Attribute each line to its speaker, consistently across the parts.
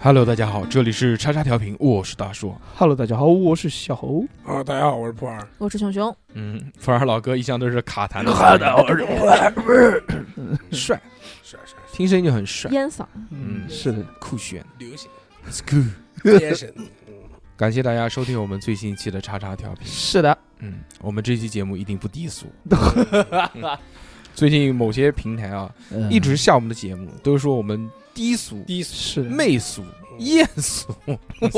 Speaker 1: Hello，大家好，这里是叉叉调频，我是大叔。
Speaker 2: Hello，大家好，我是小猴。
Speaker 3: 啊，大家好，我是普洱。
Speaker 4: 我是熊熊，
Speaker 1: 嗯，反而老哥一向都是卡痰的，帅，
Speaker 3: 帅帅帅，
Speaker 1: 听声音就很帅，
Speaker 4: 烟嗓，
Speaker 1: 嗯
Speaker 2: 是的，
Speaker 1: 酷炫。
Speaker 3: 流行
Speaker 1: School
Speaker 3: 接神，嗯
Speaker 1: 感谢大家收听我们最新一期的叉叉调频。
Speaker 2: 是的，
Speaker 1: 嗯，我们这期节目一定不低俗。嗯最近某些平台啊，
Speaker 2: 嗯
Speaker 1: 一直下我们的节目，都说我们低俗、
Speaker 3: 低俗、
Speaker 2: 是的。
Speaker 1: 媚俗、
Speaker 3: 嗯
Speaker 1: 艳俗、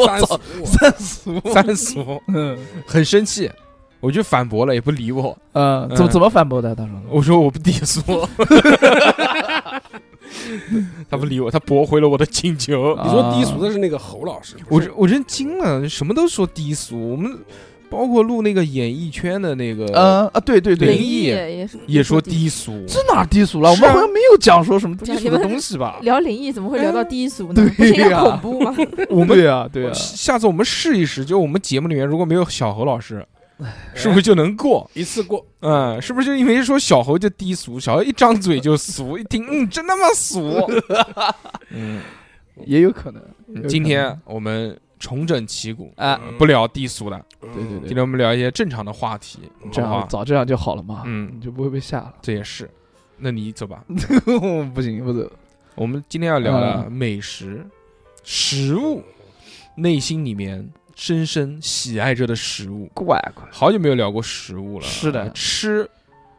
Speaker 3: 三俗，
Speaker 2: 三俗，
Speaker 1: 三俗，
Speaker 2: 嗯
Speaker 1: 很生气。我就反驳了，也不理我。
Speaker 2: 呃，怎么怎么反驳的？大叔，
Speaker 1: 我说我不低 俗，他不理我，他驳回了我的请求。
Speaker 2: 啊
Speaker 3: 你说低俗的是那个侯老师，不
Speaker 1: 我
Speaker 3: 是
Speaker 1: 真我真惊了，什么都说低俗，我们包括录那个演艺圈的那个，
Speaker 2: 呃啊，对对
Speaker 1: 灵
Speaker 4: 灵
Speaker 2: 对，
Speaker 1: 异
Speaker 4: 异也是
Speaker 1: 也说低俗，
Speaker 2: 这哪低俗了？我
Speaker 1: 是啊
Speaker 2: 们好像没有讲说什么低
Speaker 4: 讲
Speaker 2: 俗
Speaker 4: 你
Speaker 2: 的
Speaker 4: 们
Speaker 2: 东西吧？
Speaker 4: 聊灵异怎么会聊到低俗呢
Speaker 2: 嗯对？
Speaker 4: 不是应
Speaker 2: 呀
Speaker 4: 该恐怖吗？
Speaker 2: 我们对啊对啊，
Speaker 1: 下次我们试一试，就我们节目里面如果没有小侯老师，是不
Speaker 2: 哎
Speaker 1: 是就能过？
Speaker 3: 一次过？
Speaker 1: 嗯，是不是就因为说小侯就低俗，小侯一张嘴就俗，一听嗯，真他妈 俗。嗯，
Speaker 2: 也有可能。有可能
Speaker 1: 今天我们重整旗鼓，
Speaker 2: 啊，
Speaker 3: 嗯
Speaker 1: 不聊低俗了，
Speaker 3: 对
Speaker 2: 对对对嗯
Speaker 1: 今天我们聊一些正常的话题，
Speaker 2: 这
Speaker 1: 好
Speaker 2: 样
Speaker 1: 吧
Speaker 2: 早这样就好了啊嘛，
Speaker 1: 嗯
Speaker 2: 你就不会被吓了。
Speaker 1: 这也是。那你走吧，
Speaker 2: 不行，不走。
Speaker 1: 我们今天要聊的
Speaker 2: 嗯
Speaker 1: 美食、食物，内心里面深深喜爱着的食物，
Speaker 2: 怪怪，
Speaker 1: 好久没有聊过食物了。
Speaker 2: 是的
Speaker 1: 吃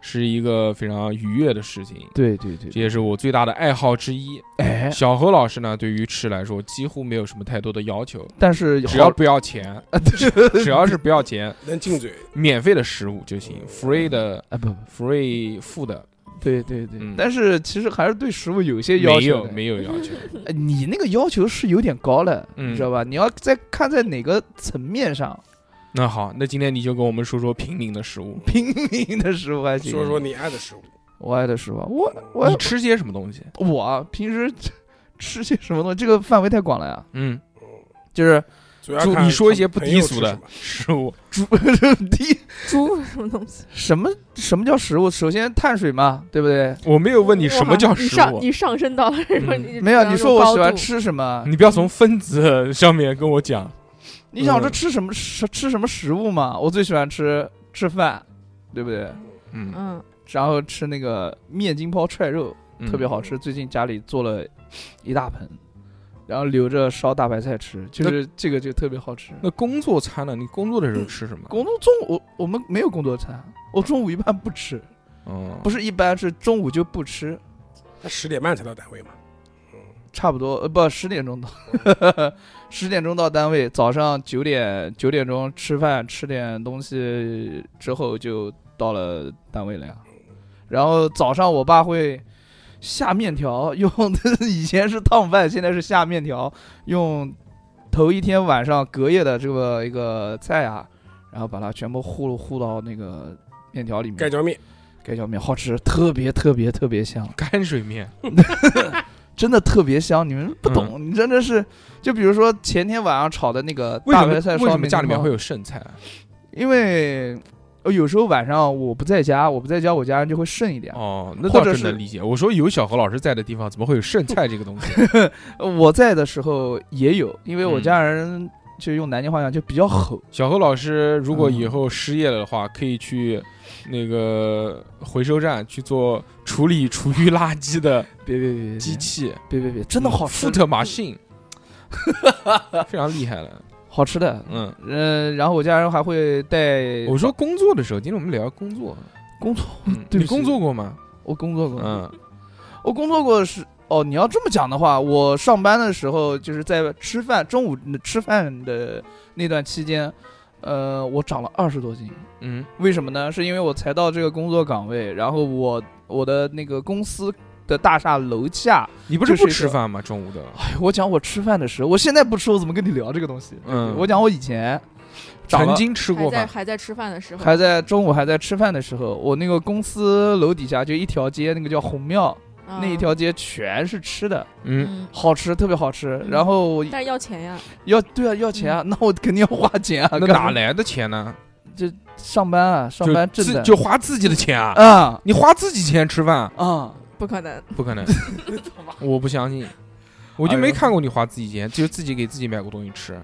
Speaker 1: 是一个非常愉悦的事情，
Speaker 2: 对对对，
Speaker 1: 这也是我最大的爱好之一。
Speaker 2: 哎，
Speaker 1: 小何老师呢，对于吃来说几乎没有什么太多的要求，
Speaker 2: 但是
Speaker 1: 只要
Speaker 2: 好
Speaker 1: 不要钱，
Speaker 2: 啊，对
Speaker 1: 只要是不要钱，
Speaker 3: 能进嘴，
Speaker 1: 免费的食物就行，free 的
Speaker 2: 啊不不，
Speaker 1: free food
Speaker 2: 对对对
Speaker 1: 嗯，
Speaker 2: 但是其实还是对食物有些要
Speaker 1: 没
Speaker 2: 求
Speaker 1: 有
Speaker 2: 的。
Speaker 1: 没有要求，
Speaker 4: 哎
Speaker 2: 呃你那个要求是有点高了，
Speaker 1: 嗯
Speaker 2: 你知道吧？你要再看在哪个层面上，
Speaker 1: 那好，那今天你就跟我们说说平民的食物，
Speaker 2: 平民的食物还行。
Speaker 3: 说说你爱的食物。
Speaker 2: 我爱的食物啊，我
Speaker 1: 你
Speaker 2: 我
Speaker 1: 吃些什么东西？
Speaker 2: 我啊平时吃些什么东西，这个范围太广了呀。
Speaker 1: 嗯，
Speaker 2: 就是
Speaker 3: 主要
Speaker 1: 就
Speaker 3: 看
Speaker 1: 你说一些
Speaker 3: 朋
Speaker 1: 不低俗的
Speaker 3: 朋友
Speaker 1: 食物。
Speaker 2: 猪 第
Speaker 4: 猪什么东西？
Speaker 2: 什么什么叫食物？首先碳水嘛，对不对？
Speaker 1: 我没有问你什么叫
Speaker 4: 哇你
Speaker 1: 食
Speaker 4: 上
Speaker 1: 物，
Speaker 4: 你上升到了说
Speaker 1: 嗯
Speaker 4: 你
Speaker 2: 啊没有，你说我喜欢
Speaker 4: 高度，
Speaker 2: 吃什么？
Speaker 1: 你不要从分子上面跟我讲。
Speaker 2: 你想
Speaker 1: 嗯
Speaker 2: 说吃什么吃吃什么食物嘛？我最喜欢吃吃饭，对不对？
Speaker 1: 嗯，
Speaker 4: 嗯，
Speaker 2: 然后吃那个面筋泡踹肉，
Speaker 1: 嗯
Speaker 2: 特别好吃。最近家里做了一大盆，然后留着烧大白菜吃，就是这个就特别好吃。
Speaker 1: 那工作餐呢？你工作的时候吃什么？
Speaker 2: 工作中午我我们没有工作餐，我中午一般不吃，
Speaker 1: 嗯，
Speaker 2: 不是一般是中午就不吃，
Speaker 3: 他十点半才到单位嘛，
Speaker 2: 差不多呃不十点钟到， 十点钟到单位，早上九点九点钟吃饭，吃点东西之后就到了单位了呀。然后早上我爸会下面条，用 以前是烫饭，现在是下面条，用头一天晚上隔夜的这个一个菜啊，然后把它全部糊糊到那个面条里面，
Speaker 3: 盖浇面，
Speaker 2: 盖浇面好吃，特别特别特别香。
Speaker 1: 泔水面。
Speaker 2: 真的特别香，你们不懂，
Speaker 1: 嗯
Speaker 2: 你真的是，就比如说前天晚上炒的那个
Speaker 1: 为
Speaker 2: 大
Speaker 1: 什么
Speaker 2: 白菜
Speaker 1: 为
Speaker 2: 烧
Speaker 1: 什么
Speaker 2: 面
Speaker 1: 家里面
Speaker 2: 条
Speaker 1: 会有剩菜啊？
Speaker 2: 因为呃有时候晚上我不在家，我不在家，我家人就会剩一点。
Speaker 1: 哦，那倒
Speaker 2: 啊或者
Speaker 1: 真
Speaker 2: 是
Speaker 1: 能理解。我说有小何老师在的地方，怎么会有剩菜这个东西？
Speaker 2: 呃我在的时候也有，因为我
Speaker 1: 嗯
Speaker 2: 家人就用南京话讲就比较吼，
Speaker 1: 小何老师如果
Speaker 2: 嗯
Speaker 1: 以后失业了的话，可以去那个回收站去做处理厨余垃圾的
Speaker 2: 别别别
Speaker 1: 机
Speaker 2: 别
Speaker 1: 器，
Speaker 2: 别别别， 真
Speaker 1: 嗯
Speaker 2: 的好吃，
Speaker 1: ，foot machine，非常厉害了。
Speaker 2: 好吃的。
Speaker 1: 嗯，
Speaker 2: 嗯，然后我家人还会带
Speaker 1: 我说工作的时候，今天我们聊工作，
Speaker 2: 工作，
Speaker 1: 嗯
Speaker 2: 对
Speaker 1: 你
Speaker 2: 不起
Speaker 1: 工作过吗？
Speaker 2: 我工作过，
Speaker 1: 嗯，
Speaker 2: 我工作过是哦，你要这么讲的话，我上班的时候就是在吃饭，中午吃饭的那段期间，呃，我长了二十多斤。
Speaker 1: 嗯，
Speaker 2: 为什么呢？是因为我才到这个工作岗位，然后我我的那个公司的大厦楼下，
Speaker 1: 你不是
Speaker 2: 就是
Speaker 1: 不
Speaker 2: 一个
Speaker 1: 吃饭吗？中午的，
Speaker 2: 哎，我讲我吃饭的时候，我现在不吃，我怎么跟你聊这个东西？
Speaker 1: 嗯
Speaker 2: 我讲我以前长
Speaker 1: 曾
Speaker 2: 了。
Speaker 1: 经吃
Speaker 4: 还
Speaker 1: 过
Speaker 4: 在
Speaker 1: 饭，
Speaker 4: 还在吃饭的时候，
Speaker 2: 还在中午还在吃饭的时候，我那个公司楼底下就一条街，那个叫红庙，
Speaker 4: 嗯
Speaker 2: 那一，条街全是吃的，
Speaker 1: 嗯，
Speaker 4: 嗯，
Speaker 2: 好吃，特别好吃。然后我
Speaker 4: 但是要钱呀，
Speaker 2: 要对啊，要钱啊，那我肯定要花钱啊，
Speaker 1: 嗯那
Speaker 2: 干
Speaker 1: 哪
Speaker 2: 嘛？
Speaker 1: 来的钱呢？
Speaker 2: 上班啊，上
Speaker 1: 就
Speaker 2: 班挣
Speaker 1: 自
Speaker 2: 的
Speaker 1: 就花自己的钱啊？
Speaker 2: 啊
Speaker 1: 你花自己钱吃饭，
Speaker 2: 啊！
Speaker 4: 不可能，
Speaker 1: 不可能，我不相信。我就
Speaker 2: 哎呦
Speaker 1: 没看过你花自己钱，就是自己给自己买过东西吃，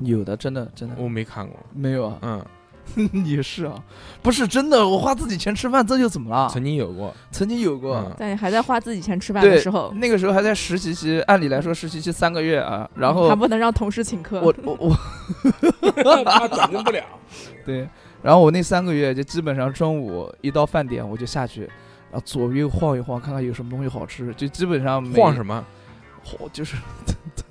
Speaker 2: 有的真的真的
Speaker 1: 我没看过。
Speaker 2: 没有啊，
Speaker 1: 嗯，
Speaker 2: 你是啊，不是真的，我花自己钱吃饭，这又怎么了？
Speaker 1: 曾经有过，
Speaker 2: 曾经啊有过，
Speaker 1: 嗯
Speaker 4: 在你还在花自己钱吃饭
Speaker 2: 对
Speaker 4: 的时候，嗯
Speaker 2: 那个时候还在实习期，按理来说实习期三个月啊，然
Speaker 1: 嗯
Speaker 2: 后
Speaker 4: 还不能让同事请客。
Speaker 2: 我我我
Speaker 3: 他转正不了。
Speaker 2: 对，然后我那三个月就基本上中午一到饭点我就下去，然后左右晃一晃，看看有什么东西好吃，就基本上
Speaker 1: 嗯晃
Speaker 2: 么
Speaker 1: 什么？
Speaker 2: 晃 就是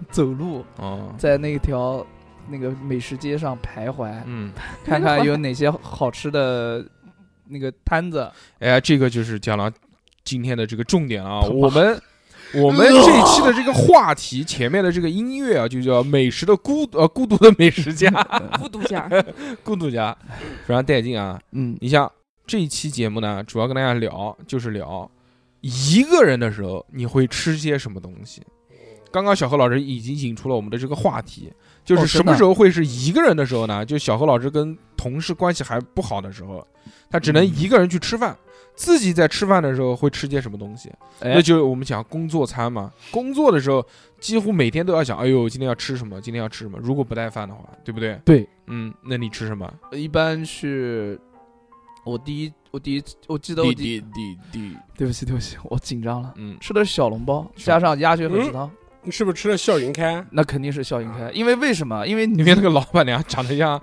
Speaker 2: 走路
Speaker 1: 哦，
Speaker 2: 在那条那个美食街上徘徊，
Speaker 1: 嗯，
Speaker 2: 看看 有哪些好吃的那个摊子。
Speaker 1: 哎呀，这个就是讲了今天的这个重点了啊，
Speaker 2: 他妈
Speaker 1: 我们。 我们这一期的这个话题，前面的这个音乐啊，就叫“美食的孤呃孤独的美食 家
Speaker 4: 孤独家，
Speaker 1: 孤独家”，非常带劲啊！
Speaker 2: 嗯，
Speaker 1: 你像这一期节目呢，主要跟大家聊就是聊一个人的时候你会吃些什么东西。刚刚小何老师已经引出了我们的这个话题，就是
Speaker 2: 哦
Speaker 1: 什
Speaker 2: 真的
Speaker 1: 么时候会是一个人的时候呢？就小何老师跟同事关系还不好的时候，他只能
Speaker 2: 嗯
Speaker 1: 一个人去吃饭。自己在吃饭的时候会吃些什么东西？
Speaker 2: 哎
Speaker 1: 那，就是我们讲工作餐嘛。工作的时候几乎每天都要想，哎呦，今天要吃什么？今天要吃什么？如果不带饭的话，对不对？
Speaker 2: 对，
Speaker 1: 嗯，那你吃什么？
Speaker 2: 一般去我第一我第一我记得我第一
Speaker 1: 滴滴，
Speaker 2: 对不起对不起，我紧张了。
Speaker 1: 嗯，
Speaker 2: 吃的是小笼包，
Speaker 1: 是
Speaker 2: 加上鸭血粉丝汤，
Speaker 3: 你是不是吃了笑云开？
Speaker 2: 那肯定是笑云
Speaker 1: 啊
Speaker 2: 开。因为为什么？因 为你
Speaker 1: 因为那个老板娘长得 像，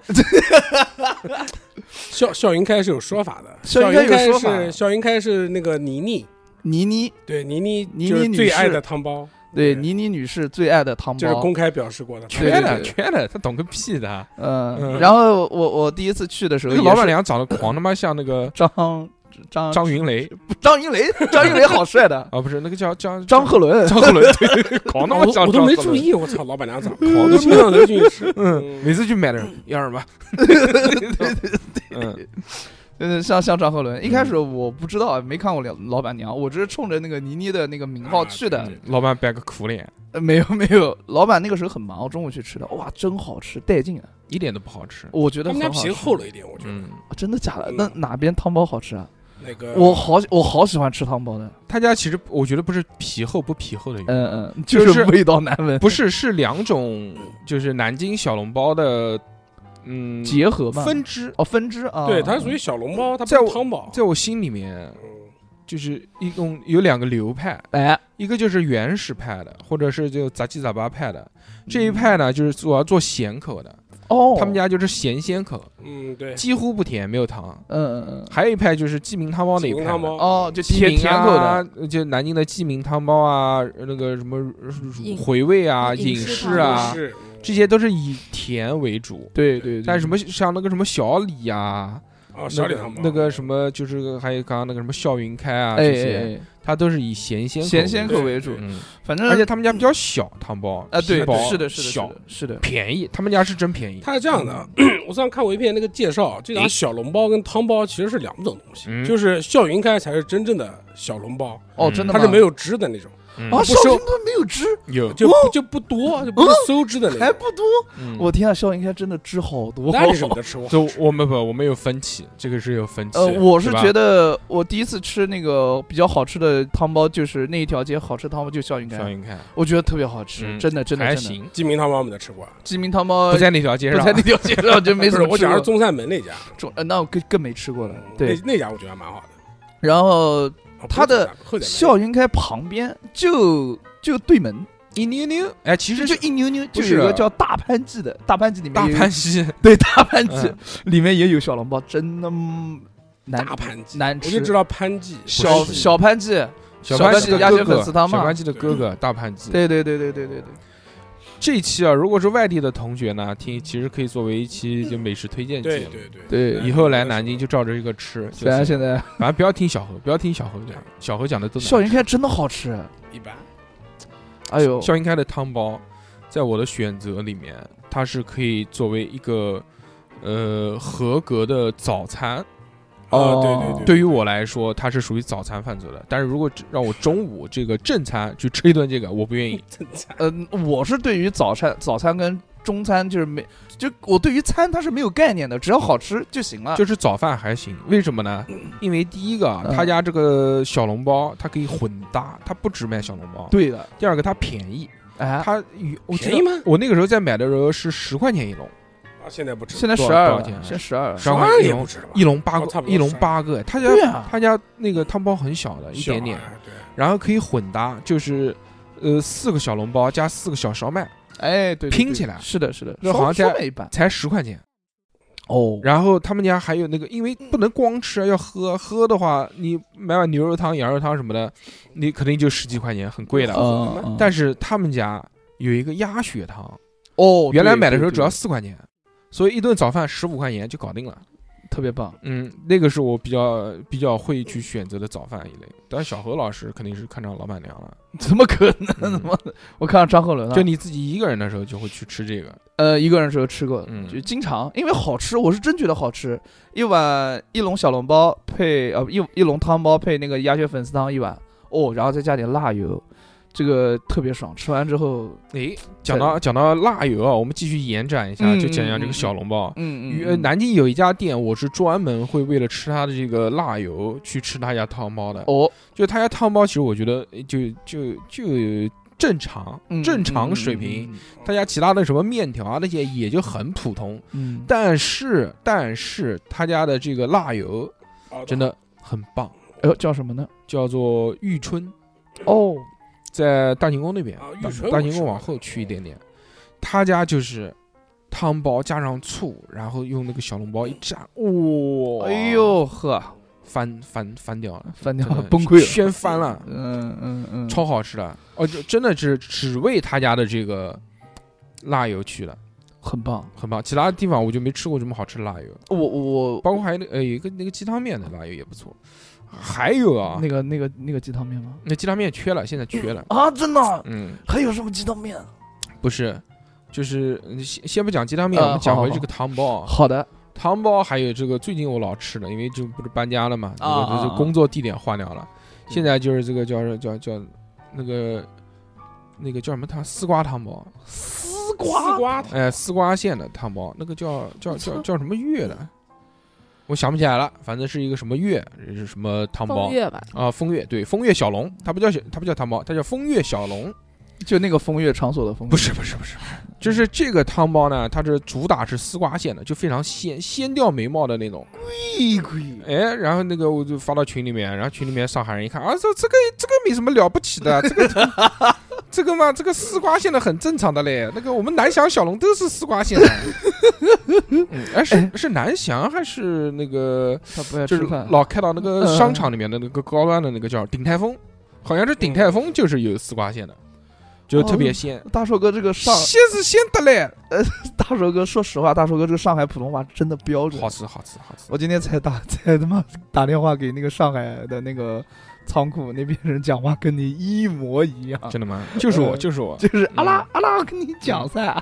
Speaker 3: 笑笑云开是有说法的，
Speaker 2: 笑
Speaker 3: 笑
Speaker 2: 云开
Speaker 3: 云
Speaker 2: 有
Speaker 3: 开
Speaker 2: 说法
Speaker 3: 是笑云开是那个倪妮，
Speaker 2: 倪妮，
Speaker 3: 对倪妮
Speaker 2: 倪妮
Speaker 3: 就是
Speaker 2: 女
Speaker 3: 最
Speaker 2: 士
Speaker 3: 爱的汤包，
Speaker 2: 对倪妮女士最爱的汤
Speaker 3: 就是
Speaker 2: 包。
Speaker 3: 公开表示过的。
Speaker 2: 对
Speaker 1: 缺
Speaker 2: 对
Speaker 1: 了
Speaker 2: 对
Speaker 1: 缺了，他懂个屁的。
Speaker 2: 嗯，
Speaker 1: 嗯
Speaker 2: 然后我我第一次去的时
Speaker 1: 那
Speaker 2: 候，
Speaker 1: 个老板娘长得狂他妈像那个
Speaker 2: 张张
Speaker 1: 张云雷
Speaker 2: 张云雷，张云雷好帅的，
Speaker 1: 啊，不是那个叫张
Speaker 2: 张鹤伦。
Speaker 1: 张鹤伦，对对对，狂他
Speaker 3: 哦我
Speaker 1: 妈像
Speaker 3: 我都
Speaker 1: 张
Speaker 3: 没
Speaker 1: 鹤
Speaker 3: 注
Speaker 1: 伦。
Speaker 3: 意，我操，老板娘长狂都没让人进去吃。
Speaker 1: 嗯，每次去买的时候要 什么？嗯，
Speaker 2: 嗯，像像张鹤伦，一开始我不知道，没看过老老板娘，我只是冲着那个倪妮的那个名号去的。
Speaker 1: 嗯老板摆个苦脸，
Speaker 2: 呃没有没有，老板那个时候很忙，我中午去吃的，哇，真好吃，带劲啊！
Speaker 1: 一点都不好吃。
Speaker 2: 我觉得
Speaker 3: 他们
Speaker 2: 很
Speaker 3: 家
Speaker 2: 好吃。
Speaker 3: 皮厚了一点，我觉得
Speaker 1: 嗯，
Speaker 2: 啊真的假的？
Speaker 3: 嗯
Speaker 2: 那哪边汤包好吃啊？
Speaker 3: 那个
Speaker 2: 我好喜我好喜欢吃汤包的，
Speaker 1: 他家其实我觉得不是皮厚不皮厚的原因，
Speaker 2: 嗯嗯，
Speaker 1: 就是嗯
Speaker 2: 就是味道难闻，
Speaker 1: 不是是两种，就是南京小笼包的，嗯，
Speaker 2: 结合嘛，
Speaker 1: 分支。
Speaker 2: 哦分支啊，
Speaker 3: 对，它属于小笼包，它不
Speaker 1: 在我
Speaker 3: 是汤包。
Speaker 1: 在我心里面，
Speaker 3: 嗯
Speaker 1: 就是一共有两个流派，
Speaker 2: 哎
Speaker 1: 一个就是原始派的，或者是就杂七杂八派的。
Speaker 3: 嗯
Speaker 1: 这一派呢，就是主要做咸口的，
Speaker 2: 哦，
Speaker 1: 他们家就是咸鲜口，
Speaker 3: 嗯，对，
Speaker 1: 几乎不甜，没有糖。
Speaker 2: 嗯嗯嗯
Speaker 1: 还有一派就是鸡鸣汤包那一
Speaker 3: 鸡
Speaker 1: 派
Speaker 3: 鸣
Speaker 1: 的，
Speaker 3: 汤包
Speaker 2: 哦就
Speaker 1: 鸡
Speaker 2: 甜
Speaker 1: 鸣
Speaker 2: 甜口
Speaker 1: 啊
Speaker 2: 的，，
Speaker 1: 就南京的鸡鸣汤包啊，那个什么
Speaker 4: 饮
Speaker 1: 回味
Speaker 3: 哦
Speaker 1: 啊、
Speaker 4: 饮
Speaker 1: 饮
Speaker 4: 食
Speaker 1: 食
Speaker 4: 汤
Speaker 1: 啊，
Speaker 3: 是嗯
Speaker 1: 这些都是以甜为主。
Speaker 2: 对对，对
Speaker 1: 但什么像那个什么小李呀、啊，
Speaker 3: 啊，嗯小
Speaker 1: 那
Speaker 3: 李
Speaker 1: 个
Speaker 3: 汤包
Speaker 1: 那个什么，就是还有刚刚那个什么笑云开啊，
Speaker 2: 哎
Speaker 1: 这些
Speaker 2: 哎
Speaker 1: 它都是以咸鲜
Speaker 2: 哎，
Speaker 1: 口
Speaker 2: 咸
Speaker 1: 为
Speaker 2: 鲜
Speaker 1: 主
Speaker 2: 口为主，
Speaker 1: 嗯，
Speaker 2: 反正
Speaker 1: 而且他们家比较小，汤包
Speaker 2: 啊
Speaker 1: 皮
Speaker 2: 对
Speaker 1: 薄，
Speaker 2: 是的是的
Speaker 1: 小
Speaker 2: 是的是的，
Speaker 1: 便宜，他们家是真便宜。
Speaker 3: 它是这样的，
Speaker 2: 嗯
Speaker 3: 我上次看过一篇那个介绍，这俩小笼包跟汤包其实是两种东西，
Speaker 1: 嗯
Speaker 3: 就是笑云开才是真正的小笼包，
Speaker 2: 哦
Speaker 1: 嗯
Speaker 2: 真的
Speaker 3: 它
Speaker 2: 吗
Speaker 3: 是没有汁的那种，
Speaker 1: 嗯
Speaker 2: 啊，
Speaker 3: 不
Speaker 2: 少
Speaker 3: 收
Speaker 2: 林都没有汁，
Speaker 1: 有，
Speaker 3: 就就不多，就不是收汁的那
Speaker 2: 还
Speaker 3: 种。
Speaker 2: 不多，
Speaker 1: 嗯
Speaker 2: 我天啊，笑应该真的汁好多，
Speaker 3: 那你舍不得吃我
Speaker 1: 就我们不，我们有分歧，这个是有分歧。
Speaker 2: 呃，我是
Speaker 1: 吧
Speaker 2: 觉得我第一次吃那个比较好吃的汤包，就是那一条街好吃汤包，就笑云
Speaker 1: 小
Speaker 2: 开，
Speaker 1: 云看
Speaker 2: 我觉得特别好吃，
Speaker 1: 嗯
Speaker 2: 真的真的
Speaker 1: 还
Speaker 2: 真的。
Speaker 1: 行，
Speaker 3: 鸡鸣汤包没得吃过啊，
Speaker 2: 鸡鸣汤包
Speaker 1: 不在那条街
Speaker 2: 不
Speaker 1: 上
Speaker 2: 在。那条街上就没
Speaker 3: 不
Speaker 2: 怎
Speaker 3: 是
Speaker 2: 么
Speaker 3: 我
Speaker 2: 吃
Speaker 3: 讲
Speaker 2: 过
Speaker 3: 的是中山门那家，
Speaker 2: 中呃那我更更没吃过了。
Speaker 3: 那
Speaker 2: 对，
Speaker 3: 那家我觉得还蛮好的。
Speaker 2: 然后
Speaker 3: 啊
Speaker 2: 它的
Speaker 3: 不是中山后点
Speaker 2: 笑云开旁边就就对门，
Speaker 1: 一扭扭，哎，其实
Speaker 2: 就一扭扭就有
Speaker 1: 是
Speaker 2: 一个叫大潘记的，大潘记里面
Speaker 1: 大
Speaker 2: 也有
Speaker 1: 盘溪，
Speaker 2: 对大潘记
Speaker 1: 嗯
Speaker 2: 里面也有小笼包，真的难
Speaker 3: 大潘记，
Speaker 2: 难
Speaker 3: 我就
Speaker 2: 吃
Speaker 3: 知。道潘记
Speaker 2: 小
Speaker 3: 潘记
Speaker 2: 小潘记，
Speaker 1: 小
Speaker 2: 小
Speaker 1: 潘
Speaker 2: 潘
Speaker 1: 溪
Speaker 2: 记
Speaker 1: 的
Speaker 2: 鸭
Speaker 1: 哥
Speaker 2: 血
Speaker 1: 哥
Speaker 2: 粉丝汤
Speaker 1: 小
Speaker 2: 嘛
Speaker 1: 潘溪的哥哥大盘鸡。
Speaker 2: 对对对对对对对，
Speaker 1: 这一期啊，如果是外地的同学呢，听其实可以作为一期就美食推荐
Speaker 3: 对
Speaker 1: 节目。
Speaker 3: 对对
Speaker 2: 对
Speaker 1: 以后来南京就照着这个吃。
Speaker 2: 虽然
Speaker 1: 就是
Speaker 2: 现在
Speaker 1: 反正不要听小何，不要听小何讲，小何讲的都难
Speaker 2: 笑云开真的好吃，
Speaker 3: 一般，
Speaker 2: 哎呦，
Speaker 1: 笑云开的汤包，在我的选择里面，它是可以作为一个呃合格的早餐。
Speaker 3: 哦
Speaker 2: 哦
Speaker 3: 对对
Speaker 1: 对于我来说，它是属于早餐范畴的。但是如果只让我中午这个正餐去吃一顿这个，我不愿 意。
Speaker 3: 正餐
Speaker 2: 嗯，我是对于早餐、早餐跟中餐就是没，就我对于餐它是没有概念的，只要好吃就行了。
Speaker 1: 就是早饭还行，为什么呢？因为第一个啊，
Speaker 2: 嗯
Speaker 1: 他家这个小笼包它可以混搭，它不只卖小笼包。
Speaker 2: 对的，
Speaker 1: 第二个它便宜，
Speaker 2: 哎，
Speaker 1: 它与我记
Speaker 3: 啊便
Speaker 1: 得
Speaker 3: 宜吗？
Speaker 1: 我那个时候在买的时候是十块钱一笼，
Speaker 3: 啊，现在不吃，
Speaker 2: 现在
Speaker 1: 多
Speaker 2: 十
Speaker 1: 少
Speaker 2: 二
Speaker 1: 多少钱啊
Speaker 2: 了，现十二了。
Speaker 1: 十二
Speaker 3: 当
Speaker 1: 块
Speaker 3: 然
Speaker 1: 一
Speaker 3: 也不
Speaker 1: 笼，
Speaker 3: 吃了吧？
Speaker 1: 一笼八
Speaker 3: 哦差
Speaker 1: 个，
Speaker 3: 不多
Speaker 1: 一笼
Speaker 3: 是
Speaker 1: 八个，他家
Speaker 2: 对啊，
Speaker 1: 他家那个汤包很小的，一
Speaker 3: 小
Speaker 1: 点点，
Speaker 3: 啊对，
Speaker 1: 然后可以混搭，就是呃四个小笼包加四个小烧麦，
Speaker 2: 哎，对，对
Speaker 1: 拼
Speaker 2: 对
Speaker 1: 起来
Speaker 2: 是的，是的，
Speaker 1: 那好像
Speaker 2: 烧
Speaker 1: 在
Speaker 2: 烧麦一般
Speaker 1: 才十块钱。
Speaker 2: 哦
Speaker 1: 然后他们家还有那个，因为不能光吃，啊要喝。喝的话，你买碗牛肉汤、羊肉汤什么的，你肯定就十几块钱，很贵的。
Speaker 2: 嗯，嗯
Speaker 1: 但是他们家有一个鸭血汤，
Speaker 2: 哦，
Speaker 1: 原来
Speaker 2: 对
Speaker 1: 买的
Speaker 2: 对
Speaker 1: 时候只要
Speaker 2: 对
Speaker 1: 四块钱，所以一顿早饭十五块钱就搞定了。
Speaker 2: 特别棒，
Speaker 1: 嗯，那个是我比较比较会去选择的早饭一类。但是小何老师肯定是看上老板娘了，
Speaker 2: 怎么 可能？
Speaker 1: 嗯
Speaker 2: 我我看到张鹤伦了，啊
Speaker 1: 就你自己一个人的时候就会去吃这个。
Speaker 2: 呃，一个人的时候吃过，
Speaker 1: 嗯
Speaker 2: 就经常，因为好吃，我是真觉得好吃。一碗一笼小笼包配呃一一笼汤包配那个鸭血粉丝汤一碗，哦，然后再加点辣油，这个特别爽。吃完之后，
Speaker 1: 诶，讲到讲到辣油啊，我们继续延展一下，
Speaker 2: 嗯
Speaker 1: 就讲讲这
Speaker 2: 嗯
Speaker 1: 个
Speaker 2: 嗯
Speaker 1: 小笼包。
Speaker 2: 嗯
Speaker 1: 与呃南京有一家店，我是专门会为了吃它的这个辣油去吃他家汤包的。
Speaker 2: 哦，
Speaker 1: 就他家汤包，其实我觉得呃就就就正常
Speaker 2: 嗯，
Speaker 1: 正常水平。，他家其他的什么面条啊那些也就很普通，
Speaker 2: 嗯，但
Speaker 1: 但是但是他家的这个辣油
Speaker 3: 熬得
Speaker 1: 真的很棒，
Speaker 2: 呃叫什么呢？
Speaker 1: 叫做玉春，
Speaker 2: 哦，
Speaker 1: 在大行宫那边
Speaker 3: 啊，玉
Speaker 1: 大
Speaker 3: 春
Speaker 1: 大
Speaker 3: 我
Speaker 1: 行
Speaker 3: 吃
Speaker 1: 宫
Speaker 3: 过
Speaker 1: 往后去一点点，他家就是。汤包加上醋，然后用那个小笼包一蘸，哇、
Speaker 2: 哎呦呵，
Speaker 1: 翻翻翻掉 了，
Speaker 2: 翻掉
Speaker 1: 真
Speaker 2: 了，
Speaker 1: 的
Speaker 2: 崩溃了，
Speaker 1: 掀翻了，
Speaker 2: 嗯嗯嗯，
Speaker 1: 超好吃的哦！这真的是只为他家的这个辣油去的，
Speaker 2: 很棒。
Speaker 1: 很棒。其他地方我就没吃过这么好吃的辣油，
Speaker 2: 我我
Speaker 1: 包括还有那个呃有一个那个鸡汤面的辣油也不错。还有啊，
Speaker 2: 那个那个那个鸡汤面吗？
Speaker 1: 那鸡汤面缺了，现在缺了。
Speaker 2: 啊，真的
Speaker 1: 嗯，
Speaker 2: 还有什么鸡汤面？
Speaker 1: 不是，就是嗯先先不讲鸡汤面，
Speaker 2: 呃
Speaker 1: 我们讲
Speaker 2: 好
Speaker 1: 回
Speaker 2: 好
Speaker 1: 这个汤包。啊。
Speaker 2: 好的，
Speaker 1: 汤包还有这个最近我老吃的，因为就不是搬家了嘛，
Speaker 2: 啊
Speaker 1: 这个就
Speaker 2: 啊嗯
Speaker 1: 是
Speaker 2: 啊
Speaker 1: 工作地点换掉了，现在就是这个叫叫叫那个那个叫什么汤丝瓜汤包。
Speaker 2: 丝
Speaker 3: 丝瓜
Speaker 1: 哎，丝瓜馅的汤包，那个叫叫叫叫什么月的，我想不起来了，反正是一个什么月，这是什么汤包
Speaker 4: 风月吧，，
Speaker 1: 啊？风月对，风月小笼，它不叫小，它不叫汤包，它叫风月小笼。
Speaker 2: 就那个风月场所的风月，
Speaker 1: 不是不是不是，就是这个汤包呢，它是主打是丝瓜馅的，就非常鲜，鲜掉眉毛的那种。
Speaker 2: 屁鬼，
Speaker 1: 哎，然后那个我就发到群里面，然后群里面上海人一看，啊，这这个这个没什么了不起的，这个 这个嘛，这个丝瓜馅的很正常的嘞。那个我们南翔小笼都是丝瓜馅的。 嗯，哎，是是南翔还是那个
Speaker 2: 他不爱
Speaker 1: 就
Speaker 2: 吃
Speaker 1: 是
Speaker 2: 饭，
Speaker 1: 老开到那个商场里面的那个高端的那个叫鼎泰丰，好像是鼎泰丰就是有丝瓜馅的，就特别鲜。
Speaker 2: 大寿哥这个上，
Speaker 1: 鲜是鲜的嘞，
Speaker 2: 大寿哥说实话，大寿哥这个上海普通话真的标准
Speaker 1: 好。吃好吃好吃。
Speaker 2: 我今天才打 才他妈打电话给那个上海的那个仓库那边人讲话，跟你一模一样，
Speaker 1: 真的吗？就是我
Speaker 2: 呃
Speaker 1: 就是我，
Speaker 2: 就是阿拉阿拉，我跟你讲噻。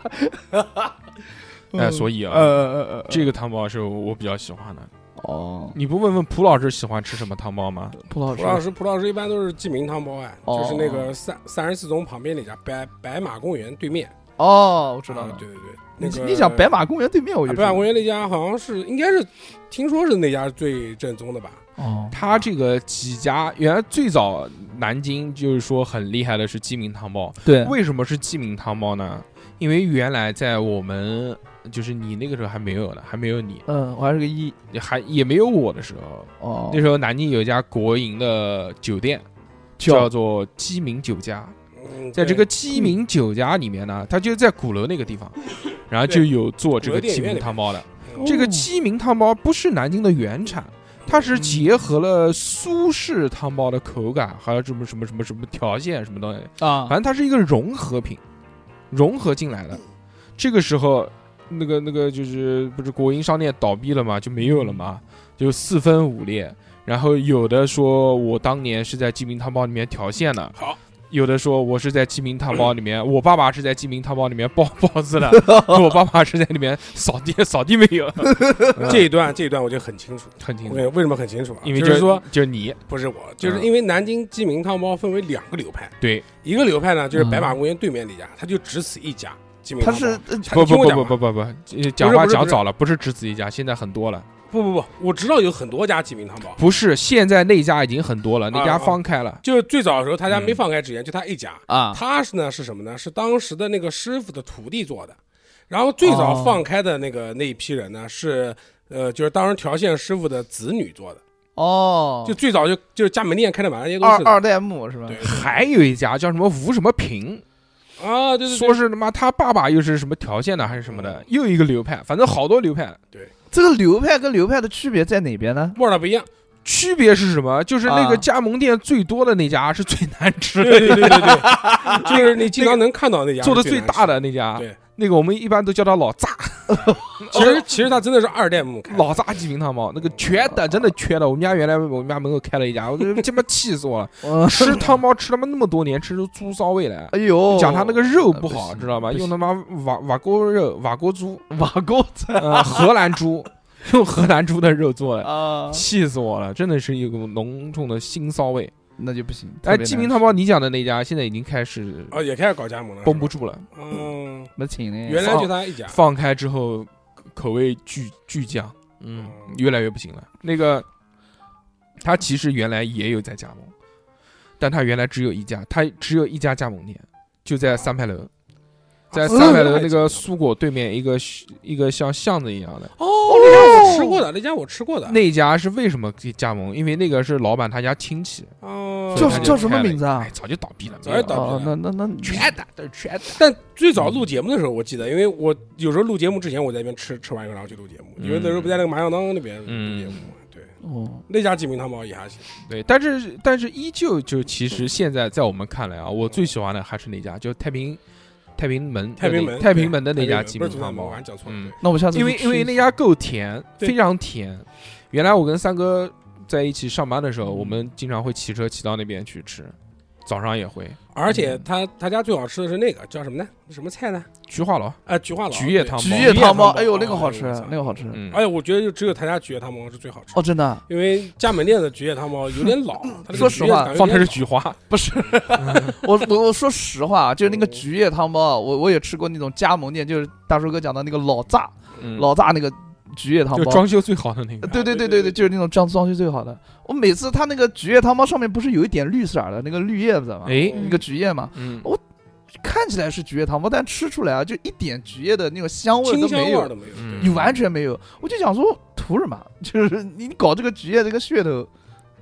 Speaker 1: 哎，所
Speaker 2: 以
Speaker 1: 以
Speaker 2: 呃
Speaker 1: 啊，
Speaker 2: 呃呃呃，
Speaker 1: 这个汤包是我比较喜欢的。
Speaker 2: 哦，
Speaker 1: 你不问问蒲老师喜欢吃什么汤包吗？
Speaker 2: 蒲老
Speaker 3: 蒲老
Speaker 2: 师，
Speaker 3: 师，蒲老师一般都是记名汤包啊，
Speaker 2: 哦
Speaker 3: 就是那个三三十四中旁边那家白白马公园对面。
Speaker 2: 哦，我知道
Speaker 3: 啊
Speaker 2: 了。
Speaker 3: 对对对，
Speaker 2: 你
Speaker 3: 那个
Speaker 2: 你想白马公园对面，我
Speaker 3: 啊
Speaker 2: 就
Speaker 3: 白马公
Speaker 2: 园
Speaker 3: 园那家好像是应该是，听说是那家是最正宗的吧？
Speaker 2: 哦，
Speaker 1: 他这个几家原来最早南京就是说很厉害的是鸡鸣汤包，
Speaker 2: 对
Speaker 1: 为什么是鸡鸣汤包呢？因为原来在我们就是你那个时候还没有呢，还没有你，
Speaker 2: 嗯，我还是个一
Speaker 1: 你还也没有我的时候，
Speaker 2: 哦，
Speaker 1: 那时候南京有一家国营的酒店叫做鸡鸣酒家，
Speaker 3: 嗯，
Speaker 1: 在这
Speaker 3: 对
Speaker 1: 个鸡鸣酒家里面呢，它就在鼓楼那个地方，然后就有做这个鸡鸣汤包的。
Speaker 3: 嗯
Speaker 1: 这个鸡鸣汤包不是南京的原产，它是结合了苏式汤包的口感，还有什么什么什么什么条件什么东西，
Speaker 2: 啊
Speaker 1: 反，正它是一个融合品，融合进
Speaker 3: 嗯
Speaker 1: 来的。这个时候，那个那个就是不是国营商店倒闭了嘛，就没有了嘛，
Speaker 3: 嗯
Speaker 1: 就四分五裂。然后有的说我当年是在鸡鸣汤包里面调馅的，
Speaker 3: 好，
Speaker 1: 有的说我是在鸡鸣汤包里 面，我爸爸是在鸡鸣汤包里面 包包子 的，我爸爸是在里面扫地 扫地没有，
Speaker 3: 这一段这一段我就很清楚，
Speaker 1: 很清
Speaker 3: 我
Speaker 1: 楚
Speaker 3: 跟，你为什么很清楚啊？
Speaker 1: 因为
Speaker 3: 就是说
Speaker 1: 就是你
Speaker 3: 不是我，就是
Speaker 1: 嗯
Speaker 3: 因为南京鸡鸣汤包分为两个流派，
Speaker 1: 对，
Speaker 3: 一个流派呢就是
Speaker 2: 嗯
Speaker 3: 白马公园对面那家，它就只此一家鸡鸣
Speaker 2: 他
Speaker 3: 汤包。
Speaker 2: 是呃
Speaker 3: 他
Speaker 1: 不
Speaker 3: 你听
Speaker 1: 不不
Speaker 3: 我
Speaker 1: 不
Speaker 3: 讲完
Speaker 1: 不不不，讲话
Speaker 3: 不是
Speaker 1: 讲早了，不是只此一家，现在很多了，
Speaker 3: 不不不，我知道有很多家鸡鸣汤包，
Speaker 1: 不是，现在那家已经很多了，那家
Speaker 3: 啊
Speaker 1: 放开了。
Speaker 3: 就是最早的时候他家没
Speaker 1: 嗯
Speaker 3: 放开之前，就他一家。
Speaker 2: 啊，
Speaker 3: 他是呢是什么呢？是当时的那个师傅的徒弟做的，然后最早
Speaker 2: 哦
Speaker 3: 放开的那个那一批人呢是。呃，就是当时调线师傅的子女做的，
Speaker 2: 哦，
Speaker 3: 就最早就就是家门店开的满大街都
Speaker 2: 二
Speaker 3: 是的
Speaker 2: 二代目是吧？
Speaker 3: 对
Speaker 1: 还有一家叫什么吴什么平，
Speaker 3: 啊，对对对，嗯
Speaker 1: 说是他妈他爸爸又是什么条件的还是什么的，又一个流派，反正好多流派。
Speaker 2: 这个流派跟流派的区别在哪 边呢？
Speaker 3: 味儿不一样，
Speaker 1: 区别是什么？就是那
Speaker 2: 啊
Speaker 1: 个加盟店最多的那家是最难 吃的，
Speaker 3: 对对对对对，就是你经常能看到那家
Speaker 1: 做的
Speaker 3: 是
Speaker 1: 最
Speaker 3: 难
Speaker 1: 大
Speaker 3: 吃
Speaker 1: 的那家
Speaker 3: 对，
Speaker 1: 那个我们一般都叫他老炸，
Speaker 3: 其实其实他真的是二代目开的，
Speaker 1: 哦老炸鸡鸣汤包，那
Speaker 3: 嗯
Speaker 1: 个缺的真的缺的。我们家原来我们家门口开了一家，我 他鸡巴气死我了！
Speaker 2: 嗯，
Speaker 1: 吃汤包吃他妈那么多年，吃出猪骚味来。
Speaker 2: 哎呦，
Speaker 1: 讲他那个肉不
Speaker 2: 呃
Speaker 1: 好，
Speaker 2: 行
Speaker 1: 知道吧？
Speaker 2: 不
Speaker 1: 用他
Speaker 2: 行
Speaker 1: 妈瓦瓦锅肉、瓦锅猪，
Speaker 2: 瓦锅子
Speaker 1: 呃，荷兰 猪，用荷兰猪的肉做的，
Speaker 2: 啊，
Speaker 1: 气死我了！真的是一股浓重的腥骚味。
Speaker 2: 那就不行。
Speaker 1: 哎，
Speaker 2: 特别
Speaker 1: 鸡
Speaker 2: 难
Speaker 1: 鸣汤
Speaker 2: 吃
Speaker 1: 包，你讲的那家现在已经开始
Speaker 3: 哦也开始搞加盟了，
Speaker 1: 绷不住了，
Speaker 3: 嗯，
Speaker 2: 没请呢，
Speaker 3: 原来就他一家，
Speaker 1: 放开之后口味巨巨降，嗯，越来越不行了。那个他其实原来也有在加盟，但他原来只有一家，他只有一家加盟店，就在三牌楼。在
Speaker 3: 哦
Speaker 1: 三牌楼那个苏果对面一个一个像巷子一样的
Speaker 3: 哦，那家我吃过的，那家我吃
Speaker 2: 啊
Speaker 3: 过的，
Speaker 1: 那家是为什么可以加盟？因为那个是老板他家亲戚，
Speaker 3: 哦，
Speaker 1: 所
Speaker 2: 叫
Speaker 1: 以他就
Speaker 2: 叫什
Speaker 1: 开
Speaker 2: 么
Speaker 1: 了
Speaker 2: 名字啊
Speaker 1: 哎，？早就倒闭了，
Speaker 3: 早就
Speaker 1: 没有了
Speaker 3: 倒闭
Speaker 2: 哦，那那那
Speaker 1: 全的都是全的。
Speaker 3: 但最早录节目的时候，我记得，因为我有时候录节目之前，我在那边吃吃完以后，然后去录节目，因为那时候不在那个麻将当那边录
Speaker 1: 嗯
Speaker 3: 节目嘛。对，
Speaker 2: 哦，
Speaker 3: 那家鸡鸣汤包也还行。
Speaker 1: 对，但是但是依旧就其实现在在我们看来啊，我最喜欢的还是那家，就太平太平门的
Speaker 3: 太
Speaker 1: 那
Speaker 3: 平门
Speaker 1: 太平门的
Speaker 3: 对
Speaker 1: 那家
Speaker 3: 太
Speaker 1: 鸡
Speaker 3: 平门
Speaker 1: 鸣
Speaker 3: 不是
Speaker 1: 汤
Speaker 3: 太平门
Speaker 1: 包
Speaker 3: 我还讲，错了
Speaker 1: 嗯，
Speaker 2: 那我下次
Speaker 1: 因为
Speaker 2: 去吃
Speaker 1: 因为那家够甜，
Speaker 3: 啊对
Speaker 1: 非常甜。原来我跟三哥在一起上班的时候，我
Speaker 3: 嗯
Speaker 1: 们经常会骑车骑到那边去吃，早上也会
Speaker 3: 而
Speaker 1: 嗯
Speaker 3: 且他他家最好吃的是那个叫什么呢？什么菜呢？
Speaker 1: 菊花楼，
Speaker 3: 啊，菊花老
Speaker 1: 菊叶汤包
Speaker 2: 菊叶汤包，哎呦，
Speaker 3: 哦
Speaker 2: 那个好吃，
Speaker 3: 哎呦我操
Speaker 2: 那个好吃。
Speaker 1: 嗯
Speaker 3: 哎，呀，我觉得就只有他家菊叶汤包是最好吃的，
Speaker 2: 哦，真的
Speaker 3: 因为家门店的菊叶汤包有点老，它这个
Speaker 2: 嗯说实
Speaker 3: 菊叶
Speaker 2: 话
Speaker 3: 感觉
Speaker 1: 放的
Speaker 3: 有
Speaker 1: 是
Speaker 3: 点
Speaker 1: 菊花，
Speaker 2: 不是，我我我说实话，啊就是
Speaker 1: 哦
Speaker 2: 那个菊叶汤包，啊我我也吃过那种加盟店，就是大叔哥讲的那个老炸
Speaker 1: 嗯
Speaker 2: 老炸那个菊叶汤
Speaker 1: 就
Speaker 2: 包，
Speaker 1: 装修最好的 那个，
Speaker 2: 对对对对
Speaker 3: 对对对
Speaker 2: 对，就是那种装装修最好的。我每次他那个菊叶汤包上面不是有一点绿色儿的那个绿叶子嘛，
Speaker 3: 嗯
Speaker 1: 哎，
Speaker 2: 那个菊叶嘛，
Speaker 1: 嗯，
Speaker 2: 看起来是菊叶汤包，但吃出来啊，就一点菊叶的那种香味
Speaker 3: 清
Speaker 2: 都
Speaker 3: 香
Speaker 2: 没
Speaker 3: 味儿
Speaker 2: 有，
Speaker 3: 都没有。
Speaker 1: 嗯
Speaker 3: 对
Speaker 2: 你完全没有。我就想说，图什么？ 就是你搞这个菊叶这个噱头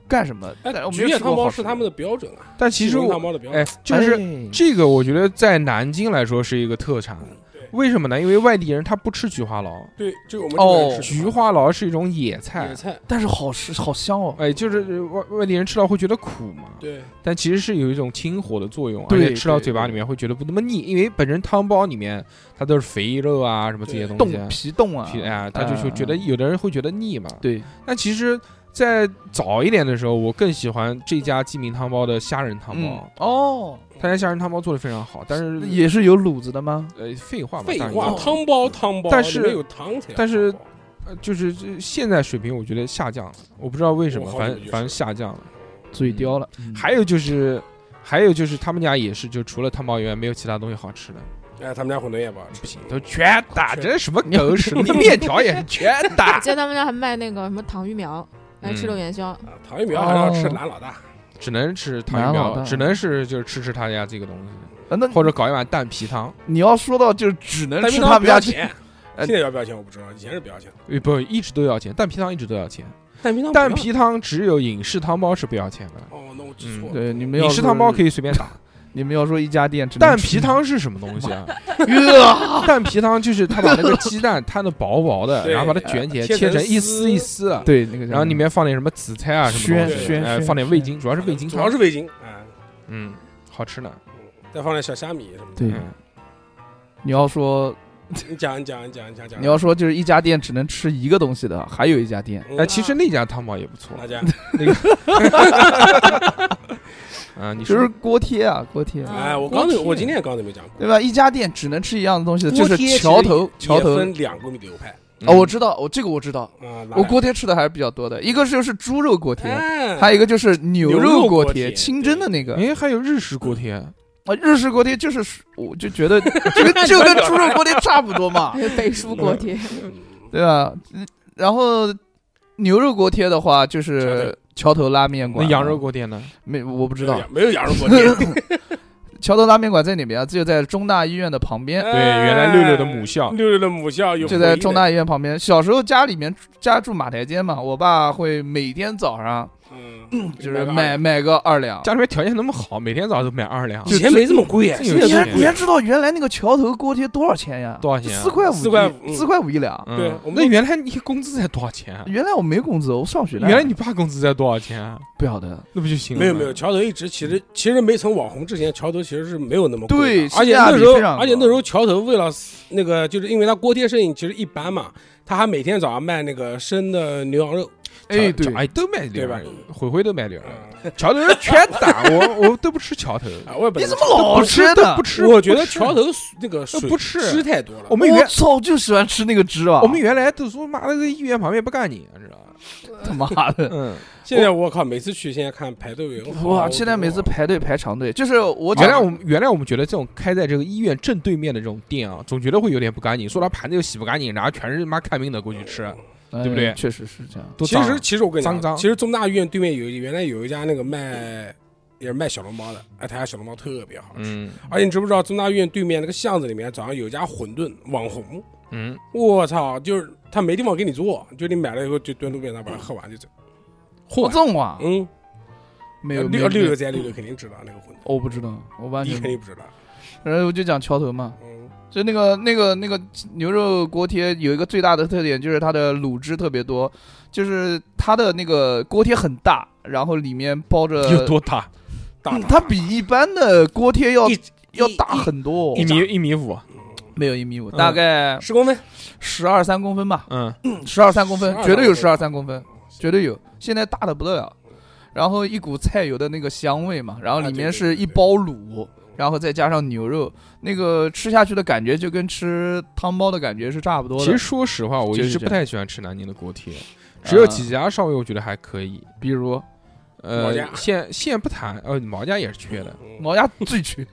Speaker 2: 干什么？但
Speaker 3: 哎，
Speaker 2: 我没
Speaker 3: 菊
Speaker 2: 有
Speaker 3: 叶
Speaker 2: 吃
Speaker 3: 汤
Speaker 2: 过
Speaker 3: 包
Speaker 2: 好
Speaker 3: 是
Speaker 2: 吃
Speaker 3: 他们的标准啊，
Speaker 1: 但其实
Speaker 3: 鸡鸣汤
Speaker 1: 我
Speaker 3: 包的标
Speaker 1: 哎
Speaker 3: 准。，
Speaker 1: 就是
Speaker 2: 哎
Speaker 1: 这个我觉得在南京来说是一个特产
Speaker 3: 对，
Speaker 1: 为什么呢？因为外地人他不吃菊花劳，
Speaker 3: 对，就我们
Speaker 2: 哦
Speaker 3: 这边吃
Speaker 1: 菊花劳是一种野菜
Speaker 3: 野，菜，
Speaker 2: 但是好吃好香哦。
Speaker 1: 哎，就是外外地人吃到会觉得苦嘛，
Speaker 3: 对，
Speaker 1: 但其实是有一种清火的作用，而
Speaker 2: 对
Speaker 1: 且吃到嘴巴
Speaker 3: 对
Speaker 1: 里面会觉得不那么腻，因为本身汤包里面它都是肥肉啊什么这些东
Speaker 2: 冻
Speaker 1: 西，
Speaker 2: 皮冻啊
Speaker 1: 皮，哎，他就说觉得
Speaker 2: 嗯
Speaker 1: 有的人会觉得腻嘛。
Speaker 2: 对，
Speaker 1: 但其实，在早一点的时候，我更喜欢这家鸡鸣汤包的虾仁汤包
Speaker 2: 嗯，哦，
Speaker 1: 他家虾仁汤包做的非常好，但是
Speaker 2: 也是有卤子的吗？
Speaker 1: 呃废话嘛，
Speaker 3: 废
Speaker 1: 当然
Speaker 2: 哦
Speaker 3: 话，
Speaker 1: 有
Speaker 3: 汤包汤包，
Speaker 1: 但
Speaker 3: 里
Speaker 1: 是
Speaker 3: 面有汤才叫
Speaker 1: 但是
Speaker 3: 汤包
Speaker 1: 呃，就是这现在水平我觉得下降了，我不知道为什么，
Speaker 3: 我好
Speaker 1: 反
Speaker 3: 久
Speaker 1: 正
Speaker 3: 没去
Speaker 1: 反正
Speaker 3: 吃
Speaker 1: 下降了。
Speaker 3: 嗯
Speaker 2: 嘴刁了，
Speaker 1: 还有就是，还有就是他们家也是，就除了汤包以外，没有其他东西好吃的，
Speaker 3: 哎，他们家馄饨也不好吃，
Speaker 1: 不行，都全打，
Speaker 3: 全
Speaker 1: 这是什么狗屎？你面条也是全打
Speaker 4: 记得他们家还卖那个什么糖芋苗，来
Speaker 2: 嗯
Speaker 4: 吃肉元宵。
Speaker 3: 啊，糖芋苗还是要
Speaker 2: 哦
Speaker 3: 吃蓝老大，
Speaker 1: 只能吃汤鱼
Speaker 2: 蛮
Speaker 1: 苗
Speaker 2: 好，的
Speaker 1: 只能是就是吃吃他家这个东西，
Speaker 2: 啊那
Speaker 1: 或者搞一碗蛋皮汤。
Speaker 2: 你要说到就是只能
Speaker 3: 但
Speaker 2: 吃
Speaker 3: 是
Speaker 2: 他
Speaker 3: 他
Speaker 2: 们
Speaker 3: 不
Speaker 2: 家呃
Speaker 3: 要钱。现在要不要钱我不知道，以前是不要钱的。
Speaker 1: 呃不，一直都要钱，蛋皮汤一直都要钱。
Speaker 3: 蛋皮汤
Speaker 1: 蛋皮汤只有影视汤包是不要钱的，
Speaker 3: 哦，那我记
Speaker 1: 嗯
Speaker 3: 错 了。
Speaker 2: 对你们要
Speaker 1: 影视汤包可
Speaker 2: 以，
Speaker 1: 以随便打。
Speaker 2: 你们要说一家店只能
Speaker 1: 蛋皮
Speaker 2: 吃
Speaker 1: 汤 是什么东西啊？
Speaker 2: 呃
Speaker 1: 蛋皮汤就是他把那个鸡蛋摊的薄薄的，
Speaker 3: 对
Speaker 1: 然后把它卷起来，
Speaker 3: 切
Speaker 1: 切
Speaker 3: 成
Speaker 1: 成一丝一丝的，
Speaker 2: 对那个叫什么，
Speaker 1: 然后里面放点什么紫菜啊什么东
Speaker 2: 宣
Speaker 1: 西，
Speaker 3: 宣
Speaker 1: 哎，
Speaker 2: 宣
Speaker 1: 放点味精，主要是味精
Speaker 3: 主
Speaker 1: 汤，
Speaker 3: 要是味精，哎，
Speaker 1: 嗯，好吃呢，
Speaker 3: 嗯再放点小虾米什么的。
Speaker 2: 对
Speaker 1: 嗯，
Speaker 2: 你要说
Speaker 3: 你讲，你讲，你讲，你讲，讲。
Speaker 2: 你要说就是一家店只能吃一个东西的，还有一家店
Speaker 3: 嗯
Speaker 1: 哎，其实那家汤包也不错
Speaker 3: 哪，家？
Speaker 1: 啊，你
Speaker 2: 就是
Speaker 1: 说
Speaker 2: 锅贴啊，锅贴，
Speaker 4: 啊
Speaker 3: 哎，我
Speaker 4: 锅
Speaker 3: 刚才
Speaker 4: 贴
Speaker 3: 我今天刚才没讲过，
Speaker 2: 对吧？一家店只能吃一样的东西的，就
Speaker 3: 锅贴
Speaker 2: 是
Speaker 3: 其实
Speaker 2: 桥头桥
Speaker 3: 也
Speaker 2: 头
Speaker 3: 分两个流派
Speaker 2: 哦，
Speaker 1: 嗯
Speaker 2: 我知道，我这个我知道，
Speaker 3: 啊，哪
Speaker 2: 我
Speaker 3: 两
Speaker 2: 锅贴吃的还是比较多的，一个就是猪肉锅贴。
Speaker 3: 哎，
Speaker 2: 还有一个就是牛肉锅
Speaker 3: 牛肉锅贴
Speaker 2: 贴，清蒸的那个。
Speaker 1: 哎，还有日式锅贴，
Speaker 2: 啊，日式锅贴就是，我就 觉得这个就 跟猪肉锅贴差不多嘛嗯啊
Speaker 4: 还，有北叔锅贴，
Speaker 3: 嗯
Speaker 2: 对吧？嗯然后牛肉锅贴的话，就是桥头拉面
Speaker 1: 那
Speaker 2: 馆。
Speaker 1: 羊肉锅贴呢？
Speaker 2: 没，我不知
Speaker 3: 没有
Speaker 2: 道。
Speaker 3: 羊没有羊肉锅 贴，
Speaker 2: 桥头拉面馆在哪边啊？就在中大医院的旁边，
Speaker 1: 对原来六六的母校
Speaker 3: 六六的母校哎有
Speaker 2: 就在
Speaker 3: 回忆
Speaker 2: 中
Speaker 3: 的，
Speaker 2: 大医院旁边。小时候家里面家住马台街嘛，我爸会每天早上
Speaker 3: 嗯，
Speaker 2: 就是买买个二两。
Speaker 1: 家里面条件那么好，每天早上都买二两，
Speaker 3: 以前没这么贵，啊
Speaker 1: 这
Speaker 3: 现在
Speaker 1: 有
Speaker 2: 你还
Speaker 1: 钱
Speaker 2: 你还知道原来那个桥头锅贴多少钱呀？
Speaker 1: 多少钱啊
Speaker 2: 四块五一，
Speaker 3: 四块五
Speaker 2: 四块五一两。
Speaker 1: 嗯
Speaker 3: 对我们
Speaker 1: 那原来你工资才多少钱 啊？
Speaker 2: 原来我没工资，我上学了。
Speaker 1: 原来你爸工资才多少钱啊？
Speaker 2: 不晓得，
Speaker 1: 那不就行了？
Speaker 3: 没有没有，，桥头一直其实其实没成网红之前，桥头其实是没有那么贵
Speaker 2: 对
Speaker 3: 的而
Speaker 2: 性
Speaker 3: 且
Speaker 2: 价
Speaker 3: 那
Speaker 2: 比
Speaker 3: 时候
Speaker 2: 非常高
Speaker 3: 而且那时候桥头为了那个就是因为它锅贴生意其实一般嘛，他还每天早上卖那个生的牛羊肉，
Speaker 2: 哎，对，
Speaker 1: 哎，都买
Speaker 3: 对
Speaker 1: 点
Speaker 3: 吧
Speaker 1: 儿，？回回都买点儿。
Speaker 3: 嗯
Speaker 1: 桥头人全打，我我都不吃桥头，
Speaker 3: 啊，我也不
Speaker 2: 你
Speaker 3: 能
Speaker 2: 怎么老
Speaker 1: 不吃
Speaker 2: 吃哦
Speaker 1: 都
Speaker 2: 的
Speaker 1: 不？吃。呃
Speaker 3: 我觉得桥头那个水
Speaker 1: 不吃
Speaker 3: 吃太多了
Speaker 1: 我。们
Speaker 2: 我
Speaker 1: 原
Speaker 2: 操，就喜欢吃那个汁啊！
Speaker 1: 我们原来都说妈的，这医院旁边不干净，知道吧？
Speaker 2: 他妈的，
Speaker 1: 嗯，
Speaker 3: 现在我靠，每次去现在看排队人 好
Speaker 2: 哇！
Speaker 3: 多
Speaker 2: 现在每次排队排长队，就是我
Speaker 1: 原来
Speaker 2: 讲
Speaker 1: 我们原来我们觉得这种开在这个医院正对面的这种店啊，总觉得会有点不干净，说他盘子又洗不干净，然后全是妈看病的过去吃，啊对不对
Speaker 2: 嗯确实是这样。
Speaker 1: 都
Speaker 3: 其
Speaker 1: 脏
Speaker 3: 实其实我跟你
Speaker 1: 脏
Speaker 3: 讲，
Speaker 1: 脏
Speaker 3: 其实中大医院对面有一原来有一家那个卖也是卖小笼包的，哎，他家小笼包特别好吃。
Speaker 1: 嗯
Speaker 3: 而且你知不知道中大医院对面那个巷子里面早上有一家馄饨网红，
Speaker 1: 嗯，
Speaker 3: 我操，就是他没地方给你做，就你买了以后就蹲路边上把它喝完就走。
Speaker 2: 我这种啊，
Speaker 3: 嗯，
Speaker 2: 没有没啊
Speaker 3: 六
Speaker 2: 有，
Speaker 3: 六
Speaker 2: 没
Speaker 3: 六
Speaker 2: 有
Speaker 3: 在六六肯定知道那个馄饨，
Speaker 2: 我不知道，我完
Speaker 3: 你
Speaker 2: 全
Speaker 3: 肯。定不知道。
Speaker 2: 然后我就讲桥头嘛，
Speaker 3: 嗯，
Speaker 2: 就那个那个那个牛肉锅贴有一个最大的特点就是它的卤汁特别多，就是它的那个锅贴很大，然后里面包着
Speaker 1: 有多大？
Speaker 3: 大
Speaker 2: 嗯它比一般的锅贴要
Speaker 3: 一
Speaker 2: 要大很多哦，
Speaker 1: 一米一米五，
Speaker 2: 没有一米五，
Speaker 1: 嗯
Speaker 2: 大概
Speaker 3: 十公分，
Speaker 2: 十二三公分吧，
Speaker 1: 嗯，
Speaker 2: 十二三公分，
Speaker 3: 12
Speaker 2: 绝对有十二三
Speaker 3: 三
Speaker 2: 公分，绝对有。现在大的不得了，然后一股菜油的那个香味嘛，然后里
Speaker 3: 啊
Speaker 2: 面是一包卤，然后再加上牛肉，那个吃下去的感觉就跟吃汤包的感觉是差不多的。
Speaker 1: 其实说实话，我
Speaker 2: 就
Speaker 1: 一直
Speaker 2: 是这
Speaker 1: 不
Speaker 2: 样
Speaker 1: 太喜欢吃南京的锅贴，只有
Speaker 2: 啊
Speaker 1: 几家稍微我觉得还可以。
Speaker 2: 比如
Speaker 1: 呃
Speaker 3: 毛家，
Speaker 1: 先先不谈，呃，毛家也是缺 的，
Speaker 3: 嗯
Speaker 2: 毛家最缺，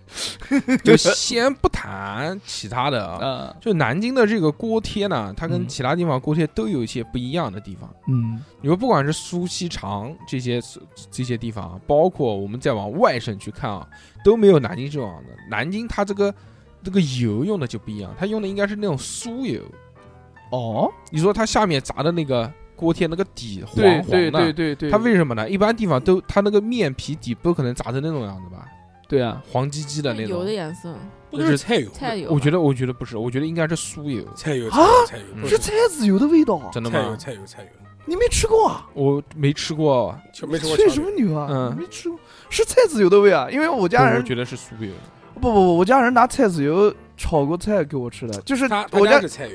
Speaker 1: 就先不谈其他的啊。
Speaker 2: 啊，
Speaker 1: 就南京的这个锅贴呢，它跟
Speaker 2: 嗯
Speaker 1: 其他地方锅贴都有一些不一样的地方。
Speaker 2: 嗯，
Speaker 1: 你说不管是苏锡常这些这些地方啊，包括我们再往外省去看啊，都没有南京这种的。南京它这个这个油用的就不一样，它用的应该是那种酥油。
Speaker 2: 哦，
Speaker 1: 你说它下面炸的那个锅贴那个底黄
Speaker 2: 对
Speaker 1: 黄的，
Speaker 2: 对对对对，
Speaker 1: 它为什么呢？一般地方都它那个面皮底不可能炸成那种样子吧，
Speaker 2: 对啊，
Speaker 1: 黄唧唧的那
Speaker 4: 油
Speaker 1: 种
Speaker 4: 的。颜色，
Speaker 3: 不都是菜油？
Speaker 4: 菜油吧。
Speaker 1: 我觉得，我觉得不是，我觉得应该是酥油，
Speaker 3: 菜油
Speaker 2: 啊
Speaker 3: 菜油
Speaker 1: 嗯
Speaker 3: 不
Speaker 2: 是菜籽油的味道啊，
Speaker 1: 真的
Speaker 3: 菜油
Speaker 1: 吗？
Speaker 3: 菜油菜油，
Speaker 2: 你没吃过啊？
Speaker 1: 我没吃过，啊
Speaker 3: 就没吃过
Speaker 2: 吹
Speaker 3: 桥
Speaker 2: 什么
Speaker 3: 头
Speaker 2: 牛啊？
Speaker 1: 嗯
Speaker 2: 没吃过，是菜籽油的味啊，因为我
Speaker 1: 不
Speaker 2: 家
Speaker 1: 我
Speaker 2: 人
Speaker 1: 觉得是酥油。
Speaker 2: 不不不，我家人拿菜籽油炒过菜给我吃的，就是
Speaker 3: 他他
Speaker 2: 我
Speaker 3: 家
Speaker 2: 家
Speaker 3: 是菜油。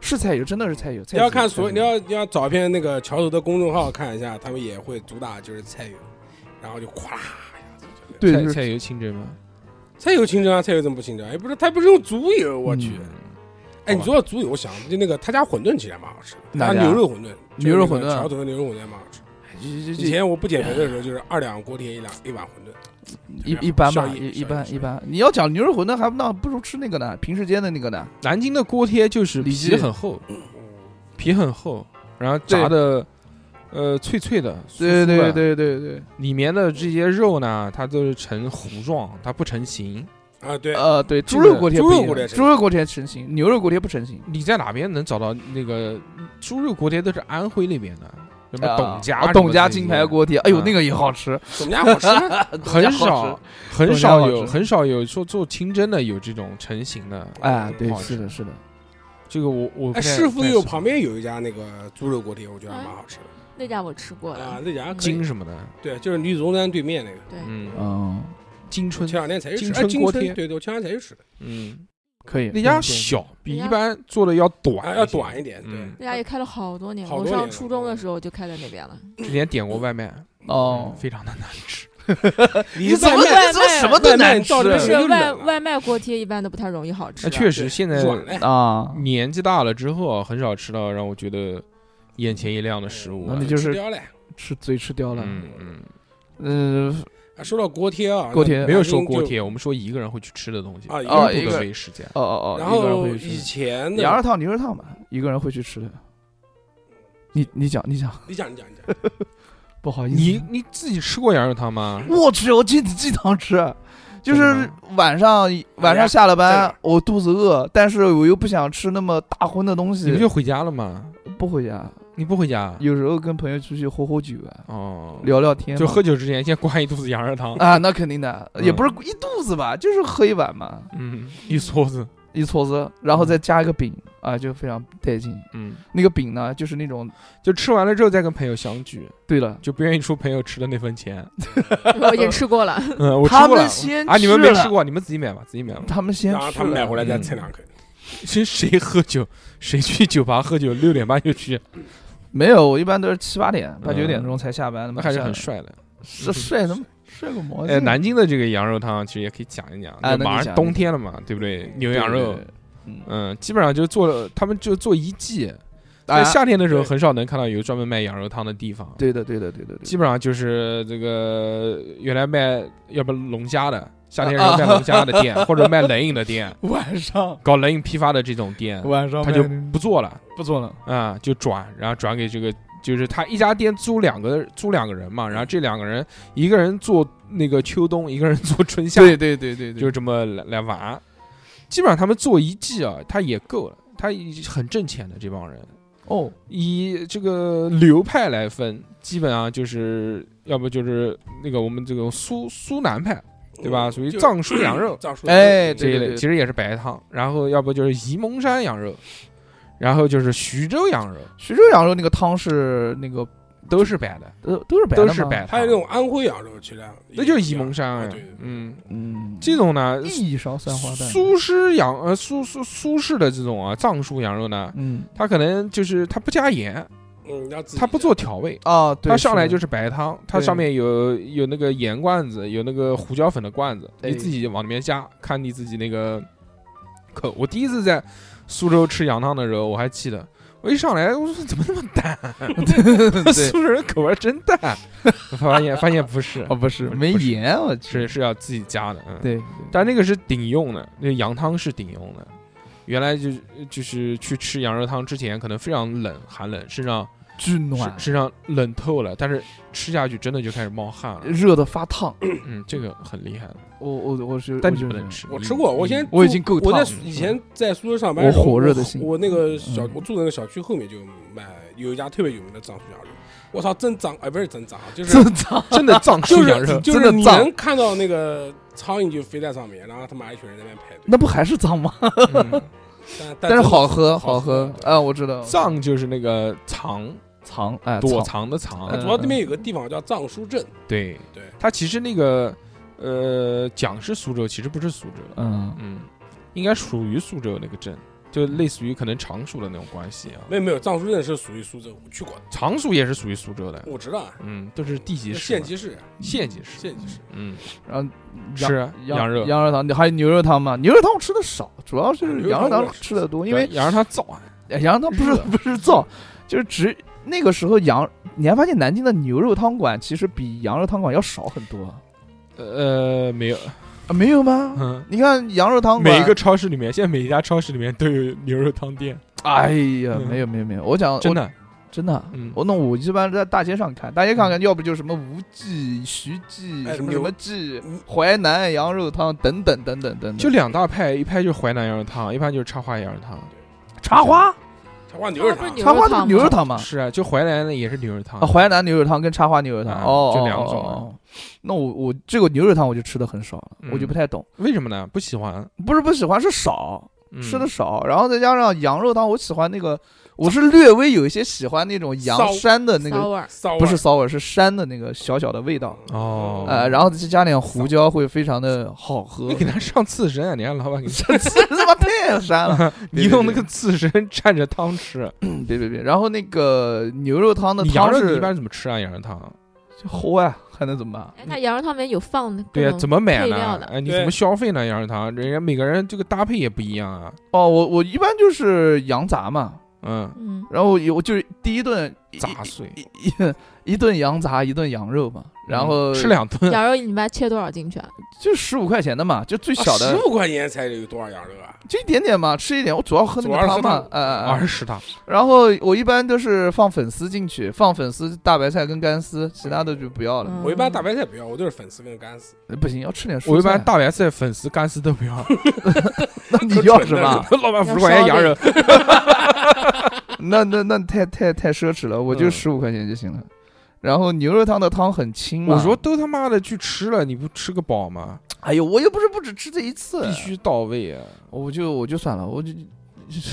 Speaker 2: 是菜油，真的是菜油。菜籽
Speaker 3: 你要
Speaker 2: 油菜
Speaker 3: 看所，
Speaker 2: 籽
Speaker 3: 你
Speaker 2: 油
Speaker 3: 要你要找一篇那个桥头的公众号看一下，他们也会主打就是菜油，然后就咵啦一下子就
Speaker 2: 对
Speaker 1: 菜
Speaker 2: 就是
Speaker 1: 菜油清蒸吗？
Speaker 3: 菜油清蒸啊，菜油怎么不清蒸？哎，不是，他不是用猪油，我去！
Speaker 1: 嗯
Speaker 3: 哎，
Speaker 1: 好吧
Speaker 3: 你说到猪油，我想就那个他家馄饨其实还蛮好吃的，
Speaker 2: 哪
Speaker 3: 他
Speaker 2: 家
Speaker 3: 牛肉馄饨，就是
Speaker 2: 牛肉
Speaker 3: 那个
Speaker 2: 馄饨啊
Speaker 3: 桥头的牛肉馄饨还蛮好吃。
Speaker 2: 这
Speaker 3: 以
Speaker 2: 这
Speaker 3: 前我不减肥的时候，就是二两锅贴一两一碗馄饨，
Speaker 2: 一一般吧，
Speaker 3: 宵夜
Speaker 2: 一一
Speaker 3: 宵夜宵
Speaker 2: 般
Speaker 3: 夜
Speaker 2: 一般。你要讲牛肉馄饨，还不那不如吃那个呢，平时煎的那个呢。
Speaker 1: 南京的锅贴就是
Speaker 2: 里
Speaker 1: 皮
Speaker 2: 脊
Speaker 1: 很厚，皮很厚，然后炸的呃脆脆的，酥
Speaker 2: 对
Speaker 1: 酥
Speaker 2: 对
Speaker 1: 的，
Speaker 2: 对对对，
Speaker 1: 里面的这些肉呢，它都是成糊状，它不成形。
Speaker 3: 啊， 对，
Speaker 2: 呃对，
Speaker 1: 这
Speaker 2: 猪
Speaker 1: 个
Speaker 2: 肉锅贴
Speaker 3: 猪
Speaker 2: 不一
Speaker 3: 肉
Speaker 2: 样
Speaker 3: 锅贴成
Speaker 2: 猪肉锅贴成型，牛肉锅贴不成型。
Speaker 1: 你在哪边能找到那个猪肉锅贴？都是安徽那边的，什么
Speaker 2: 啊
Speaker 1: 董家什
Speaker 2: 啊
Speaker 1: 么
Speaker 2: 董家
Speaker 1: 这些
Speaker 2: 金牌锅贴，哎呦，
Speaker 1: 嗯
Speaker 2: 那个也好吃，
Speaker 3: 我们 家好吃 啊，
Speaker 1: 很
Speaker 2: 好
Speaker 1: 少
Speaker 2: 吃，
Speaker 1: 很
Speaker 2: 董家
Speaker 1: 少
Speaker 2: 好
Speaker 1: 有，
Speaker 2: 吃
Speaker 1: 很少有说做清蒸的有这种成型的。
Speaker 2: 哎，对，
Speaker 1: 好吃
Speaker 2: 是的，是的，
Speaker 1: 这个我我不太
Speaker 3: 哎，市府有
Speaker 1: 不太
Speaker 3: 旁边有一家那个猪肉锅贴，我觉得还蛮好吃的
Speaker 4: 那家我吃过
Speaker 3: 啊
Speaker 4: 了，，
Speaker 3: 那家可以
Speaker 1: 京什么的，
Speaker 3: 对，就是女子中山对面那个，
Speaker 4: 对，
Speaker 1: 嗯，
Speaker 2: 嗯，
Speaker 1: 金春，
Speaker 3: 前两天才去吃，
Speaker 1: 京
Speaker 3: 哎，
Speaker 1: 春
Speaker 3: 京
Speaker 1: 锅
Speaker 3: 春
Speaker 1: 贴
Speaker 3: 对对，我前两天才去吃的，
Speaker 1: 嗯，
Speaker 2: 可以。
Speaker 1: 那家
Speaker 2: 嗯对
Speaker 1: 小，比一
Speaker 4: 那家
Speaker 1: 般做的要短
Speaker 3: 啊，
Speaker 1: 些，
Speaker 3: 要短一点，对
Speaker 1: 嗯，
Speaker 4: 那家也开了好多年了，
Speaker 3: 好
Speaker 4: 我
Speaker 3: 多年
Speaker 4: 上
Speaker 3: 了嗯
Speaker 4: 初中的时候就开在那边了。
Speaker 1: 之前点过外卖，嗯
Speaker 2: 哦，
Speaker 1: 非常的难吃。
Speaker 3: 你
Speaker 2: 怎么
Speaker 4: 外卖
Speaker 2: 怎么什么
Speaker 3: 外
Speaker 2: 都
Speaker 3: 卖
Speaker 2: 难吃
Speaker 3: 到这
Speaker 4: 不
Speaker 3: 边
Speaker 4: 是
Speaker 3: 又冷啊
Speaker 4: 外
Speaker 3: 了
Speaker 4: 外卖锅贴一般都不太容易好吃
Speaker 1: 那
Speaker 4: 啊，
Speaker 1: 确实，现在
Speaker 3: 软了，
Speaker 2: 啊？
Speaker 1: 年纪大了之后，啊很少吃到让我觉得眼前一亮的食物啊
Speaker 2: 那
Speaker 1: 了。
Speaker 2: 你就是
Speaker 3: 吃掉了。
Speaker 2: 吃嘴吃掉了。
Speaker 1: 嗯嗯，
Speaker 2: 嗯，
Speaker 3: 啊说到锅贴啊，
Speaker 2: 锅贴
Speaker 1: 没有说锅贴，我们说一个人会去吃的东西
Speaker 3: 啊一
Speaker 2: 个人
Speaker 1: 一
Speaker 2: 不
Speaker 1: 个
Speaker 2: 吃
Speaker 1: 美食家。
Speaker 2: 哦哦哦，
Speaker 3: 然
Speaker 2: 一个人
Speaker 3: 后
Speaker 2: 会去
Speaker 3: 以
Speaker 2: 吃
Speaker 3: 前
Speaker 2: 羊肉
Speaker 3: 的
Speaker 2: 汤、牛肉汤嘛，一个人会去吃的。你你讲你讲，
Speaker 3: 你讲，你讲，你 讲。
Speaker 2: 不好意思，
Speaker 1: 你你自己吃过羊肉汤吗？
Speaker 2: 我去，我经经常吃，就
Speaker 1: 真的
Speaker 2: 是
Speaker 1: 吗
Speaker 2: 晚上晚上下了
Speaker 1: 哎
Speaker 3: 在哪
Speaker 2: 班
Speaker 3: 儿，
Speaker 2: 我肚子饿，但是我又不想吃那么大荤的东
Speaker 1: 你不
Speaker 2: 西，
Speaker 1: 就回家了吗？
Speaker 2: 不回家。
Speaker 1: 你不回家？
Speaker 2: 有时候跟朋友出去喝喝酒啊，
Speaker 1: 哦，
Speaker 2: 聊聊天嘛，
Speaker 1: 就喝酒之前先灌一肚子羊肉汤，
Speaker 2: 啊，那肯定的，
Speaker 1: 嗯
Speaker 2: 也不是一肚子吧，就是喝一碗嘛，
Speaker 1: 嗯，一梭子，
Speaker 2: 一撮子，然后再加一个饼啊，就非常带劲。
Speaker 1: 嗯，
Speaker 2: 那个饼呢，就是那种，
Speaker 1: 就吃完了之后再跟朋友相聚，
Speaker 2: 对了，
Speaker 1: 就不愿意出朋友吃的那份钱。
Speaker 4: 我已经吃过了，
Speaker 1: 嗯，我吃
Speaker 2: 他
Speaker 1: 过
Speaker 2: 们
Speaker 1: 了
Speaker 2: 先
Speaker 1: 啊，你们没
Speaker 2: 了
Speaker 1: 吃，过，你们自己买吧，自己买吧。
Speaker 2: 他们先
Speaker 3: 然后
Speaker 2: 吃
Speaker 3: 啊他们买
Speaker 2: 了
Speaker 3: 回来再
Speaker 1: 嗯
Speaker 3: 蹭两口。
Speaker 1: 谁谁喝酒，谁去酒吧喝酒，六点半就去，
Speaker 2: 没有，我一般都是七八点、八九
Speaker 1: 嗯
Speaker 2: 点钟才下班，他
Speaker 1: 那
Speaker 2: 妈
Speaker 1: 还是
Speaker 2: 下
Speaker 1: 很
Speaker 2: 来
Speaker 1: 帅的。
Speaker 2: 是帅他妈帅个毛
Speaker 1: 哎，
Speaker 2: 线！
Speaker 1: 南京的这个羊肉汤其实也可以讲一讲，
Speaker 2: 啊那你
Speaker 1: 马
Speaker 2: 讲
Speaker 1: 上冬天了嘛，对不对？牛
Speaker 2: 对
Speaker 1: 羊肉，，嗯，基本上就做了，他们就做一季，在
Speaker 2: 啊，
Speaker 1: 夏天的时候
Speaker 3: 对
Speaker 1: 很少能看到有专门卖羊肉汤的地方。
Speaker 2: 对的，对的，对的，对
Speaker 1: 基
Speaker 2: 的
Speaker 1: 本上就是这个原来卖要不龙虾
Speaker 2: 啊
Speaker 1: 的，夏天时候卖龙虾的店，或者卖冷饮的 店，
Speaker 2: 晚上
Speaker 1: 搞冷饮批发的这种店，
Speaker 2: 晚上
Speaker 1: 他就
Speaker 2: 卖那
Speaker 1: 不做了
Speaker 2: 不做了，
Speaker 1: 啊、就转，然后转给这个，就是他一家店租两个租两个人嘛，然后这两个人一个人做那个秋冬，一个人做春夏，
Speaker 2: 对对对对对，
Speaker 1: 就这么来来玩。基本上他们做一季啊，他也够了，他很挣钱的这帮人。
Speaker 2: 哦，
Speaker 1: 以这个流派来分，基本上就是要不就是那个我们这种苏苏南派，对吧？属于
Speaker 3: 就
Speaker 1: 藏书羊肉
Speaker 3: 藏书
Speaker 2: 哎
Speaker 1: 这
Speaker 2: 哦对
Speaker 1: 一类，其实也是白汤。然后要不就是沂蒙山羊肉，然后就是徐州羊肉，
Speaker 2: 徐州羊肉那个汤是那个
Speaker 1: 都是白的，
Speaker 2: 都都是白的
Speaker 1: 都
Speaker 2: 吗
Speaker 1: 是白，汤。
Speaker 3: 还有那种安徽羊肉，其实
Speaker 1: 那就是沂蒙山
Speaker 3: 啊
Speaker 1: 啊，
Speaker 3: 对对对
Speaker 1: 嗯，
Speaker 2: 嗯，
Speaker 1: 这种呢，
Speaker 2: 一勺三花淡，
Speaker 1: 苏式羊呃苏苏苏式的这种啊藏书羊肉呢，
Speaker 2: 嗯
Speaker 1: 它可能就是它不加盐，
Speaker 3: 嗯，要自己
Speaker 1: 它不做调味。
Speaker 2: 啊，对
Speaker 1: 它上 来就是是白汤，它
Speaker 2: 对
Speaker 1: 上面有有那个盐罐子，有那个胡椒粉的罐子，
Speaker 2: 对
Speaker 1: 你自己往里面加，看你自己那个口。我第一次在苏州吃羊汤的时候，我还记得，我一上来我说怎么那么淡？
Speaker 2: 的
Speaker 1: 苏
Speaker 2: 对，
Speaker 1: 州人口味真 淡，发现发现不是，
Speaker 2: 哦不是没
Speaker 1: 不是
Speaker 2: 盐，我
Speaker 1: 是
Speaker 2: 去，
Speaker 1: 是要自己加的。嗯，
Speaker 2: 对，
Speaker 1: 但那个是顶用的，那个羊汤是顶用的。原来就是就是去吃羊肉汤之前，可能非常冷，寒冷，身上
Speaker 2: 巨
Speaker 1: 身
Speaker 2: 暖，
Speaker 1: 身上冷透了，但是吃下去真的就开始冒汗了。
Speaker 2: 热的发烫，
Speaker 1: 嗯，这个很厉害的，
Speaker 2: 我我我是，
Speaker 1: 但
Speaker 2: 我
Speaker 1: 你
Speaker 2: 就
Speaker 1: 不
Speaker 2: 是
Speaker 1: 能吃。
Speaker 3: 我
Speaker 1: 你
Speaker 3: 吃过，我先
Speaker 2: 嗯我已
Speaker 3: 住
Speaker 2: 经够
Speaker 3: 我在
Speaker 2: 烫了
Speaker 3: 以前在苏州上班的
Speaker 2: 我
Speaker 3: 时候，
Speaker 2: 火热的
Speaker 3: 我
Speaker 2: 心
Speaker 3: 我那个小
Speaker 2: 嗯
Speaker 3: 我住的那个小区后面就卖有一家特别有名的藏书羊肉，我操，真脏哎，不是真脏，就是
Speaker 2: 正常，
Speaker 1: 真的藏
Speaker 3: 就
Speaker 1: 吃羊
Speaker 3: 是
Speaker 1: 肉，
Speaker 3: 就
Speaker 2: 真
Speaker 3: 是
Speaker 2: 的
Speaker 3: 你
Speaker 2: 脏
Speaker 3: 能看到那个苍蝇就飞在上面，然后他妈一群人在那边排队，
Speaker 2: 那不还是脏吗？
Speaker 1: 嗯
Speaker 3: 但
Speaker 2: 但是好喝，
Speaker 3: 好
Speaker 2: 好
Speaker 3: 喝
Speaker 2: 喝啊！我知道，
Speaker 1: 藏就是那个藏
Speaker 2: 藏哎，
Speaker 1: 躲
Speaker 2: 藏
Speaker 1: 藏的藏
Speaker 3: 它，主要那边有个地方叫藏书镇，
Speaker 1: 对
Speaker 3: 对
Speaker 1: 它其实那个呃讲是苏州，其实不是苏州，
Speaker 2: 嗯，
Speaker 1: 嗯，应该属于苏州那个镇，就类似于可能常熟的那种关系啊。
Speaker 3: 没有没有，藏书镇是属于苏州，我去过，
Speaker 1: 常熟也是属于苏州的，
Speaker 3: 我知道啊，
Speaker 1: 嗯，都是地级市
Speaker 3: 县
Speaker 1: 嘛，
Speaker 3: 级市，
Speaker 1: 县级市，
Speaker 3: 县级市，
Speaker 1: 嗯，
Speaker 2: 然后羊
Speaker 1: 吃羊肉，
Speaker 2: 羊肉汤，还有牛肉汤嘛？牛肉汤我吃的少，主要是
Speaker 3: 牛肉
Speaker 2: 羊肉
Speaker 3: 汤我
Speaker 2: 汤
Speaker 3: 也是
Speaker 2: 吃的多，因为
Speaker 1: 羊肉它燥啊，
Speaker 2: 哎羊肉汤不是
Speaker 1: 热
Speaker 2: 不是造，就是只那个时候羊，你还发现南京的牛肉汤馆其实比羊肉汤馆要少很多啊？
Speaker 1: 呃，没有，
Speaker 2: 没有吗？
Speaker 1: 嗯，
Speaker 2: 你看羊肉汤馆，
Speaker 1: 每一个超市里面，现在每一家超市里面都有牛肉汤店，
Speaker 2: 哎呀，
Speaker 1: 嗯
Speaker 2: 没有没有没有，呃我讲
Speaker 1: 真
Speaker 2: 的
Speaker 1: 的，
Speaker 2: 真的。啊
Speaker 1: 嗯，
Speaker 2: 我那我一般在大街上看，大街上看，要不就什么无记、徐记、
Speaker 3: 哎
Speaker 2: 什么
Speaker 3: 牛
Speaker 2: 什么记、
Speaker 3: 嗯
Speaker 2: 淮南羊肉汤等等等等等等，
Speaker 1: 就两大派，一派就是淮南羊肉汤，一派就是插花羊肉汤。
Speaker 2: 茶花，
Speaker 3: 茶花牛肉
Speaker 4: 哦不是
Speaker 3: 汤，
Speaker 4: 牛
Speaker 2: 茶花就是
Speaker 4: 汤
Speaker 2: 牛肉
Speaker 4: 吗
Speaker 2: 汤嘛，
Speaker 1: 是啊，就淮南的也是牛肉汤
Speaker 2: 啊，。淮南牛肉汤跟茶花牛肉汤，
Speaker 1: 啊
Speaker 2: 哦，
Speaker 1: 就
Speaker 2: 哦
Speaker 1: 两种
Speaker 2: 哦哦那我我这个牛肉汤我就吃的很少了，我就
Speaker 1: 嗯
Speaker 2: 不太懂，
Speaker 1: 为什么呢？不喜欢嗯
Speaker 2: 不是不喜欢，是少吃的少，然后再加上羊肉汤，我喜欢那个，我是略微有一些喜欢那种羊
Speaker 3: 骚
Speaker 2: 膻的那
Speaker 4: 骚
Speaker 2: 个，
Speaker 4: 味儿，
Speaker 3: 骚
Speaker 2: 不
Speaker 3: 味
Speaker 2: 是
Speaker 3: 儿
Speaker 2: 骚味儿，是膻的那个小小的味道，
Speaker 1: 哦
Speaker 2: 呃，然后再加点胡椒会非常的好喝
Speaker 1: 你。给他上刺身啊！你让老板给你，
Speaker 2: 这他妈太膻 了！
Speaker 1: 你用那个刺身蘸着汤吃。
Speaker 2: 嗯别别别，然后那个牛肉汤的
Speaker 1: 你羊
Speaker 2: 汤
Speaker 1: 肉你
Speaker 2: 是
Speaker 1: 一般怎么吃啊？羊肉汤？
Speaker 2: 齁啊，还能怎么
Speaker 4: 哎
Speaker 2: 办？
Speaker 4: 它羊肉汤里面有放的各
Speaker 1: 对呀，
Speaker 4: 种
Speaker 1: 怎么买
Speaker 4: 配
Speaker 1: 呢
Speaker 4: 料的？
Speaker 1: 哎，你怎么
Speaker 3: 对
Speaker 1: 消费呢？羊肉汤，人家每个人这个搭配也不一样啊。
Speaker 2: 哦，我我一般就是羊杂嘛，
Speaker 1: 嗯，
Speaker 4: 嗯，
Speaker 2: 然后有我就是第一顿一
Speaker 1: 杂碎，
Speaker 2: 一一一顿羊杂，一顿羊肉嘛，然后
Speaker 1: 嗯吃两 顿，
Speaker 4: 羊肉你们切多少进去啊？
Speaker 2: 就十五块钱的嘛，就最小
Speaker 1: 啊
Speaker 2: 的
Speaker 3: 啊十五块钱才有多少羊肉啊？
Speaker 2: 就一点点嘛，吃一点。我主要喝那
Speaker 3: 主要
Speaker 2: 个
Speaker 3: 是
Speaker 2: 汤
Speaker 3: 喝
Speaker 2: 嘛
Speaker 3: 汤，
Speaker 2: 哎
Speaker 1: 二
Speaker 2: 哎
Speaker 1: 十
Speaker 2: 哎。
Speaker 1: 食堂，
Speaker 2: 然后我一般都是放粉丝进去，放粉丝、大白菜跟干丝，其他的就不要了。
Speaker 4: 嗯
Speaker 3: 我一般大白菜不要，我都是粉丝跟干丝。
Speaker 2: 不行，要吃点蔬菜。
Speaker 1: 我一 般，大白菜、粉丝、干丝都不要，
Speaker 2: 那你要什么？
Speaker 1: 老板五十块钱羊肉，
Speaker 2: 那那那太太太奢侈了，我就
Speaker 1: 嗯
Speaker 2: 十五块钱就行了。然后牛肉汤的汤很清嘛。
Speaker 1: 我说，都他妈的去吃了，你不吃个饱吗？
Speaker 2: 哎呦，我又不是不止吃这一次，
Speaker 1: 必须到位啊！
Speaker 2: 我就我就算了， 我就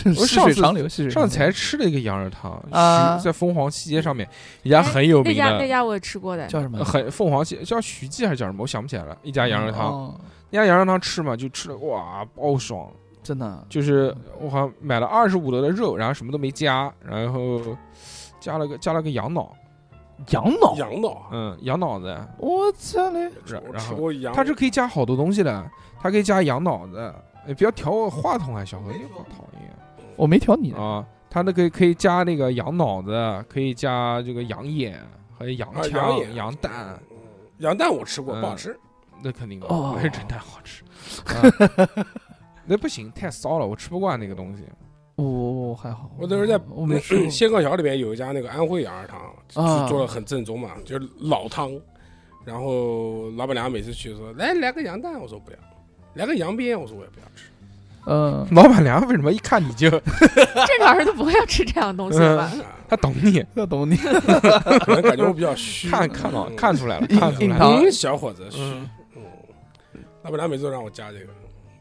Speaker 1: 我
Speaker 2: 细
Speaker 1: 上
Speaker 2: 水
Speaker 1: 次
Speaker 2: 长流，细水长
Speaker 1: 上
Speaker 2: 流。
Speaker 1: 次才吃了一个羊肉汤，
Speaker 2: 啊
Speaker 1: 徐在凤凰西街上面一家很有
Speaker 4: 那
Speaker 1: 名
Speaker 4: 家那
Speaker 1: 的，
Speaker 4: 家我也 吃过的，
Speaker 2: 叫什么？
Speaker 1: 很凤凰西叫徐记还是叫什么？我想不起来了。一家羊肉汤，
Speaker 2: 哦
Speaker 1: 那家羊肉汤吃嘛，就吃的哇爆爽，
Speaker 2: 真的
Speaker 1: 就是我好像买了二十五的肉，然后什么都没加，然后加了个加了个羊脑，
Speaker 2: 羊脑，
Speaker 3: 羊脑啊，
Speaker 1: 嗯，羊脑子，
Speaker 2: 我操嘞！
Speaker 1: 然
Speaker 3: 我
Speaker 1: 然
Speaker 3: 吃
Speaker 1: 后
Speaker 3: 过羊，
Speaker 1: 它是可以加好多东西的，它可以加羊脑子，哎，不要调我话筒啊，小何，你好讨厌。
Speaker 2: 我没挑你呢，
Speaker 1: 啊，它那个可以加那个羊脑子，可以加这个羊眼，还有羊
Speaker 3: 啊
Speaker 1: 腔、
Speaker 3: 羊眼、
Speaker 1: 羊蛋，，
Speaker 3: 羊蛋我吃过，不好
Speaker 1: 嗯
Speaker 3: 吃。
Speaker 1: 那肯定的
Speaker 2: 哦
Speaker 1: 哎真蛋好 吃。啊那不行，太骚了，我吃不惯那个东西。
Speaker 2: 我我我还好，
Speaker 3: 我那时候在
Speaker 2: 我没吃过
Speaker 3: 仙客桥里面有一家那个安徽羊肉汤，
Speaker 2: 啊
Speaker 3: 就做的很正宗嘛，就是老汤。然后老板娘每次去说来来个羊蛋，我说不要；来个羊鞭，我说我也不要吃。
Speaker 2: 嗯，
Speaker 1: 老板娘为什么一看你就
Speaker 4: 正常人都不会要吃这样东西吧？
Speaker 3: 啊
Speaker 1: 他懂你？
Speaker 2: 那懂 你。
Speaker 3: 可能感觉我比较虚，
Speaker 1: 看看了，
Speaker 3: 嗯
Speaker 1: 看出来了，
Speaker 2: 硬
Speaker 1: 看出
Speaker 2: 硬
Speaker 1: 来
Speaker 2: 糖
Speaker 1: 了。
Speaker 3: 嗯，小伙子虚。
Speaker 1: 嗯
Speaker 3: 嗯，老板娘每次都让我加 这个，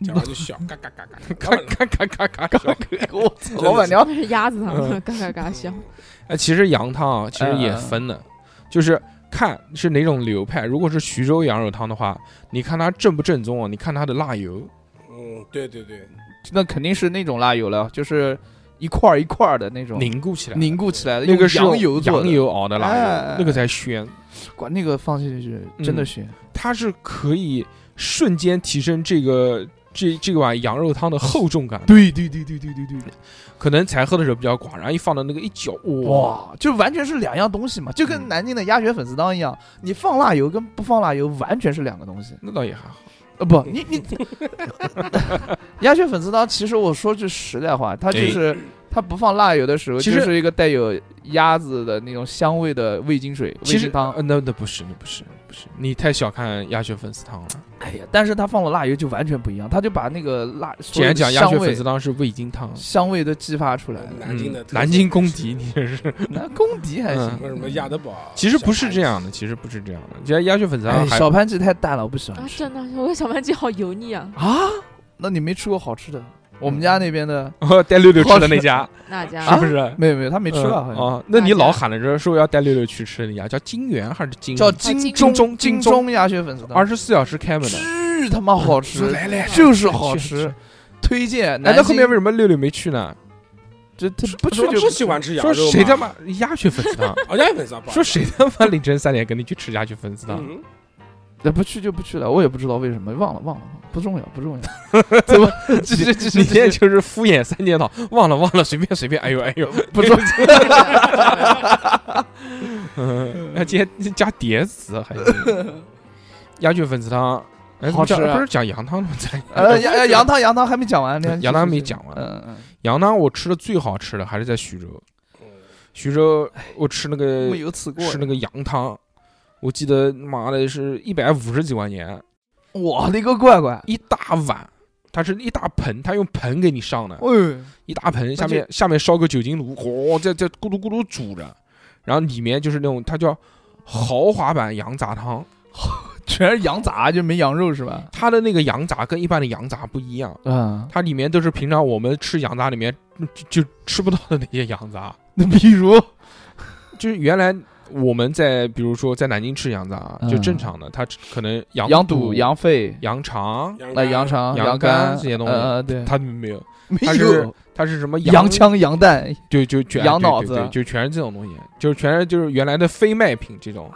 Speaker 3: 加完就笑，嘎嘎嘎嘎。
Speaker 1: 咔
Speaker 3: 老板娘
Speaker 1: 咔咔咔咔咔！
Speaker 2: 我操，老板娘
Speaker 4: 那是鸭子汤，嘎嘎嘎香。
Speaker 3: 嗯
Speaker 1: 哎，其实羊汤啊，其实也
Speaker 2: 嗯嗯嗯
Speaker 1: 分的，就是看是哪种流派。如果是徐州羊肉汤的话，你看它正不正宗啊？你看它的辣油，
Speaker 3: 嗯，对对对，
Speaker 2: 那肯定是那种辣油了，就是一块儿一块儿的那种
Speaker 1: 凝固起来，
Speaker 2: 凝固起来的，
Speaker 1: 那个是
Speaker 2: 呃用羊油做
Speaker 1: 羊
Speaker 2: 的，
Speaker 1: 油熬的辣
Speaker 2: 哎哎
Speaker 1: 油
Speaker 2: 哎，
Speaker 1: 那个才鲜。
Speaker 2: 管那个放进去
Speaker 1: 嗯
Speaker 2: 真的鲜。
Speaker 1: 它是可以瞬间提升这个这这碗羊肉汤的厚重感，
Speaker 2: 对对对对对对对，
Speaker 1: 可能才喝的时候比较寡，然后一放到那个一搅，哇，
Speaker 2: 哇，就完全是两样东西嘛，就跟
Speaker 1: 嗯
Speaker 2: 南京的鸭血粉丝汤一样，你放辣油跟不放辣油完全是两个东西。
Speaker 1: 那倒也还好。
Speaker 2: 呃，不，你你 鸭血粉丝汤，其实我说句实在话，
Speaker 1: 哎
Speaker 2: 它就是它不放辣油的时候，
Speaker 1: 其
Speaker 2: 就
Speaker 1: 实
Speaker 2: 是一个带有鸭子的那种香味的味精水、味
Speaker 1: 其实
Speaker 2: 精汤
Speaker 1: 呃。那那不是，那不是，不是，你太小看鸭血粉丝汤了。
Speaker 2: 哎呀，但是它放了辣油就完全不一样，它就把那个辣所
Speaker 1: 既
Speaker 2: 有
Speaker 1: 然
Speaker 2: 的
Speaker 1: 讲鸭血
Speaker 2: 香
Speaker 1: 粉
Speaker 2: 味
Speaker 1: 丝汤是味精汤，
Speaker 2: 香味都激发出来了。
Speaker 3: 南京的
Speaker 1: 嗯
Speaker 3: 特色
Speaker 1: 南京公敌，你这是。
Speaker 2: 那公敌还
Speaker 1: 嗯
Speaker 2: 行
Speaker 3: 什，么什么鸭德堡，
Speaker 1: 其实不是这
Speaker 3: 样。
Speaker 1: 样的，其实不是这样的。其实鸭血粉丝
Speaker 2: 哎
Speaker 1: 汤，还
Speaker 2: 小盘鸡太淡了，我不喜欢
Speaker 4: 啊，
Speaker 2: 吃
Speaker 4: 真的，我小番茄好油腻啊！
Speaker 2: 啊。那你没吃过好
Speaker 1: 嗯
Speaker 2: 吃的？我们家那边的
Speaker 1: 哦带六六吃的那家，
Speaker 4: 那家
Speaker 1: 啊是不是？
Speaker 2: 没有没有，他没
Speaker 1: 没
Speaker 2: 吃过，好像
Speaker 1: 啊？那你老喊着说说要带六六去吃那家，叫金源还是金？
Speaker 2: 叫
Speaker 4: 金
Speaker 2: 金
Speaker 4: 钟
Speaker 2: 钟
Speaker 1: 金
Speaker 2: 金钟鸭血粉丝汤，
Speaker 1: 二十四小时哎开门的。
Speaker 2: 巨他妈好吃，
Speaker 3: 来来
Speaker 2: 就是好
Speaker 1: 去去
Speaker 2: 吃，推荐。
Speaker 1: 哎，
Speaker 2: 南
Speaker 1: 那
Speaker 2: 京
Speaker 1: 后面为什么六六没去呢？
Speaker 2: 这他不吃
Speaker 3: 说
Speaker 2: 就
Speaker 3: 不喜欢吃羊
Speaker 1: 说
Speaker 3: 肉吗
Speaker 1: 谁他妈鸭血粉丝 汤？
Speaker 3: 哦，鸭血粉丝啊，不好
Speaker 1: 说啊
Speaker 3: 意思
Speaker 1: 谁他妈凌晨三点跟你去吃鸭血粉丝汤？
Speaker 3: 嗯，
Speaker 2: 那不去就不去了，我也不知道为什么，忘了忘了，忘了不重要不重要。 怎么继续继续
Speaker 1: 你
Speaker 2: 继
Speaker 1: 现在
Speaker 2: 续？
Speaker 1: 就是敷衍三件套，忘了忘了，随便随便，哎呦哎 呦，
Speaker 2: 不重
Speaker 1: 嗯，还加加叠词还 行鸭血粉丝汤，哎，
Speaker 2: 好吃啊
Speaker 1: 不是不是讲羊汤吗？在
Speaker 2: 呃，羊羊羊汤羊汤还没讲完呢，
Speaker 1: 羊汤
Speaker 2: 继续
Speaker 1: 没
Speaker 2: 继续
Speaker 1: 讲完
Speaker 2: 嗯嗯
Speaker 1: 羊汤我吃的最好吃的还是在徐州，徐州我吃那
Speaker 2: 嗯，
Speaker 1: 个
Speaker 2: 没有吃过。
Speaker 1: 呃吃那个羊汤，我记得妈的是一百五十几块钱
Speaker 2: 我的个乖乖！
Speaker 1: 一大碗。它是一大盆，它用盆给你上的，
Speaker 2: 哎，
Speaker 1: 一大盆，下
Speaker 2: 就
Speaker 1: 面下面烧个酒精炉，嚯、在在咕噜咕噜煮着，然后里面就是那种它叫豪华版羊杂汤，
Speaker 2: 全是羊杂，就没羊肉是吧？
Speaker 1: 它的那个羊杂跟一般的羊杂不一样，
Speaker 2: 嗯，
Speaker 1: 它里面都是平常我们吃羊杂里面就就吃不到的那些羊杂，
Speaker 2: 那比如
Speaker 1: 就是原来我们在比如说在南京吃羊杂啊
Speaker 2: 嗯
Speaker 1: 就正常的，它可能羊
Speaker 2: 羊肚、
Speaker 1: 肚、
Speaker 2: 羊肺、
Speaker 1: 羊肠，
Speaker 2: 呃羊肠、
Speaker 1: 羊
Speaker 2: 肝
Speaker 1: 肝这些东西
Speaker 2: 呃，对，
Speaker 1: 它没有，
Speaker 2: 没
Speaker 1: 它是
Speaker 2: 有
Speaker 1: 它是什么
Speaker 2: 羊腔羊蛋
Speaker 1: 对，就全
Speaker 2: 羊
Speaker 1: 对
Speaker 2: 脑
Speaker 1: 对
Speaker 2: 子
Speaker 1: 对就全是这种东西，就是全是就是原来的非卖品这种，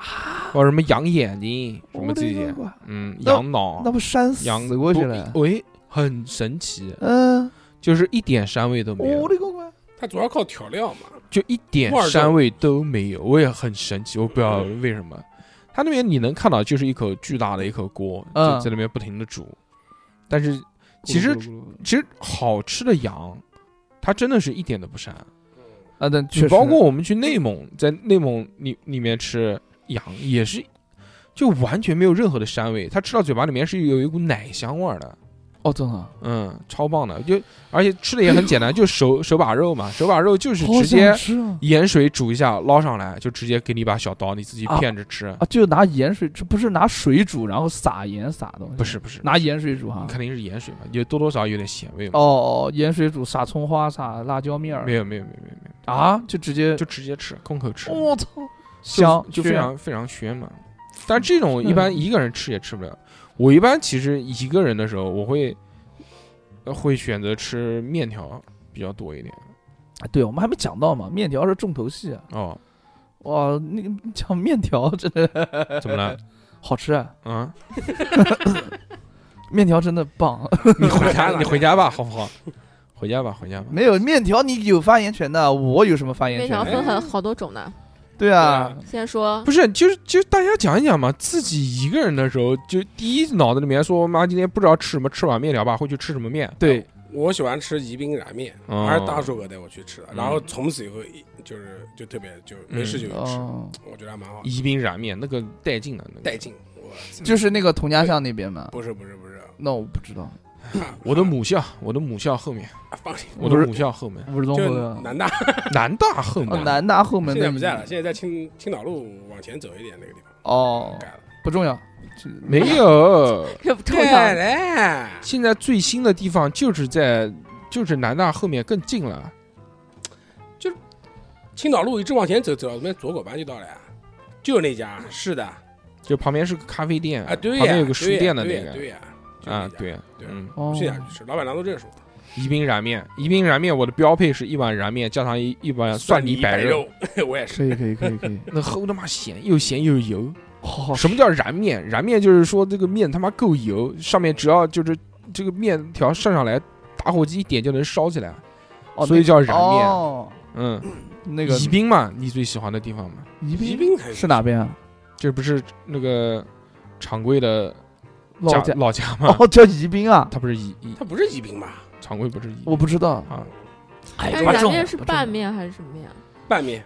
Speaker 1: 或者什么羊眼睛什么这
Speaker 2: 啊我的
Speaker 1: 些
Speaker 2: 个，乖
Speaker 1: 嗯，
Speaker 2: 那
Speaker 1: 羊脑
Speaker 2: 那不山
Speaker 1: 羊
Speaker 2: 死过去
Speaker 1: 不
Speaker 2: 了？
Speaker 1: 喂，很神奇，
Speaker 2: 嗯，
Speaker 1: 就是一点膻味都没有
Speaker 2: 哦我，的个乖！
Speaker 3: 它主要靠调料嘛，
Speaker 1: 就一点
Speaker 3: 味儿都
Speaker 1: 膻味都没有，我也很神奇，我不知道为什么。他那边你能看到就是一口巨大的一口锅，
Speaker 2: 嗯
Speaker 1: 就在那边不停的煮，但是其实其实好吃的羊，它真的是一点都不膻。
Speaker 2: 啊，但
Speaker 1: 你
Speaker 2: 确实
Speaker 1: 包括我们去内蒙，在内蒙里里面吃羊也是，就完全没有任何的膻味，它吃到嘴巴里面是有一股奶香味儿的，
Speaker 2: 哦，真的啊，
Speaker 1: 嗯，超棒的。就而且吃的也很简单，就手手把肉嘛，手把肉就是
Speaker 2: 好
Speaker 1: 直接
Speaker 2: 想吃啊
Speaker 1: 盐水煮一下捞上来，就直接给你一把小刀，你自己片着吃。
Speaker 2: 啊，就拿盐水，这不是拿水煮，然后撒盐撒东西，
Speaker 1: 不是不是，
Speaker 2: 拿盐水煮哈
Speaker 1: 你。肯定是盐水嘛，有多多少少有点咸味嘛。
Speaker 2: 哦，盐水煮撒葱花撒辣椒面儿
Speaker 1: 没有没有没有没有没
Speaker 2: 啊，就直接
Speaker 1: 有，就直接吃，空口吃，
Speaker 2: 我操，
Speaker 1: 就
Speaker 2: 香
Speaker 1: 就非
Speaker 2: 炫
Speaker 1: 常非常鲜嘛。但这种一般一个人吃也吃不了。我一般其实一个人的时候，我会呃会选择吃面条比较多一点。
Speaker 2: 啊对我们还没讲到嘛，面条是重头戏啊。
Speaker 1: 哦，
Speaker 2: 哇，那个讲面条真的
Speaker 1: 怎么了？
Speaker 2: 好吃啊，
Speaker 1: 啊，
Speaker 2: 面条真的棒。
Speaker 1: 你回家你回家吧，好不好？回家吧，回家吧。
Speaker 2: 没有面条你有发言权的，我有什么发言
Speaker 4: 面
Speaker 2: 权
Speaker 3: 嗯
Speaker 4: 条
Speaker 2: 啊？
Speaker 4: 分很好多种呢。
Speaker 2: 对啊，
Speaker 4: 先说
Speaker 1: 不是，就是就是大家讲一讲嘛，自己一个人的时候，就第一脑子里面说，妈今天不知道吃什么，吃碗面条吧，会去吃什么面？
Speaker 2: 对，
Speaker 3: 我喜欢吃宜宾燃面，
Speaker 1: 哦
Speaker 3: 还是大叔哥带我去吃的。
Speaker 1: 嗯
Speaker 3: 然后从此以后，一就是就特别就没事就去
Speaker 1: 嗯
Speaker 3: 吃，
Speaker 2: 哦，
Speaker 3: 我觉得还蛮好的，
Speaker 1: 宜宾燃面那个带劲的，那个
Speaker 3: 带。劲。我
Speaker 2: 就是那个佟家巷那边嘛。
Speaker 3: 不是不是不是，
Speaker 2: 那我不知道，
Speaker 1: 我的母校，我的母校后面，
Speaker 3: 啊 放心，
Speaker 1: 我的
Speaker 2: 不是
Speaker 1: 母校后面，
Speaker 2: 五十宗
Speaker 3: 就南大
Speaker 1: 南大后
Speaker 2: 哦，
Speaker 1: 面。
Speaker 2: 南大后门
Speaker 3: 现
Speaker 2: 的
Speaker 3: 在不在了，现在在青青岛路往前走一点那个地方
Speaker 2: 哦，
Speaker 3: 改了，
Speaker 2: 不重要，这
Speaker 1: 没有，
Speaker 4: 这不重
Speaker 3: 对
Speaker 1: 啊
Speaker 4: 要，
Speaker 3: 嘞，
Speaker 1: 现在最新的地方就是在就是南大后面更近了。
Speaker 3: 青岛路一直往前走，走到那边左拐弯就到了呀，就是那家，是的，
Speaker 1: 就旁边是个咖啡店
Speaker 3: 啊，对
Speaker 1: 旁
Speaker 3: 呀，
Speaker 1: 边有个书
Speaker 3: 对呀
Speaker 1: 店的
Speaker 3: 对
Speaker 1: 那
Speaker 3: 呀对
Speaker 1: 个
Speaker 3: 呀，就那
Speaker 1: 啊，
Speaker 3: 家，
Speaker 1: 对，
Speaker 3: 对
Speaker 1: 嗯，
Speaker 2: 哦
Speaker 3: 去啊哪去吃，老板娘都认识我，
Speaker 1: 宜宾燃面，宜宾燃面，我的标配是一碗燃面加上一一碗呃蒜泥白
Speaker 3: 白
Speaker 1: 肉，，
Speaker 3: 我也是，
Speaker 2: 可以可以可以可以，
Speaker 1: 那齁他妈咸，又咸又油。
Speaker 2: 好好
Speaker 1: 什么叫燃面？燃面就是说这个面他妈够油，上面只要就是这个面条上上来，打火机一点就能烧起来，
Speaker 2: 哦
Speaker 1: 所以叫
Speaker 2: 那
Speaker 1: 燃面。
Speaker 2: 哦，
Speaker 1: 嗯，
Speaker 2: 那个
Speaker 1: 宜宾嘛，你最喜欢的地方嘛，
Speaker 2: 宜
Speaker 3: 宜
Speaker 2: 宾
Speaker 3: 宾才
Speaker 2: 是哪边啊？
Speaker 1: 这不是那个常规的
Speaker 2: 老
Speaker 1: 家
Speaker 2: 家
Speaker 1: 老家
Speaker 3: 嗯
Speaker 1: 嘛？
Speaker 2: 哦，叫宜宾啊，
Speaker 1: 它不是宜宜
Speaker 3: 它不是宜宾吧？
Speaker 1: 常规，不是宜
Speaker 2: 我不知道。
Speaker 1: 啊？
Speaker 2: 哎
Speaker 4: 但是
Speaker 2: 不
Speaker 4: 咱
Speaker 2: 重
Speaker 4: 面
Speaker 2: 要
Speaker 4: 是
Speaker 2: 不重要
Speaker 4: 拌面还是什么面？啊
Speaker 3: 拌面，